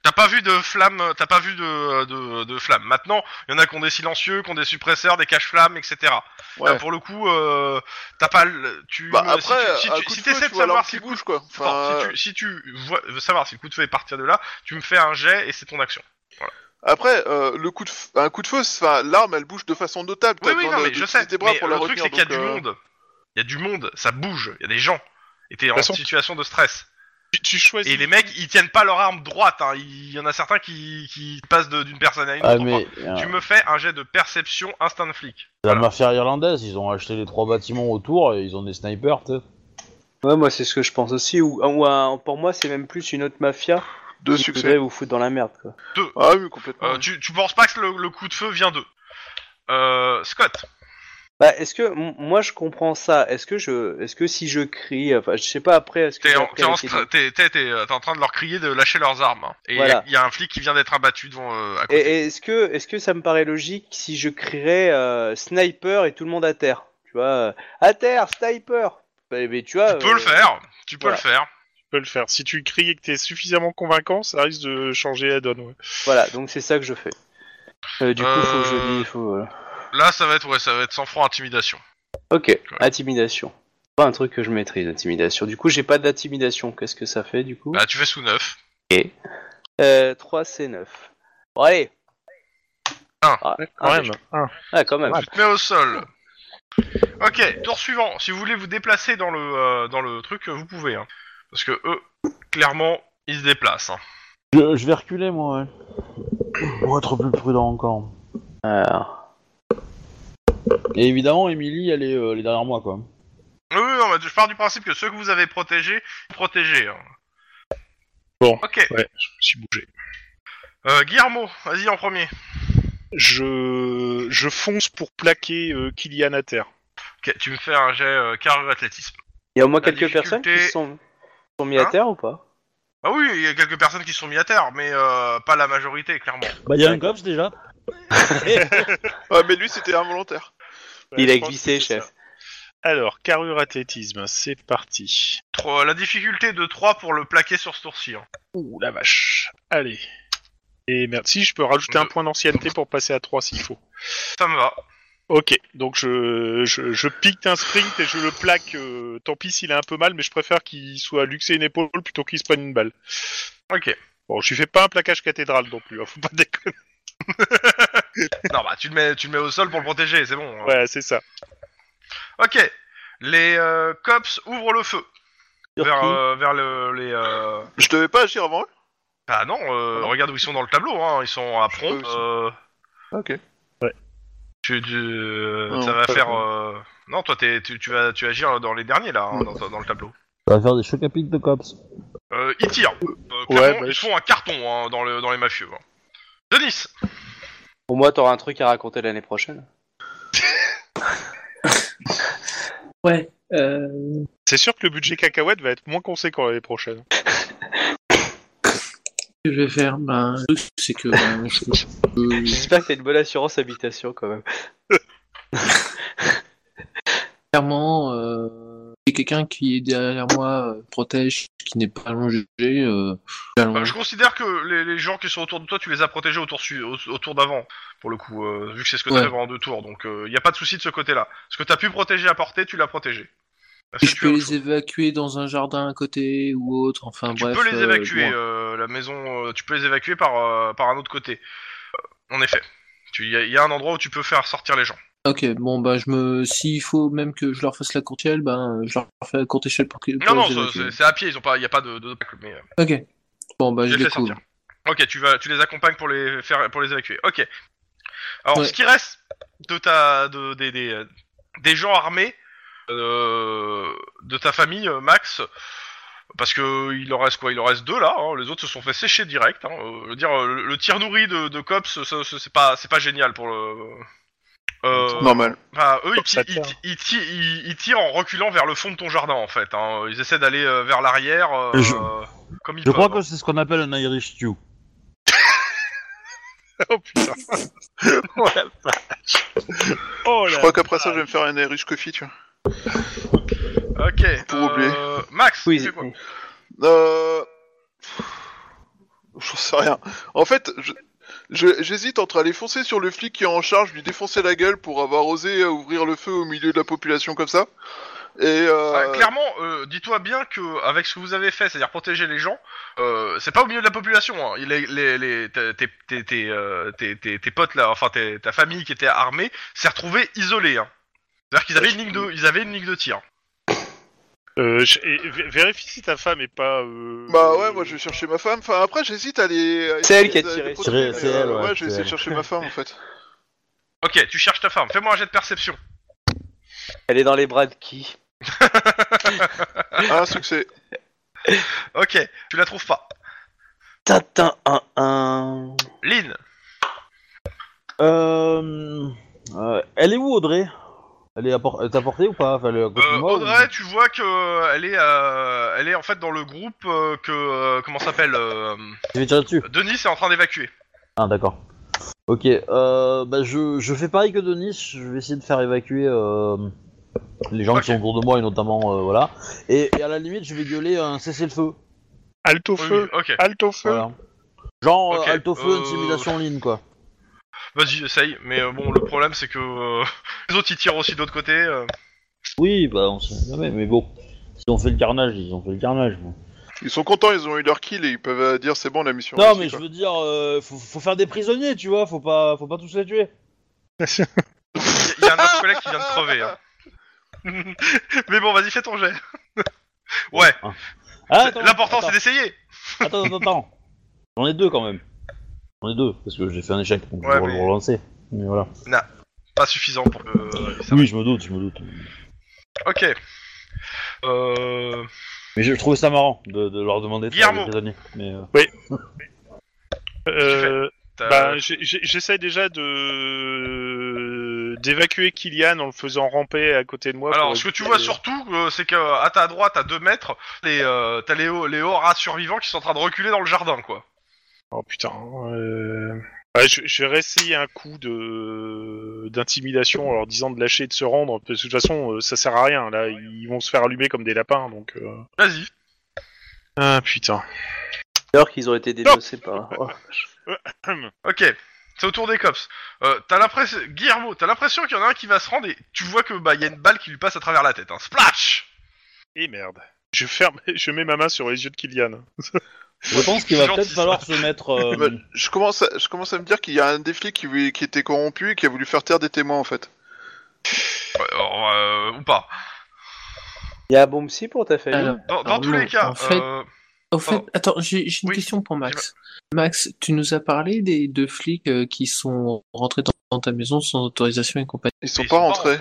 B: T'as pas vu de flamme, t'as pas vu de, de, de flamme. Maintenant, il y en a qui ont des silencieux, qui ont des suppresseurs, des cache-flammes, etc.
C: Ouais.
B: Là, pour le coup, euh, t'as pas le- tu
C: Bah,
B: euh,
C: après,
B: si tu, si
C: un
B: tu-
C: coup
B: si
C: de feu,
B: t'essaies
C: tu
B: de
C: vois l'arme
B: savoir si
C: qui
B: le coup
C: bouge, quoi.
B: de- enfin,
C: Enfin, euh,
B: si tu, si tu vois, veux savoir si le coup de feu est partir de là, tu me fais un jet et c'est ton action.
C: Après, euh, le coup de f- un coup de feu, enfin, l'arme, elle bouge de façon notable.
B: Oui,
C: T'as
B: oui,
C: besoin
B: non,
C: de-
B: mais je
C: d'utiliser
B: sais.
C: tes bras
B: mais
C: pour
B: le
C: la
B: truc, c'est
C: retenir,
B: qu'il y a
C: donc,
B: du
C: euh,
B: monde. Il y a du monde, ça bouge, il y a des gens. Et t'es en
C: Bah,
E: façon-
B: situation de stress.
E: Tu, tu choisis.
B: Et les mecs, ils tiennent pas leur arme droite. hein. Il y en a certains qui, qui passent de- d'une personne à une
A: Ah
B: autre.
A: mais,
B: Enfin,
A: euh,
B: Tu me fais un jet de perception instinct de flic.
A: la
B: voilà.
A: mafia irlandaise, ils ont acheté les trois bâtiments autour et ils ont des snipers, tu sais.
D: Ouais, moi c'est ce que je pense aussi. Ou, ou un- pour moi, c'est même plus une autre mafia
C: Deux
D: qui
C: succès.
D: voudrait vous foutre dans la merde. Quoi.
C: Ah oui, complètement.
B: Euh, tu, tu penses pas que le, le coup de feu vient d'eux. Euh, Scott,
D: Bah, est-ce que m- moi je comprends ça Est-ce que je, est-ce que si je crie, enfin, je sais pas après, est-ce que
B: t'es en,
D: après,
B: t'es en,
D: est-ce qu'il-
B: stra- t'es- t'es- t'es, euh, t'es en train de leur crier de lâcher leurs armes. hein. Et il y a-
D: Voilà.
B: il y, a un flic qui vient d'être abattu devant. euh, à
D: Et-
B: côté.
D: et est-ce que, est-ce que ça me paraît logique si je crierais euh, sniper et tout le monde à terre Tu vois, euh, à terre, sniper. Bah, mais tu vois.
B: tu peux
D: euh,
B: le faire, tu peux
D: voilà.
B: le faire.
E: Tu peux le faire. Si tu cries et que t'es suffisamment convaincant, ça risque de changer la donne. ouais.
D: Voilà, donc c'est ça que je fais. Euh, du coup, faut que je
B: Euh,
D: dis, faut. voilà.
B: Là, ça va être ouais, ça va être sans franc intimidation.
D: Ok, intimidation. Pas un truc que je maîtrise, intimidation. Du coup, j'ai pas d'intimidation. Qu'est-ce que ça fait du coup
B: Bah, tu fais sous 9.
D: Euh, 3 C9. Bon, allez
B: Un.
D: Ah,
E: Quand
D: un,
E: même. Un.
D: Ah, quand même.
B: Tu te mets au sol. Ok, tour suivant. Si vous voulez vous déplacer dans le euh, dans le truc, euh, vous pouvez. hein. Parce que eux, clairement, ils se déplacent. hein.
A: Je, je vais reculer, moi, ouais. Pour être plus prudent encore.
D: Alors,
A: Et évidemment, Emily, elle est, euh, elle est derrière moi, quoi.
B: Oui, oui, non, mais je pars du principe que ceux que vous avez protégés, protégés. hein.
E: Bon.
B: Ok.
E: Ouais, je me suis bougé.
B: Euh, Guillermo, vas-y en premier.
E: Je, je fonce pour plaquer euh, Kylian à terre.
B: Ok, tu me fais un jet euh, carrure athlétisme.
D: il y a au moins
B: La
D: quelques
B: difficulté-
D: personnes qui se sont, sont mis
B: Hein
D: à terre ou pas
B: Ah oui, il y a quelques personnes qui se sont mis à terre, mais euh, pas la majorité, clairement.
A: Bah, y a un cops déjà.
C: Ah, mais lui, c'était involontaire.
D: Il
E: Ouais,
D: a
E: je pense
D: glissé,
E: que c'est
D: chef.
E: ça. Alors, carrure athlétisme, c'est parti.
B: Trois- la difficulté de 3 pour le plaquer sur ce tour-ci. hein.
E: Ouh la vache. Allez. Et merde, si je peux rajouter un
B: Je-
E: point d'ancienneté pour passer à 3 s'il faut.
B: Ça me va.
E: Ok, donc je, je, je pique un sprint et je le plaque. euh, tant pis s'il a un peu mal, mais je préfère qu'il soit luxé une épaule plutôt qu'il se prenne une balle.
B: Ok.
E: Bon, je lui fais pas un plaquage cathédrale non plus, hein, faut pas déconner.
B: non, bah tu le, mets, tu le mets au sol pour le protéger, c'est bon. hein.
E: Ouais, c'est ça.
B: Ok. Les euh, cops ouvrent le feu.
A: Sur
B: Vers,
A: qui
B: euh, vers le, les... euh,
C: Je devais pas agir avant eux
B: Bah non, euh,
C: Ah non.
B: regarde où ils sont dans le tableau, hein. ils sont à prompt.
C: Eux, ils sont-
B: euh,
C: Ok.
B: tu, tu- euh,
C: Non,
B: ça va
C: pas
B: faire.
C: vraiment.
B: euh, Non, toi t'es- tu, tu vas tu vas agir dans les derniers là, hein, dans, dans le tableau.
A: Ça va faire des chocs à pic de cops.
B: Euh, ils tirent. Euh,
E: Ouais,
B: clairement,
E: bah,
B: ils
E: je-
B: font un carton hein, dans, le, dans les mafieux. hein. Denis
D: Au moins, t'auras un truc à raconter l'année prochaine.
G: Ouais. Euh...
E: C'est sûr que le budget cacahuète va être moins conséquent l'année prochaine.
G: que je vais faire ben, Le truc, c'est que ben, je peux
D: J'espère que t'as une bonne assurance habitation quand même.
G: clairement. Euh... c'est quelqu'un qui est derrière moi, euh, protège, qui n'est pas allongé. Euh...
B: Euh, Je considère que les, les gens qui sont autour de toi, tu les as protégés autour, su- au- autour d'avant, pour le coup, euh, vu que c'est ce que t'as
G: Ouais.
B: fait pendant deux tours. Donc il n'y a pas de souci de ce côté-là. Ce que t'as pu protéger à portée, tu l'as protégé. Parce
G: Et
B: que
G: je
B: tu,
G: peux
B: es-
G: les évacuer dans un jardin à côté ou autre, enfin
B: tu
G: bref.
B: peux les
G: euh,
B: évacuer,
G: loin.
B: euh, la maison, euh, tu peux les évacuer par, euh, par un autre côté. Euh, en effet. Il y, a- y a un endroit où tu peux faire sortir les gens.
G: Ok, bon bah je me, s'il faut même que je leur fasse la courte échelle, ben euh, je leur fais la courte échelle pour qu'ils.
B: Non,
G: pour les
B: non, c'est-
G: évacuer.
B: c'est c'est à pied, ils ont pas, y a pas de, de- mais euh,
G: Ok. Bon bah
B: je
G: je
B: les
G: les
B: fais
G: couvre.
B: sortir. Ok, tu vas, tu les accompagnes pour les faire, pour les évacuer. Ok. Alors,
G: Ouais.
B: ce qui reste de ta, de, des, des, euh, des gens armés euh, de ta famille, euh, Max, parce que il en reste quoi Il en reste deux là. hein, les autres se sont fait sécher direct. hein, euh, je veux dire, euh, le, le tir nourri de, de cops, ça- ça- c'est pas, c'est pas génial pour le. Euh,
C: Normal.
B: Bah, eux, ils, ti-
E: Ça
B: ils
E: tire.
B: ti- ils ti- ils- ils tirent en reculant vers le fond de ton jardin, en fait. hein. Ils essaient d'aller euh, vers l'arrière, euh,
A: Je-
B: euh, comme ils
A: Je crois
B: peuvent,
A: que c'est ce qu'on appelle un Irish stew.
E: oh putain. oh la vache. Oh
C: Je
E: la
C: crois qu'après ça, je vais me faire un Irish coffee, tu vois.
B: hein. Ok.
C: Pour
B: euh,
C: oublier.
B: Max,
D: Oui,
B: tu fais quoi
C: Euh... J'en sais rien. En fait, je- je- j'hésite entre aller foncer sur le flic qui est en charge, lui défoncer la gueule pour avoir osé euh, ouvrir le feu au milieu de la population comme ça. Et euh,
B: Ah, Clairement, euh, dis-toi bien que avec ce que vous avez fait, c'est-à-dire protéger les gens, euh, c'est pas au milieu de la population. hein. Les, les, les- tes, tes- tes- tes, euh, tes- tes- tes potes là, enfin tes- ta famille qui était armée, s'est retrouvée isolée. hein. C'est-à-dire qu'ils avaient une ligne de, ils avaient une ligne de tir.
E: Euh, je- et vé- vérifie si ta femme est pas. euh,
C: bah ouais, moi je vais chercher ma femme. Enfin après, j'hésite à aller.
D: C'est elle qui a tiré.
A: Tiré, c'est elle, ouais,
C: euh, ouais,
A: c'est
C: je vais essayer de
A: elle.
C: chercher ma femme en fait.
B: Ok, tu cherches ta femme. Fais-moi un jet de perception.
D: Elle est dans les bras de qui
C: Ah, Un succès.
B: Ok, tu la trouves pas.
D: Tintin 1-1.
B: Lynn.
A: Euh, euh, elle est où Audrey Elle est à por- elle est à portée ou pas Enfin, Elle est à côté de
B: Euh,
A: moi, ou-
B: Audrey, tu vois que euh, elle est, euh, elle est en fait dans le groupe euh, que euh, comment s'appelle euh,
A: Je vais tirer dessus.
B: Denis est en train d'évacuer.
A: Ah d'accord. Ok, euh, bah je, je fais pareil que Denis, je vais essayer de faire évacuer euh, les gens
B: Ok.
A: qui sont autour de moi et notamment euh, voilà. Et, et à la limite je vais gueuler un cessez-le-feu.
E: Halte au
B: Oui,
E: feu.
B: oui, ok,
E: Halte au feu.
A: Voilà. Genre
B: Hum. Ok,
A: euh, halte au feu,
B: euh,
A: intimidation en ligne quoi.
B: vas-y, essaye. Mais euh, bon, le problème c'est que euh, les autres ils tirent aussi de l'autre côté. euh.
A: Oui bah on sait jamais mais bon. Si on fait le carnage, ils ont fait le carnage. bon.
C: Ils sont contents, ils ont eu leur kill et ils peuvent euh, dire c'est bon la mission.
A: Non
C: réussie,
A: mais je
C: quoi.
A: veux dire, euh, faut, faut faire des prisonniers tu vois, faut pas, faut pas tous les tuer.
B: Il y, a un autre collègue qui vient de crever. hein. mais bon, vas-y, fais ton jet. ouais.
A: Ah,
B: C'est-
A: attends,
B: L'important
A: attends.
B: c'est d'essayer.
A: Attends, attends, attends. J'en ai deux quand même. J'en ai deux, parce que j'ai fait un échec, donc
B: Ouais,
A: je vais
B: mais-
A: le relancer. Mais voilà.
B: Pas suffisant pour que. euh, ça-
A: Oui, je me doute, je me doute.
B: Ok. Euh...
A: Mais je trouvais ça marrant de, de leur demander de faire
B: Guillermo.
A: des prisonniers. Mais, euh,
E: Euh,
B: t'as-
E: Bah, j'ai- j'ai- j'essaie déjà de d'évacuer Kylian en le faisant ramper à côté de moi.
B: Alors,
E: pour
B: ce que tu
E: éviter
B: vois
E: les-
B: surtout, euh, c'est que à ta droite, à 2 mètres, les, euh, t'as les, les rats survivants qui sont en train de reculer dans le jardin, quoi.
E: Oh putain. Euh... ouais, je, je vais réessayer un coup de d'intimidation en leur disant de lâcher et de se rendre. Parce que de toute façon, euh, ça sert à rien. Là, ils vont se faire allumer comme des lapins. Donc. euh.
B: Vas-y.
E: Ah putain.
D: D'ailleurs qu'ils ont été dénoncés par. Oh.
B: Ok. C'est au tour des cops. Euh, t'as l'impression, Guillermo, t'as l'impression qu'il y en a un qui va se rendre et tu vois que bah y a une balle qui lui passe à travers la tête. Hein. Splash
E: Et Eh, merde. Je ferme. Je mets ma main sur les yeux de Kylian.
A: Je pense qu'il va
B: Gentil,
A: peut-être
B: ça.
A: falloir se mettre. euh,
C: Bah, je commence, à, je commence à me dire qu'il y a un des flics qui, voulait- qui était corrompu et qui a voulu faire taire des témoins en fait.
B: Ouais, alors, euh, ou pas.
D: Il y a un bon psy pour ta famille
G: Alors,
B: Dans, dans
G: Alors
B: tous
G: non,
B: les cas,
G: Ah en fait-
B: euh,
G: Au fait,
B: Oh.
G: attends, j'ai j'ai une
B: Oui,
G: question pour Max. Max, tu nous as parlé des deux flics euh, qui sont rentrés dans, dans ta maison sans autorisation et compagnie.
C: Ils sont
B: Ils
C: pas rentrés.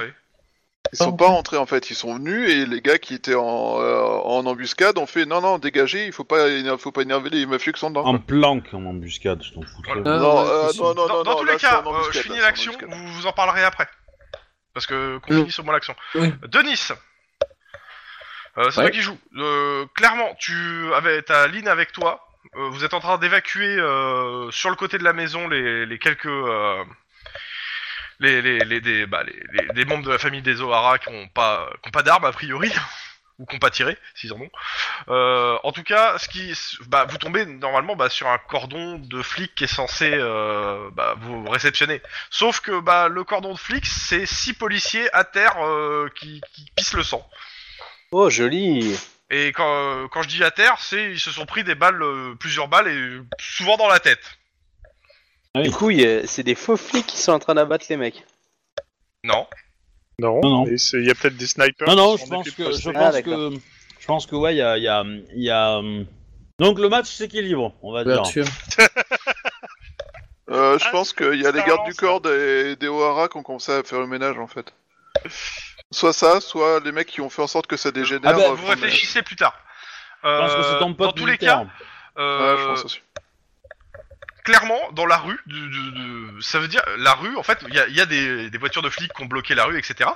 C: Ils
G: Pas
C: sont pas rentrés en fait, ils sont venus et les gars qui étaient en, euh, en embuscade ont fait non non dégagez, il faut pas éner- faut pas énerver les mafieux qui sont dedans.
A: Un planque en embuscade, je t'en fous.
B: Voilà.
G: Ah,
C: Non,
G: ouais,
C: euh,
G: c'est sûr.
C: non, non,
B: dans,
C: non,
B: dans
C: non,
B: tous
C: là,
B: les
C: c'est
B: cas,
C: en
B: euh,
C: embuscade,
B: je
C: là,
B: finis
C: c'est en
B: l'action,
C: embuscade.
B: vous vous en parlerez après. Parce que qu'on
G: Oui.
B: finisse au moins l'action.
G: Oui.
B: Denis Euh, C'est
G: Ouais.
B: toi qui joue. Euh, clairement, tu avais ta ligne avec toi. Euh, vous êtes en train d'évacuer euh, sur le côté de la maison les, les quelques. euh, les, les, les, des, bah, les, les- des membres de la famille des O'Hara qui n'ont pas, qui ont pas d'armes a priori. Ou qui n'ont pas tiré, s'ils en ont. Euh, en tout cas, ce qui, bah, vous tombez normalement bah, sur un cordon de flic qui est censé euh, bah, vous réceptionner. Sauf que bah, le cordon de flic, c'est six policiers à terre euh, qui, qui pissent le sang.
D: Oh, joli
B: Et quand, euh, quand je dis à terre, c'est ils se sont pris des balles, euh, plusieurs balles, et euh, souvent dans la tête.
A: Oui.
D: Du coup, il y a- c'est des faux flics qui sont en train d'abattre les mecs.
B: Non.
E: Non,
A: Non, non.
E: mais c'est- il y a peut-être des snipers.
A: Non, non,
E: qui
A: je
E: sont en
A: pense
E: effet
A: que, je
E: postés.
D: Ah,
A: pense
D: d'accord.
A: que, je pense que, ouais, il y a, il y a, il y a, hum, donc le match s'équilibre, on va dire.
G: Ouverture.
C: Euh, je
E: Ah,
C: pense qu'il y a les
E: ça
C: gardes du
B: hein.
E: avance,
C: corps des, des O'Hara qui ont commencé à faire le ménage en fait. Soit ça, soit les mecs qui ont fait en sorte que ça dégénère.
A: Ah bah,
C: euh,
B: Vous
C: font-
B: réfléchissez plus tard.
A: Je pense que
B: Euh,
A: c'est ton pote
B: Dans tous les
A: militaire.
B: cas,
C: Ouais,
B: euh,
C: je pense aussi.
B: clairement, dans la rue, du- du- du- ça veut dire la rue. En fait, il y a, il y a des, des voitures de flics qui ont bloqué la rue, etc.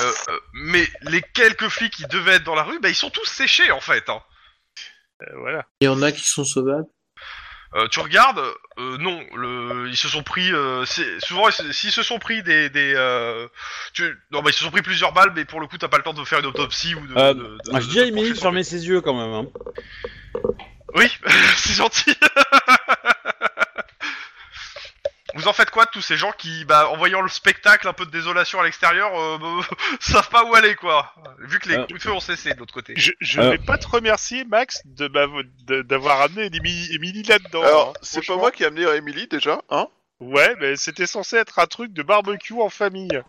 B: Euh, euh, mais les quelques flics qui devaient être dans la rue, bah, ils sont tous séchés en fait. hein.
E: Euh, voilà.
G: Il y en a qui sont sauvables.
B: Euh, tu regardes, euh, non, le, ils se sont pris, euh, c'est- souvent ils se- s'ils se sont pris des, des euh, tu, non bah ils se sont pris plusieurs balles, mais pour le coup t'as pas le temps de faire une autopsie ou de.
A: Euh,
B: de- de-
A: Ah,
B: de-
A: je
B: de
A: dis à
B: te
A: Emily
B: pencher
A: de
B: sur
A: fermer ses yeux quand même. hein.
B: le- Oui, c'est gentil. Vous en faites quoi de tous ces gens qui, bah, en voyant le spectacle un peu de désolation à l'extérieur, euh, bah, savent pas où aller quoi, vu que les
A: Euh.
B: coups de feu ont cessé de l'autre côté.
E: Je, je
A: Euh.
E: vais pas te remercier, Max, de m'avo- de- d'avoir amené Emily, Emily là-dedans. hein,
C: Alors, c'est pas
E: franchement.
C: moi qui ai amené Emily déjà, hein
E: Ouais, mais c'était censé être un truc de barbecue en famille.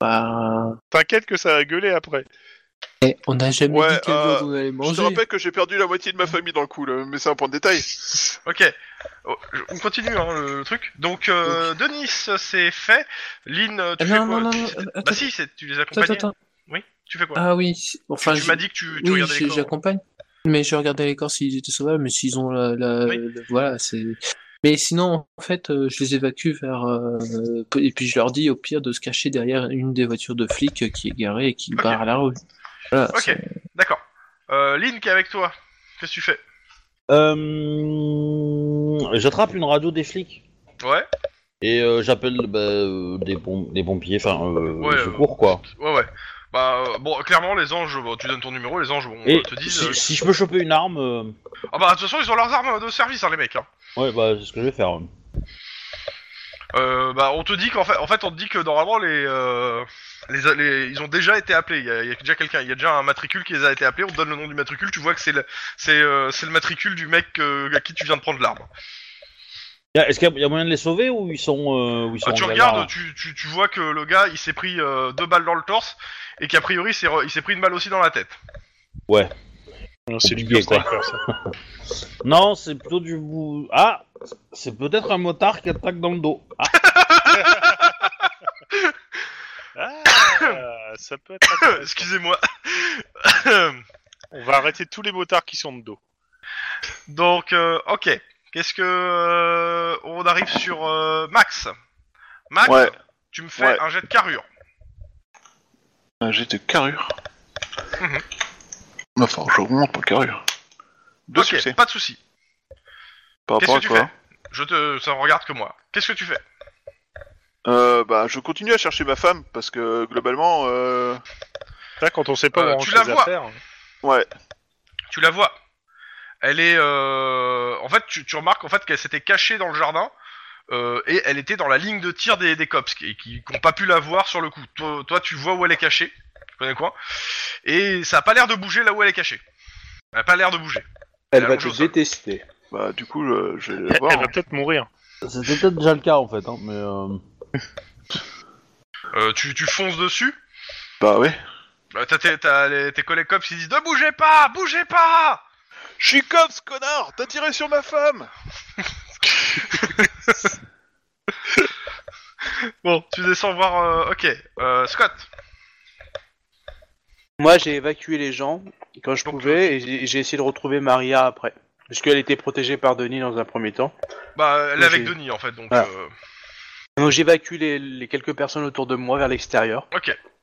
G: Bah,
E: T'inquiète que ça a gueulé après.
G: eh, on n'a jamais
C: Ouais,
G: dit quel
C: euh,
G: jour vous allez
C: Je te
G: manger.
C: rappelle que j'ai perdu la moitié de ma famille dans le coup, là, mais c'est un point de détail.
B: Ok, Oh, je- on continue hein, le, le truc. Donc, euh, Denis, c'est fait. Lynn, euh, tu
G: Ah,
B: fais
G: non,
B: quoi
G: non,
B: Tu-
G: non,
B: c'est-
G: euh,
B: Bah
G: attends.
B: si, c'est- tu les
G: Attends,
B: accompagnes.
G: attends, attends.
B: Oui, tu fais quoi
G: Ah oui, c'est-
B: Tu-
G: enfin,
B: Tu
G: j'ai-
B: m'as dit que tu, tu
G: oui,
B: regardais les
G: j'ai-
B: corps.
G: j'accompagne. Mais je regardais les corps s'ils étaient sauvables, mais s'ils ont la, la-
B: Oui.
G: la- voilà, c'est. Mais sinon, en fait, euh, je les évacue vers euh, et puis je leur dis au pire de se cacher derrière une des voitures de flics qui est garée et qui
B: Ok.
G: barre la rue. Voilà.
B: Ok.
G: c'est-
B: D'accord. Euh, Lynn qui est avec toi. Qu'est-ce que tu fais
A: Euh, J'attrape une radio des flics
B: Ouais,
A: et euh, j'appelle bah, euh, des, pom- des pompiers, enfin, euh,
B: Ouais,
A: les
B: euh,
A: secours quoi.
B: ouais, ouais. Bah, euh, bon, clairement, les anges, bon, tu donnes ton numéro, les anges bon,
A: Et
B: euh, te disent.
A: si,
B: euh,
A: si je peux choper une arme, euh,
B: Ah bah, de toute façon, ils ont leurs armes de service, hein, les mecs. Hein.
A: ouais, bah c'est ce que je vais faire.
B: Euh, bah, on te dit qu'en fait, en fait, on te dit que normalement, les. euh, les, les- ils ont déjà été appelés. Il y a, il y a déjà quelqu'un, il y a déjà un matricule qui les a été appelés. On te donne le nom du matricule. Tu vois que c'est le, c'est, euh, c'est le matricule du mec euh, à qui tu viens de prendre l'arme.
A: Y a- Est-ce qu'il y, a- y a moyen de les sauver ou ils sont, euh, ou ils sont
B: Ah, tu
A: en galère,
B: regardes, tu, tu, tu vois que le gars, il s'est pris euh, deux balles dans le torse et qu'a priori, c'est re- il s'est pris une balle aussi dans la tête.
E: Non, C'est du
A: Compliqué,
E: pur sniper, ça.
A: là Non, c'est plutôt du bout. Ah, c'est peut-être un motard qui attaque dans le dos. Ah,
E: Ah, ça peut être. intéressant.
B: Excusez-moi.
E: On va arrêter tous les motards qui sont de dos.
B: Donc, euh, ok. Qu'est-ce que... euh, on arrive sur euh, Max. Max,
C: Ouais.
B: tu me fais
C: Ouais.
B: un jet de carrure.
C: Un jet de carrure.
B: Mhm.
C: Enfin, j'augmente mon carrure. Deux
B: ok,
C: succès.
B: pas de souci.
C: Par
B: Qu'est-ce
C: rapport à
B: que tu
C: quoi
B: fais Je te... Ça ne regarde que moi. Qu'est-ce que tu fais
C: Euh, bah, je continue à chercher ma femme parce que globalement, euh...
E: Ça, quand on sait pas
B: Euh,
E: où on
B: tu
E: range
B: la
E: ses
B: vois.
E: affaires.
C: ouais.
B: Tu la vois. Elle est... euh, En fait, tu, tu remarques en fait qu'elle s'était cachée dans le jardin. euh, et elle était dans la ligne de tir des, des cops qui qui- qui n'ont pas pu la voir sur le coup. Toi, toi, tu vois où elle est cachée, tu connais quoi, et ça a pas l'air de bouger là où elle est cachée. Elle a pas l'air de bouger.
D: Elle
B: La
D: va
B: longue
D: te
B: chose.
D: détester.
C: Bah, du coup, euh, je vais la
B: Eh,
E: Elle
C: voir.
E: va peut-être mourir.
A: Ah, C'était peut-être déjà le cas en fait, hein, mais. euh,
B: Euh, tu, tu fonces dessus.
C: Bah, ouais.
B: Euh, T'as tes, t'as les- tes collègues cops qui disent Ne bougez pas, bougez pas
C: Je Je suis copse, connard T'as tiré sur ma femme
B: Bon, tu descends voir. euh, ok, euh, Scott.
D: Moi, j'ai évacué les gens quand je
B: Donc,
D: pouvais et j'ai- j'ai essayé de retrouver Maria après. Parce qu'elle était protégée par Denis dans un premier temps.
B: Bah, elle est avec
D: Ok.
B: Denis en fait, donc
D: Ah.
B: euh,
D: Donc j'évacue les, les quelques personnes autour de moi vers l'extérieur.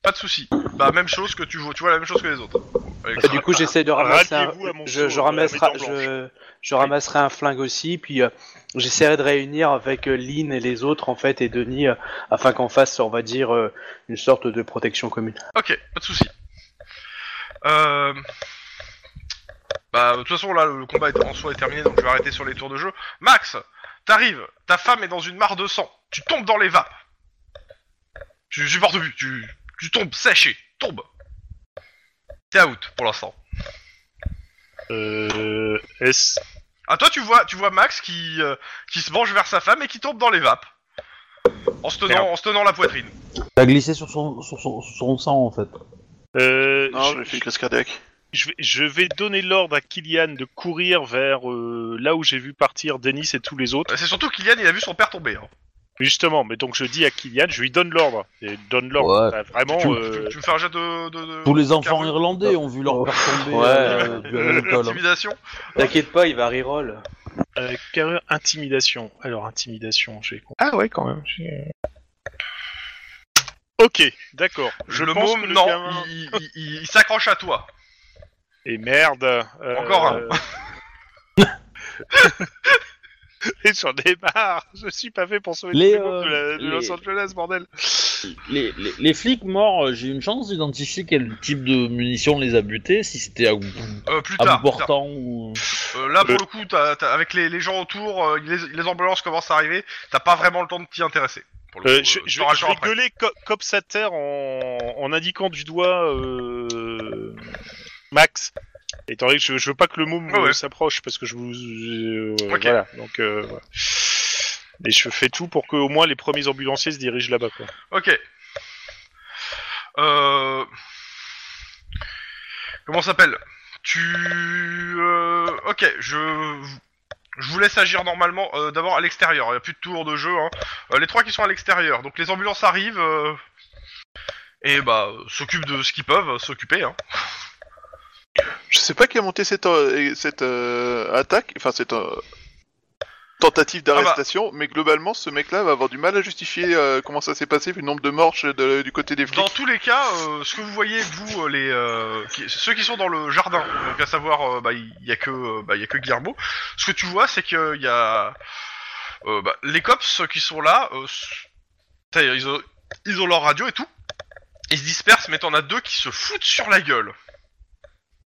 B: pas de souci. Bah, même chose que tu vois, tu vois la même chose que les autres. Avec-
D: Et Du coup, j'essaie de ramasser un...
E: Ralliez-vous à mon
D: Je,
E: saut,
D: je,
E: euh,
D: ramassera-
E: médecin blanche.
D: je, je ramasserai un flingue aussi, puis euh, j'essaierai de réunir avec euh, Lynn et les autres, en fait, et Denis, euh, afin qu'on fasse, on va dire, euh, une sorte de protection commune.
B: Ok, pas de souci. Euh... Bah, de toute façon, là, le combat est- en soi est terminé, donc je vais arrêter sur les tours de jeu. Max, t'arrives, ta femme est dans une mare de sang, tu tombes dans les vapes. Tu supportes plus, tu, tu tombes séché, tombe. T'es out pour l'instant.
E: Euh, est-ce
B: Ah, toi, tu vois, tu vois Max qui, euh, qui se penche vers sa femme et qui tombe dans les vapes. En se tenant,
E: Merde.
B: en se tenant la poitrine.
A: T'as glissé sur son, sur, son, sur son sang en fait.
E: euh,
C: Non,
E: je-
C: j'ai fait une crise cardiaque.
E: Je vais, je vais donner l'ordre à Kylian de courir vers euh, là où j'ai vu partir Denis et tous les autres.
B: Euh, C'est surtout qu'Ilian, il a vu son père tomber. hein.
E: Justement, mais donc je dis à Kylian, je lui donne l'ordre. Et donne l'ordre.
A: Ouais.
E: Bah, vraiment.
A: Tu-
E: euh,
B: Tu, tu me fais un jet de. de, de-
A: Tous les enfants
B: Caroline.
A: irlandais ont vu leur père tomber
D: Oh. Ouais.
A: euh, dû à l'alcool.
B: Intimidation.
D: T'inquiète pas, il va reroll.
E: euh, carrure, intimidation. Alors, intimidation, j'ai. Ah ouais, quand même. j'ai- Ok, d'accord. Je
B: le
E: pense
B: môme,
E: que le
B: non,
E: gamin-
B: il, il- il- il s'accroche à toi.
E: Et merde. euh,
B: Encore un.
E: Et J'en ai marre. Je suis pas fait pour sauver
A: Les,
E: les, mômes de, la-
A: euh,
E: de Los
A: les-
E: Angeles, bordel.
A: Les, les, les flics morts, euh, j'ai une chance d'identifier quel type de munitions les a butés, si c'était à, bout-
B: Euh, plus
A: à
B: tard.
A: bout
B: plus tard.
A: portant ou.
B: Euh, là, pour le coup, t'as- t'as- avec les, les gens autour, euh, les, les ambulances commencent à arriver. T'as pas vraiment le temps de t'y intéresser. Pour le
E: Euh,
B: coup,
E: je,
B: euh,
E: je
B: t'auras
E: vais,
B: le
E: je
B: temps
E: vais
B: après.
E: gueuler co- Cops à terre en, en indiquant du doigt euh, Max. Étant donné que je, je veux pas que le môme
B: Ouais, ouais.
E: euh, s'approche parce que je vous. euh,
B: Ok.
E: Voilà, donc. euh, voilà. Et je fais tout pour que au moins les premiers ambulanciers se dirigent là-bas. quoi.
B: Ok. Euh... Comment ça s'appelle Tu... euh, Ok, je... Je vous laisse agir normalement euh, d'abord à l'extérieur, il n'y a plus de tour de jeu. Hein. Euh, les trois qui sont à l'extérieur, donc les ambulances arrivent euh, et bah euh, s'occupent de ce qu'ils peuvent euh, s'occuper. Hein.
C: Je sais pas qui a monté cette, euh, cette euh, attaque, enfin cette euh,
B: Ah
C: tentative
B: bah.
C: d'arrestation, mais globalement, ce mec-là va avoir du mal à justifier euh, comment ça s'est passé vu le nombre de morts chez- de- du côté des flics.
B: Dans tous les cas, euh, ce que vous voyez, vous, euh, les euh, qui- ceux qui sont dans le jardin, donc à savoir, euh, bah, il y a que, euh, bah, il y a que Guillermo. Ce que tu vois, c'est que euh, il y a euh, bah, les cops qui sont là. euh, s- t'as- ils ont, ils ont leur radio et tout. Ils se dispersent, mais t'en as deux qui se foutent sur la gueule.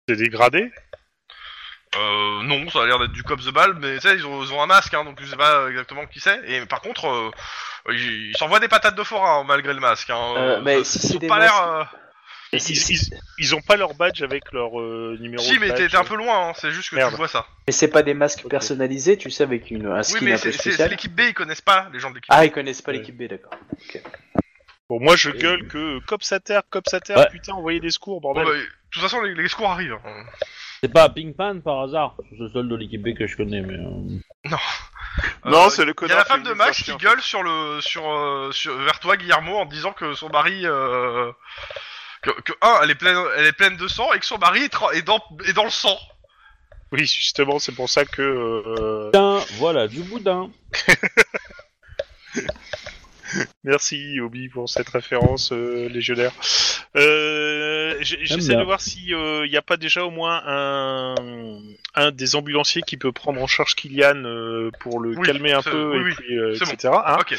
E: C'est dégradé.
B: Euh, non, ça a l'air d'être du cops de balle, mais tu sais, ils ont, ils ont un masque, hein, donc je sais pas exactement qui c'est. Et par contre, euh, ils ils s'envoient des patates de forain hein, malgré le masque. Hein.
D: Euh, mais
B: Ils
D: si
B: ont
D: c'est des
B: pas
D: masques-
B: l'air. euh,
E: Ils, ils- ils ont pas leur badge avec leur euh, numéro.
B: Si,
E: de
B: mais t'es
E: badge.
B: t'es un peu loin, hein, c'est juste que
E: Merde.
B: tu vois ça.
D: Mais c'est pas des masques
E: Ok.
D: personnalisés, tu sais, avec une, un
B: Oui,
D: skin
B: mais
D: un peu
B: c'est c'est- c'est
D: spécial.
B: l'équipe B, ils connaissent pas les gens de l'équipe
D: Ah, ils connaissent pas
E: Ouais.
D: l'équipe B, d'accord.
E: Bon, moi je gueule que euh, Cops à terre, Cops à terre,
A: Ouais.
E: putain, envoyez des secours,
B: Bon,
E: bordel.
B: bah, de toute façon, les, les secours arrivent. hein.
A: C'est pas Ping Pan par hasard, c'est le seul de l'équipe B que je connais, mais. euh,
C: Non,
B: Euh,
C: c'est le
B: Il y a la
C: connard
B: femme
C: qui
B: de
C: nous
B: Max
C: sortit,
B: qui
C: en fait.
B: gueule sur le, sur, euh, sur- vers toi, Guillermo, en disant que son mari. euh, que, que, un, elle est, pleine, elle est pleine de sang et que son mari est, tra- est dans, est dans le sang.
E: Oui, justement, c'est pour ça que. euh,
A: Tiens, voilà, du boudin.
E: Merci Obi pour cette référence euh, légionnaire. Euh, j- J'essaie
A: bien.
E: de voir s'il n'y a pas déjà au moins un, un des ambulanciers qui peut prendre en charge Kylian euh, pour le
B: Oui,
E: calmer un
B: c'est-
E: peu,
B: oui,
E: et
B: oui,
E: puis, euh,
B: c'est bon.
E: etc.
C: Ah.
E: hein.
B: Ok.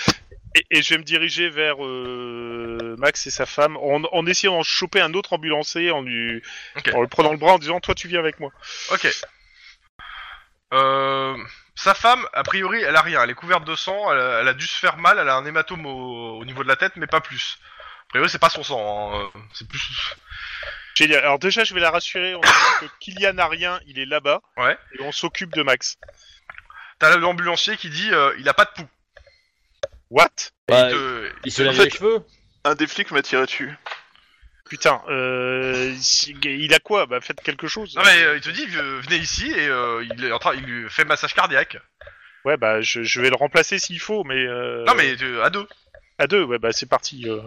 E: Et, et je vais me diriger vers euh, Max et sa femme en, en essayant d'en choper un autre ambulancier en, lui,
B: Ok.
E: en le prenant le bras en disant Toi, tu viens avec moi.
B: Ok. Euh, sa femme, a priori, elle a rien. Elle est couverte de sang. Elle, a- elle a dû se faire mal. Elle a un hématome au, au niveau de la tête, mais pas plus. A priori, c'est pas son sang. hein, euh, C'est plus.
E: Génial. Alors, déjà, je vais la rassurer en disant que Kylian a rien, il est là-bas
B: Ouais.
E: et on s'occupe de Max.
B: T'as l'ambulancier qui dit euh, il a pas de pouls.
E: What
B: Et
A: Bah,
B: il te-
A: il se
B: Bah,
A: lave
B: il te-
C: fait-
A: les cheveux.
C: Un des flics m'a tiré dessus.
E: Putain, euh, si- il a quoi Bah faites quelque chose.
B: Non mais euh, il te dit euh, venez ici et euh, il est en train, il lui fait massage cardiaque.
E: Ouais, bah je, je vais le remplacer s'il faut, mais. euh,
B: Non mais euh, à deux.
E: À deux, ouais, bah c'est parti. euh.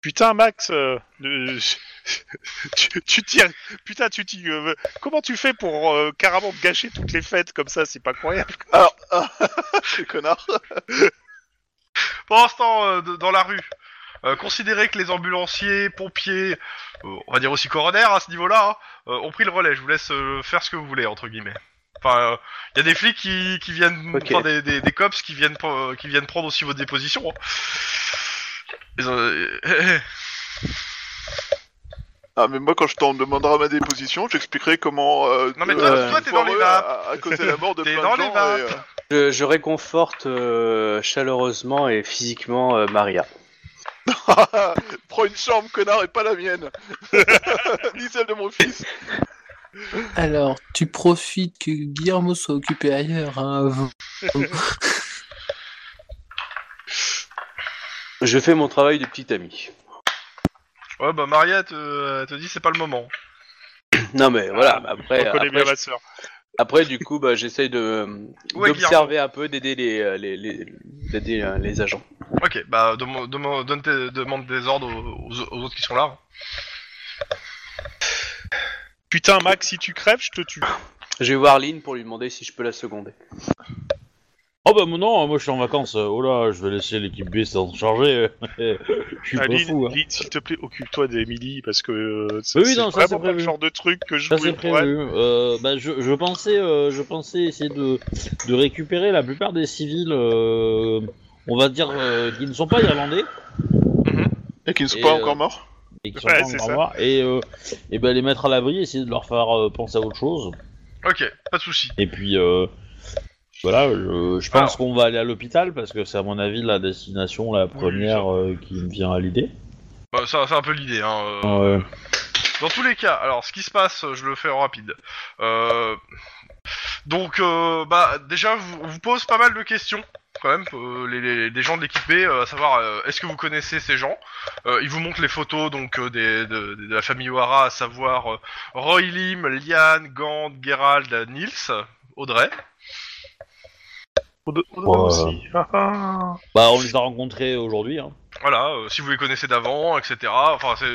E: Putain, Max, euh, euh, tu, tu tires. Putain, tu t'y- euh, Comment tu fais pour euh, carrément te gâcher toutes les fêtes comme ça C'est pas croyable.
C: Alors, ah, ce connard.
B: Pendant ce temps euh, de- dans la rue, euh, considérez que les ambulanciers, pompiers, euh, on va dire aussi coroner à ce niveau-là, hein, euh, ont pris le relais. Je vous laisse euh, faire ce que vous voulez entre guillemets. Enfin, il y a des flics qui, qui viennent,
D: Ok.
B: enfin, des, des, des cops qui viennent, pre- euh, qui viennent prendre aussi vos dépositions. hein. Ils ont- euh,
C: Ah, mais moi, quand je t'en demanderai ma déposition, j'expliquerai comment. euh,
B: Non, mais
C: euh,
B: toi-
C: euh,
B: toi, t'es dans les
C: foireux
B: vapes.
C: À, à causer la mort de
B: T'es
C: plein
B: dans
C: de
B: les
C: gens.
B: vapes.
C: et, euh,
D: Je, je réconforte euh, chaleureusement et physiquement euh, Maria.
C: euh, Prends une chambre, connard, et pas la mienne. Ni celle de mon fils.
G: Alors, tu profites que Guillermo soit occupé ailleurs, hein, avant.
D: Je fais mon travail de petit ami.
B: Ouais, bah Mariette euh, elle te dit c'est pas le moment.
D: Non mais voilà, après,
E: On connaît
D: après,
E: bien ma sœur.
D: après, du coup, bah, j'essaye de
B: Ouais,
D: d'observer un peu, d'aider les, euh, les, les, d'aider, euh, les agents.
B: Ok, bah dem- dem- donne tes- demande des ordres aux, aux- aux autres qui sont là.
E: Putain, Max, si tu crèves, je te tue.
D: Je vais voir Lynn pour lui demander si je peux la seconder.
A: Oh bah non, moi je suis en vacances. Oh là, je vais laisser l'équipe B s'en charger. je suis pas
E: Aline,
A: fou. hein.
E: Ah, Lynn, s'il te plaît, occupe-toi d'Emily parce que euh,
A: Oui,
E: c'est
A: non, ça, c'est
E: vraiment pas le
A: prévu.
E: genre de truc que je
A: Ça c'est
E: voulais pour elle.
A: prévu. Euh, bah, je, je pensais, euh, je pensais essayer de, de récupérer la plupart des civils, euh, on va dire, euh, qui ne sont pas irlandais
C: Et qui ne sont
A: Et,
C: pas
A: euh,
C: encore morts.
A: et qui sont
E: Ouais,
A: pas
E: c'est
A: encore
E: ça.
A: morts, et, euh, et bah, les mettre à l'abri, essayer de leur faire euh, penser à autre chose.
B: Ok, pas de souci.
A: Et puis euh, voilà, je, je pense
B: Alors.
A: qu'on va aller à l'hôpital parce que c'est à mon avis la destination la première euh, qui me vient à l'idée.
B: Bah, ça, c'est un peu l'idée. Hein. euh.
A: Euh,
B: Dans tous les cas, alors ce qui se passe, je le fais en rapide. Euh, Donc, euh, bah déjà, vous- on vous pose pas mal de questions. Quand même, euh, les, les- les gens de l'équipe B, euh, à savoir euh, est-ce que vous connaissez ces gens Euh, Ils vous montrent les photos donc euh, des, de, de la famille O'Hara, à savoir euh, Roy Lim, Liane, Gand, Gerald, Nils, Audrey.
E: Pour de- pour de-
A: Ouais.
E: aussi. Ah, ah.
A: bah on les a rencontrés aujourd'hui. Hein.
B: Voilà, euh, si vous les connaissez d'avant, etc. Enfin, c'est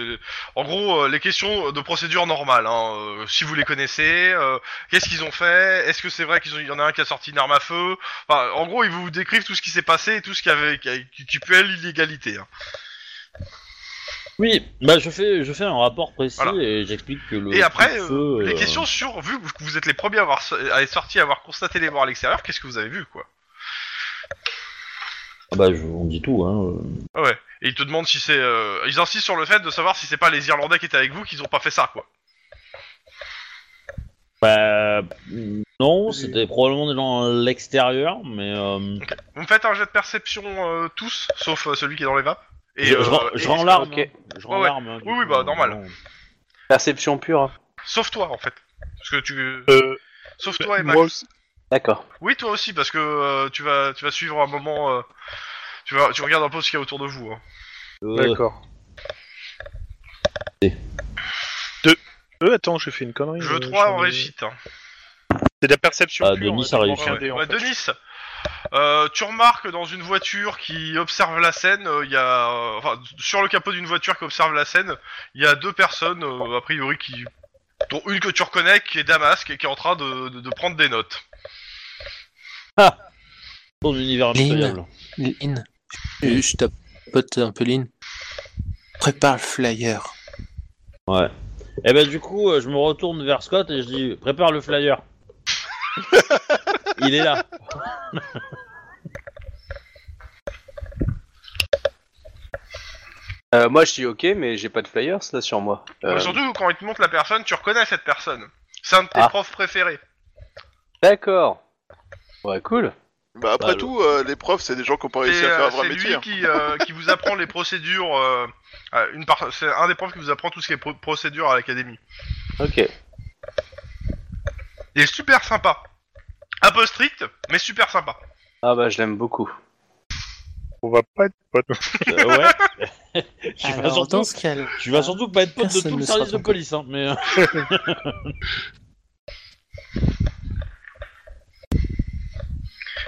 B: en gros euh, les questions de procédure normale. Hein. Euh, si vous les connaissez, euh, qu'est-ce qu'ils ont fait Est-ce que c'est vrai qu'il y en a un qui a sorti une arme à feu enfin, En gros, ils vous décrivent tout ce qui s'est passé et tout ce qui avait qui, qui- qui puait l'illégalité. hein.
A: Oui, bah je fais, je fais un rapport précis
B: Voilà.
A: et j'explique que le
B: Et après,
A: Euh,
B: euh,
A: feu, euh.
B: Les questions sur vu que vous êtes les premiers à avoir so- à être sortis, à avoir constaté les morts à l'extérieur, qu'est-ce que vous avez vu, quoi
A: bah je- on dit tout. Hein.
B: Ah Ouais. Et ils te demandent si c'est. euh, Ils insistent sur le fait de savoir si c'est pas les Irlandais qui étaient avec vous qu'ils ont pas fait ça, quoi.
A: Bah non, c'était probablement des gens à l'extérieur, mais euh,
B: Vous me faites un jet de perception euh, tous, sauf euh, celui qui est dans les vapes. Et,
A: je, je
B: euh,
A: rends-
B: et-
A: je rends l'arme.
D: ok.
A: hein. Je rends
B: Ouais, ouais.
A: l'arme. hein, du
B: Oui, oui,
A: coup,
B: bah,
A: euh,
B: normal.
A: non.
D: Perception pure. hein.
B: Sauf toi en fait. Parce que tu.
E: Euh,
B: Sauf toi et Max.
E: moi aussi.
D: D'accord.
B: Oui, toi aussi, parce que euh, tu vas tu vas suivre un moment. euh, tu, vas, tu regardes un peu ce qu'il y a autour de vous. hein.
A: Euh,
E: D'accord.
A: Et.
E: Deux. Euh, attends, j'ai fait une connerie.
B: Je veux
E: euh,
B: 3 en
E: j'en ai-
B: réussite. hein.
E: C'est de la perception.
A: Ah,
E: pure,
A: Denis,
E: hein,
A: ça
E: t'as
A: réussit.
E: pas regardé,
B: Ouais,
E: en
B: ouais,
E: fait.
B: Denis, euh, tu remarques dans une voiture qui observe la scène, euh, il y a. euh, enfin, sur le capot d'une voiture qui observe la scène, il y a deux personnes, euh, a priori, qui. dont une que tu reconnais, qui est Damasque et qui est en train de, de- de prendre des notes.
A: Dans un Euh, univers
G: Lynn.
A: impitoyable.
G: Lynn. Je, je tapote un peu Lynn. Prépare le flyer.
A: Et ben du coup, euh, je me retourne vers Scott et je dis prépare le flyer. Il est là.
D: Euh, moi, je dis ok, mais j'ai pas de flyers là sur moi. Euh,
B: Surtout quand ils te montrent la personne, tu reconnais cette personne. C'est un de tes
D: Ah.
B: profs préférés.
D: D'accord. Ouais, cool.
C: Bah, après
A: Bah, le-
C: tout, euh, les profs, c'est des gens qui ont pas réussi
B: C'est,
C: à faire
B: euh,
C: un vrai
B: c'est
C: métier. hein.
B: lui qui, euh, qui vous apprend les procédures. euh, euh, une par- C'est un des profs qui vous apprend tout ce qui est pro- procédure à l'académie.
D: Ok.
B: Il est super sympa. Un peu strict, mais super sympa.
D: Ah bah, je l'aime beaucoup.
E: on va pas être potes.
A: Euh, ouais. tu, vas
F: Alors,
A: surtout,
F: dans ce cas-là,
A: tu vas surtout pas être pote de
F: Personne
A: tout le
F: ne
A: service
F: sera
A: de
F: ton
A: police, hein, mais. euh,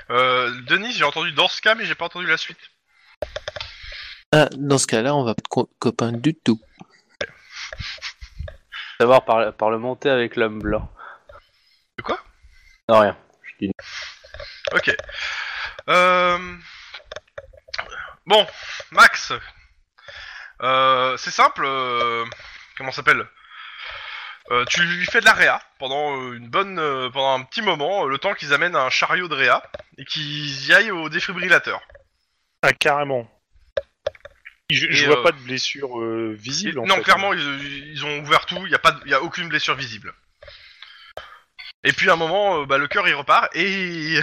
B: Euh, Denis, j'ai entendu dans ce cas, mais j'ai pas entendu la suite.
F: ah, dans ce cas-là, on va pas être co- copains du tout.
D: Savoir par, parlementer avec l'homme blanc.
B: De quoi
D: Non, rien.
B: Ok. Euh... Bon, Max. Euh, c'est simple. euh, Comment ça s'appelle Euh, Tu lui fais de la réa pendant euh, une bonne, euh, pendant un petit moment, euh, le temps qu'ils amènent un chariot de réa et qu'ils y aillent au défibrillateur.
E: Ah, carrément. Je, je
B: Et,
E: vois
B: euh,
E: pas de blessure euh, visible. en
B: non,
E: fait. hein.
B: clairement, ils, ils ont ouvert tout. Il y a pas, de- y a aucune blessure visible. Et puis à un moment, euh, bah, le cœur il repart et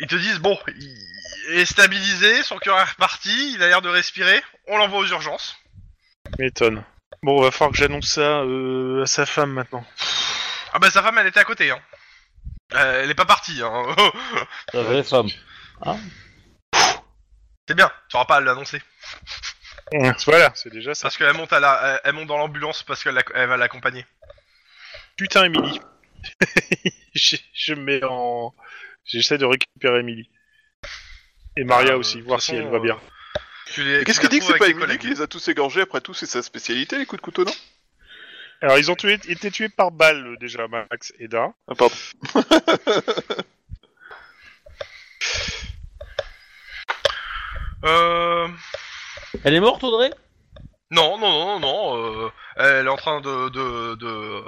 B: ils te disent bon, il est stabilisé, son cœur est reparti, il a l'air de respirer. On l'envoie aux urgences.
E: M'étonne. Bon, va falloir que j'annonce ça euh, à sa femme maintenant.
B: Ah bah sa femme, elle était à côté. Hein. Euh, elle est pas partie. Hein.
A: La vraie femme.
B: C'est bien. Tu auras pas à l'annoncer
E: Voilà, c'est déjà ça. Ah,
B: parce qu'elle monte à la, elle, elle monte dans l'ambulance parce qu'elle la- elle va l'accompagner.
E: Putain, Emily. je, je me mets en. J'essaie de récupérer Emily. Et Maria
B: Ah,
E: aussi,
B: de
E: voir
B: toute
E: si
B: façon,
E: elle va bien.
B: Tu les-
C: Et Qu'est-ce
B: tu
C: qu'il
B: les
C: dit que c'est
B: retrouves
C: pas
B: avec tes
C: Emily qui
B: collègues.
C: les a tous égorgés après tout C'est sa spécialité, les coups de couteau, non
E: Alors, ils ont tué, été tués par balle euh, déjà, Max et Da.
C: Ah, pardon.
B: Euh...
A: Elle est morte, Audrey
B: Non, non, non, non, non. euh, elle est en train de, de, de,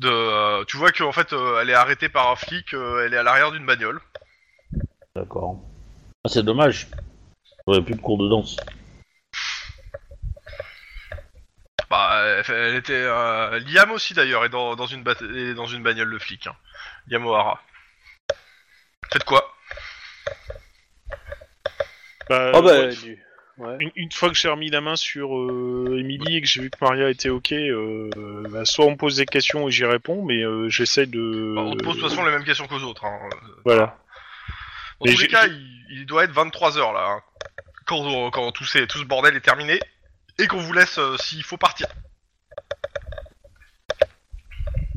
B: de, euh, tu vois qu'en fait, euh, elle est arrêtée par un flic. euh, elle est à l'arrière d'une bagnole.
A: D'accord. Ah, c'est dommage. J'aurais plus de cours de danse.
B: Bah, elle, fait- elle était. euh, Liam aussi d'ailleurs est dans, dans une bat- est dans une bagnole de flic. Hein. Liam O'Hara. Faites quoi
E: Bah,
B: Euh,
D: Oh, bah,
E: ouais,
D: du- ouais.
E: une, une fois que j'ai remis la main sur euh, Emily et que j'ai vu que Maria était ok, euh, bah, soit on me pose des questions et j'y réponds, mais euh, j'essaie de.
B: Bah, On te pose de toute façon les mêmes questions qu'aux autres. Hein.
E: Voilà.
B: Dans
E: Mais
B: tous les
E: j'ai-
B: cas,
E: j'ai-
B: il, il doit être 23h là. hein, quand quand tout, ces- tout ce bordel est terminé. Et qu'on vous laisse euh, s'il faut partir.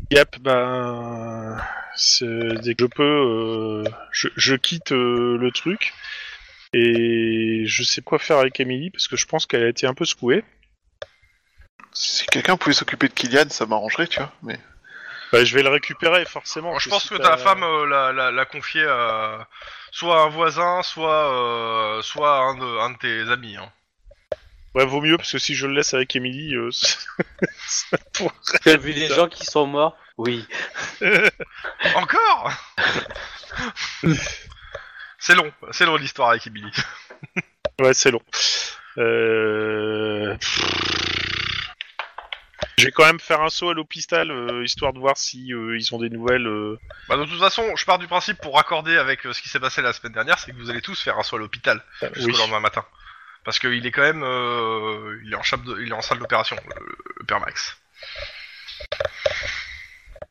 E: Yep, ben. c'est- Dès que je peux, euh, je, je quitte euh, le truc. Et je sais quoi faire avec Emily parce que je pense qu'elle a été un peu secouée.
C: Si quelqu'un pouvait s'occuper de Kylian, ça m'arrangerait, tu vois. Mais...
E: Bah, je vais le récupérer forcément.
B: Moi, je pense
E: si
B: que
E: t'as-
B: ta femme euh, l'a, l'a, l'a confié à soit à un voisin, soit, euh, soit à un de, un de tes amis. Hein.
E: Ouais, vaut mieux parce que si je le laisse avec Emily, euh, ça pourrait-
D: Tu as vu des gens qui sont morts Oui.
B: Encore C'est long, c'est long l'histoire avec Emily.
E: Ouais, c'est long. Euh... Je vais quand même faire un saut à l'hôpital, euh, histoire de voir si euh, ils ont des nouvelles. euh.
B: Bah, de toute façon, je pars du principe pour raccorder avec euh, ce qui s'est passé la semaine dernière, c'est que vous allez tous faire un soin à l'hôpital jusqu'au
E: Oui.
B: lendemain matin. Parce qu'il est quand même. euh, il, est en chape de- il est en salle d'opération, le, le Père Max.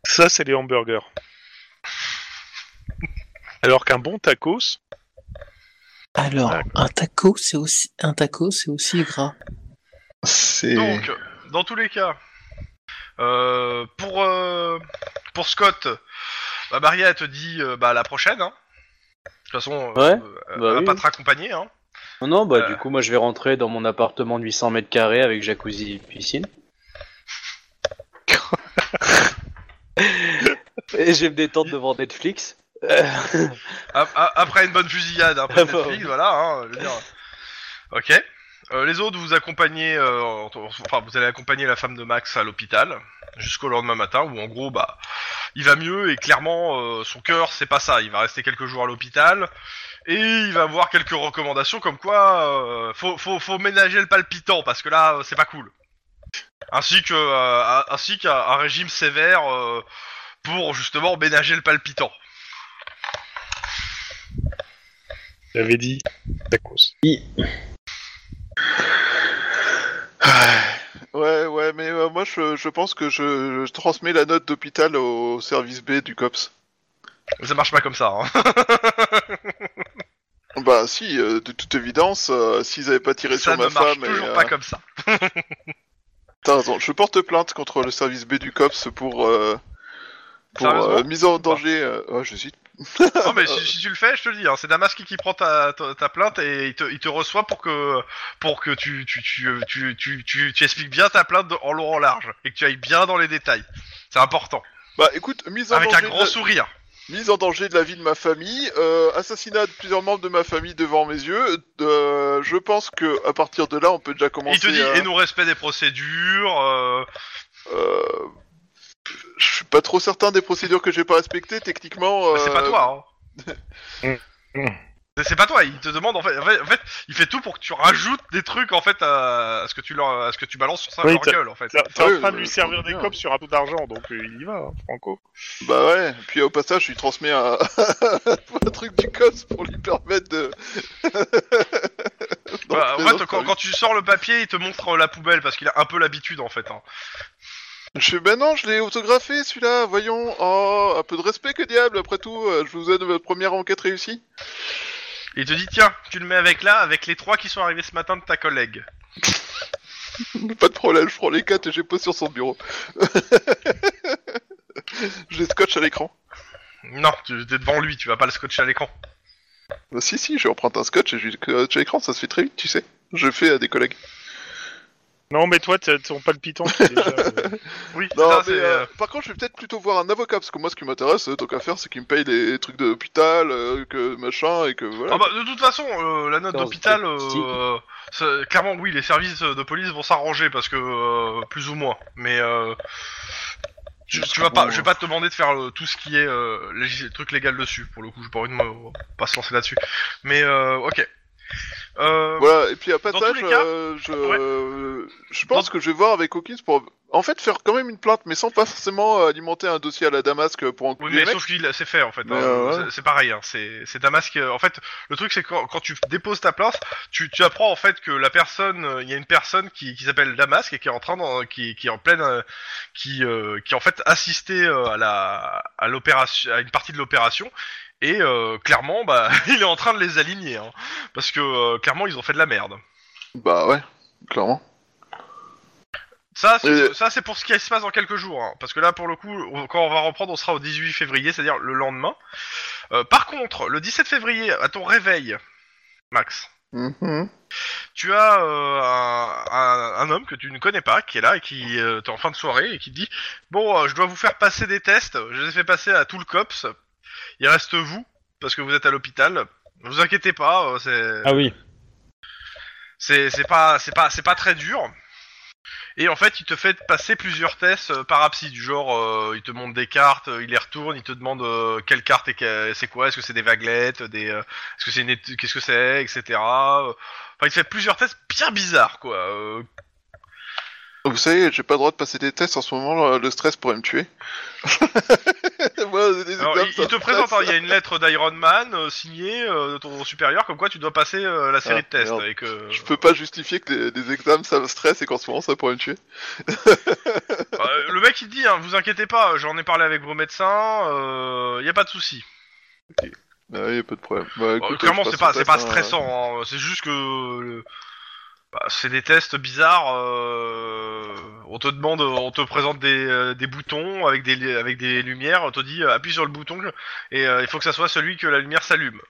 E: Ça, c'est les hamburgers. Alors qu'un bon tacos,
F: Alors, un taco, c'est aussi un taco, c'est aussi gras.
C: C'est.
B: Donc, dans tous les cas, euh, pour, euh, pour Scott, bah, Maria elle te dit euh, bah, à la prochaine. hein. De toute façon, euh, euh,
D: Ouais, bah
B: elle va
D: oui,
B: pas
D: oui.
B: te raccompagner. Hein.
D: Non, Non, bah
B: Euh.
D: du coup, moi je vais rentrer dans mon appartement de 800 mètres carrés avec jacuzzi et piscine. et je vais me détendre devant Netflix. Euh,
B: A- a- Après une bonne fusillade, après
D: Ah bah
B: Netflix,
D: oui.
B: voilà. Hein, je veux dire. Ok. Euh, les autres, vous accompagnez, euh, en- enfin, vous allez accompagner la femme de Max à l'hôpital jusqu'au lendemain matin, où en gros, bah, il va mieux et clairement, euh, son cœur, c'est pas ça. Il va rester quelques jours à l'hôpital et il va avoir quelques recommandations comme quoi, euh, faut, faut, faut ménager le palpitant parce que là, euh, c'est pas cool. Ainsi que, euh, un- ainsi qu'un un régime sévère euh, pour justement ménager le palpitant.
E: j'avais dit tacos.
C: Ouais, ouais, mais euh, moi je, je pense que je, je transmets la note d'hôpital au service B du COPS.
B: Ça marche pas comme ça. Hein.
C: Bah, bah si, euh, de toute évidence, euh, s'ils avaient pas tiré
B: Ça
C: sur
B: ne
C: ma
B: marche
C: femme, et,
B: toujours
C: euh,
B: pas comme ça.
C: t'as raison. Je porte plainte contre le service B du cops pour euh, pour
B: Sérieusement Bah.
C: euh, mise en danger. euh, ouais, je suis.
B: Non mais si, si tu le fais, je te le dis, hein, c'est Damaski qui prend ta, ta, ta plainte et il te, il te reçoit pour que pour que tu tu, tu, tu, tu, tu- tu expliques bien ta plainte de- en long en large et que tu ailles bien dans les détails. C'est important.
C: Bah écoute, mise en
B: Avec un
C: danger. de
B: gros
C: la-
B: sourire.
C: Mise en danger de la vie de ma famille, euh, assassinat de plusieurs membres de ma famille devant mes yeux. euh, je pense que à partir de là, on peut déjà commencer.
B: Il te dit
C: à-
B: et nous respect des procédures. euh,
C: Euh, je suis pas trop certain des procédures que j'ai pas respectées. Techniquement,
B: Mais Bah, C'est pas
C: euh,
B: toi, hein.
E: Mm.
B: Mais C'est pas toi, il te demande en fait, en fait, en fait, il fait tout pour que tu rajoutes des trucs en fait à, à ce que tu leur, à ce que tu balances sur ça,
E: Oui,
B: leur
E: t'as-
B: gueule en fait.
E: T'es t'es en
C: oui,
E: train de
C: oui,
E: lui
C: je
E: servir
C: comprends
E: des
C: bien.
E: copes sur un peu d'argent, donc euh, il y va, hein, Franco.
C: Bah ouais, puis au passage, je lui transmets un, un truc du COPS pour lui permettre de.
B: Bah, en
C: Non,
B: fait,
C: non,
B: quand, quand tu sors le papier, il te montre euh, la poubelle parce qu'il a un peu l'habitude en fait. hein.
C: Je fais, bah non, je l'ai autographié celui-là, voyons. Oh, un peu de respect que diable, après tout, euh, je vous aide votre première enquête réussie.
B: Il te dit tiens, tu le mets avec là, avec les trois qui sont arrivés ce matin de ta collègue.
C: Pas de problème, je prends les quatre et je les pose sur son bureau. je les scotche à l'écran.
B: Non, tu t'es devant lui, tu vas pas le scotcher à l'écran.
C: Bah, si, si, je emprunte un scotch et je lui scotche à l'écran, ça se fait très vite, tu sais. Je le fais à des collègues.
E: Non, mais toi, t'as ton palpitant qui est déjà. euh,
B: Oui,
C: Non,
B: ça
C: mais,
B: c'est.
C: euh,
B: euh,
C: par contre, je vais peut-être plutôt voir un avocat, parce que moi, ce qui m'intéresse, euh, tant qu'à faire, c'est qu'il me paye des trucs de l'hôpital, euh, que machin, et que voilà.
B: ah bah, de toute façon, euh, la note
D: Dans-
B: d'hôpital,
D: si.
B: euh, c'est- clairement oui, les services de police vont s'arranger parce que euh, plus ou moins. Mais euh, tu, tu vas pas, je vais pas te demander de faire euh, tout ce qui est euh, légis- truc légal dessus. Pour le coup, j'ai pas envie de me- pas se lancer là-dessus. Mais euh, ok. Euh,
C: Voilà, et puis à passage,
B: tous les cas-
C: euh, je, euh, je pense que je vais voir avec Hawkins pour en fait faire quand même une plainte, mais sans pas forcément euh, alimenter un dossier à la Damasque pour
B: Oui,
C: enculer
B: mais
C: les mecs.
B: sauf qu'il c'est fait en fait.
C: Mais,
B: hein.
C: euh, ouais.
B: C'est- C'est pareil, hein. c'est c'est Damasque. euh, En fait, le truc c'est que quand, quand tu déposes ta plainte, tu, tu apprends en fait que la personne, euh, il y a une personne qui, qui s'appelle Damasque et qui est en train, d'en- qui, qui est en pleine, euh, qui, euh, qui en fait assistait euh, à la, à l'opération, à une partie de l'opération. Et euh, clairement, bah, il est en train de les aligner, hein. parce que euh, clairement, ils ont fait de la merde.
C: Bah ouais, clairement.
B: Ça, c'est,
C: Euh.
B: ça, c'est pour ce qui se passe dans quelques jours. hein. Parce que là, pour le coup, on- quand on va reprendre, on sera au 18 février, c'est-à-dire le lendemain. Euh, par contre, le 17 février, à ton réveil, Max,
C: Mhm.
B: tu as euh, un, un- un homme que tu ne connais pas, qui est là et qui euh, t'es en fin de soirée et qui te dit Bon, euh, je dois vous faire passer des tests. Je les ai fait passer à tout le COPS. Il reste vous, parce que vous êtes à l'hôpital. Ne vous inquiétez pas, euh, c'est.
A: Ah oui.
B: C'est c'est pas c'est pas c'est pas très dur. Et en fait, il te fait passer plusieurs tests euh, parapsy du genre euh, il te montre des cartes, euh, il les retourne, il te demande euh, quelle carte et que- c'est quoi, est-ce que c'est des vaguelettes, des euh, est-ce que c'est une étu- qu'est-ce que c'est, etc. Euh, Enfin, il te fait plusieurs tests bien bizarres quoi. Euh,
C: Vous savez, j'ai pas le droit de passer des tests en ce moment, euh, le stress pourrait me tuer. Moi, les
B: alors,
C: examens,
B: il,
C: ça
B: il te
C: me
B: présente,
C: stresse.
B: hein, il y a une lettre d'Iron Man euh, signée euh, de ton supérieur comme quoi tu dois passer euh, la série
C: Ah,
B: de tests euh,
C: merde.
B: et que
C: Je peux pas justifier que les, les examens ça me stresse et qu'en ce moment ça pourrait me tuer.
B: Euh, le mec il dit hein, vous inquiétez pas, j'en ai parlé avec vos médecins, euh, y a pas de souci.
C: Ah, y a pas de problème. Bah,
B: Bah,
C: écoute,
B: clairement,
C: je
B: c'est pas,
C: passe
B: c'est
C: le
B: pas
C: test, hein.
B: stressant. hein. C'est juste que euh, bah, c'est des tests bizarres. euh, On te demande, on te présente des, euh, des boutons avec des li- avec des lumières. On te dit euh, appuie sur le bouton et euh, il faut que ça soit celui que la lumière s'allume.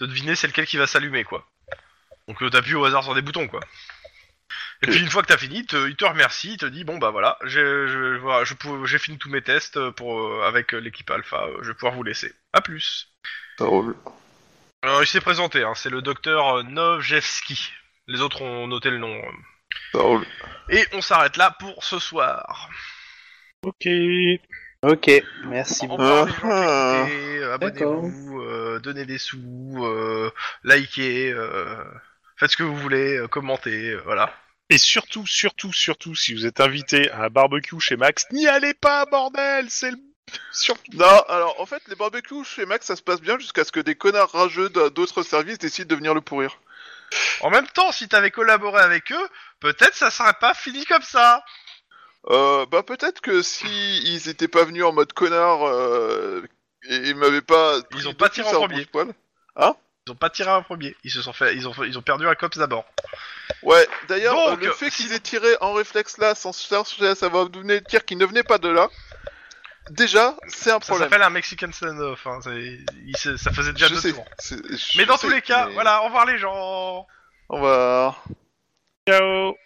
B: De deviner c'est lequel qui va s'allumer quoi. Donc euh, t'appuies au hasard sur des boutons quoi. Et
C: Ok.
B: puis une fois que t'as fini, te- il te remercie, il te dit bon bah voilà, j'ai je- voilà, je pou- j'ai fini tous mes tests pour euh, avec euh, l'équipe alpha, euh, je vais pouvoir vous laisser. À plus.
C: Ça roule.
B: Alors, il s'est présenté, hein, c'est le docteur euh, Novjevski. Les autres ont noté le nom. euh.
C: Ça roule.
B: Et on s'arrête là pour ce soir.
E: Ok.
D: Ok, merci
B: On
D: beaucoup.
B: parle des gens
C: Ah.
B: qui écoutaient, euh, abonnez-vous, euh, donnez des sous, euh, likez, euh, faites ce que vous voulez, euh, commentez, euh, voilà.
E: Et surtout, surtout, surtout, si vous êtes invité à un barbecue chez Max, n'y allez pas, bordel C'est le. Surtout.
C: Non, alors en fait, les barbecues chez Max, ça se passe bien jusqu'à ce que des connards rageux d'un- d'autres services décident de venir le pourrir.
B: En même temps, si t'avais collaboré avec eux, peut-être ça serait pas fini comme ça.
C: Euh, bah peut-être que si ils étaient pas venus en mode connard euh, et ils m'avaient pas,
B: Ils ont pas tiré en
C: ça
B: premier.
C: rouge poil.
B: Ils ont pas tiré un premier. Ils se sont fait, ils ont, fait- ils ont perdu un cops d'abord.
C: Ouais, d'ailleurs, euh,
B: Donc,
C: le fait qu'il ait tiré en réflexe là, sans se faire sujet à savoir d'où venait le tir qui ne venait pas de là, déjà, c'est un
B: Ça
C: problème.
B: s'appelle un Mexican standoff. Hein. c'est- il se- ça faisait déjà
C: je
B: deux
C: sais.
B: tours.
C: c'est- je
B: Mais dans
C: sais,
B: tous les cas,
C: mais
B: voilà, au revoir les gens.
C: On va.
E: Ciao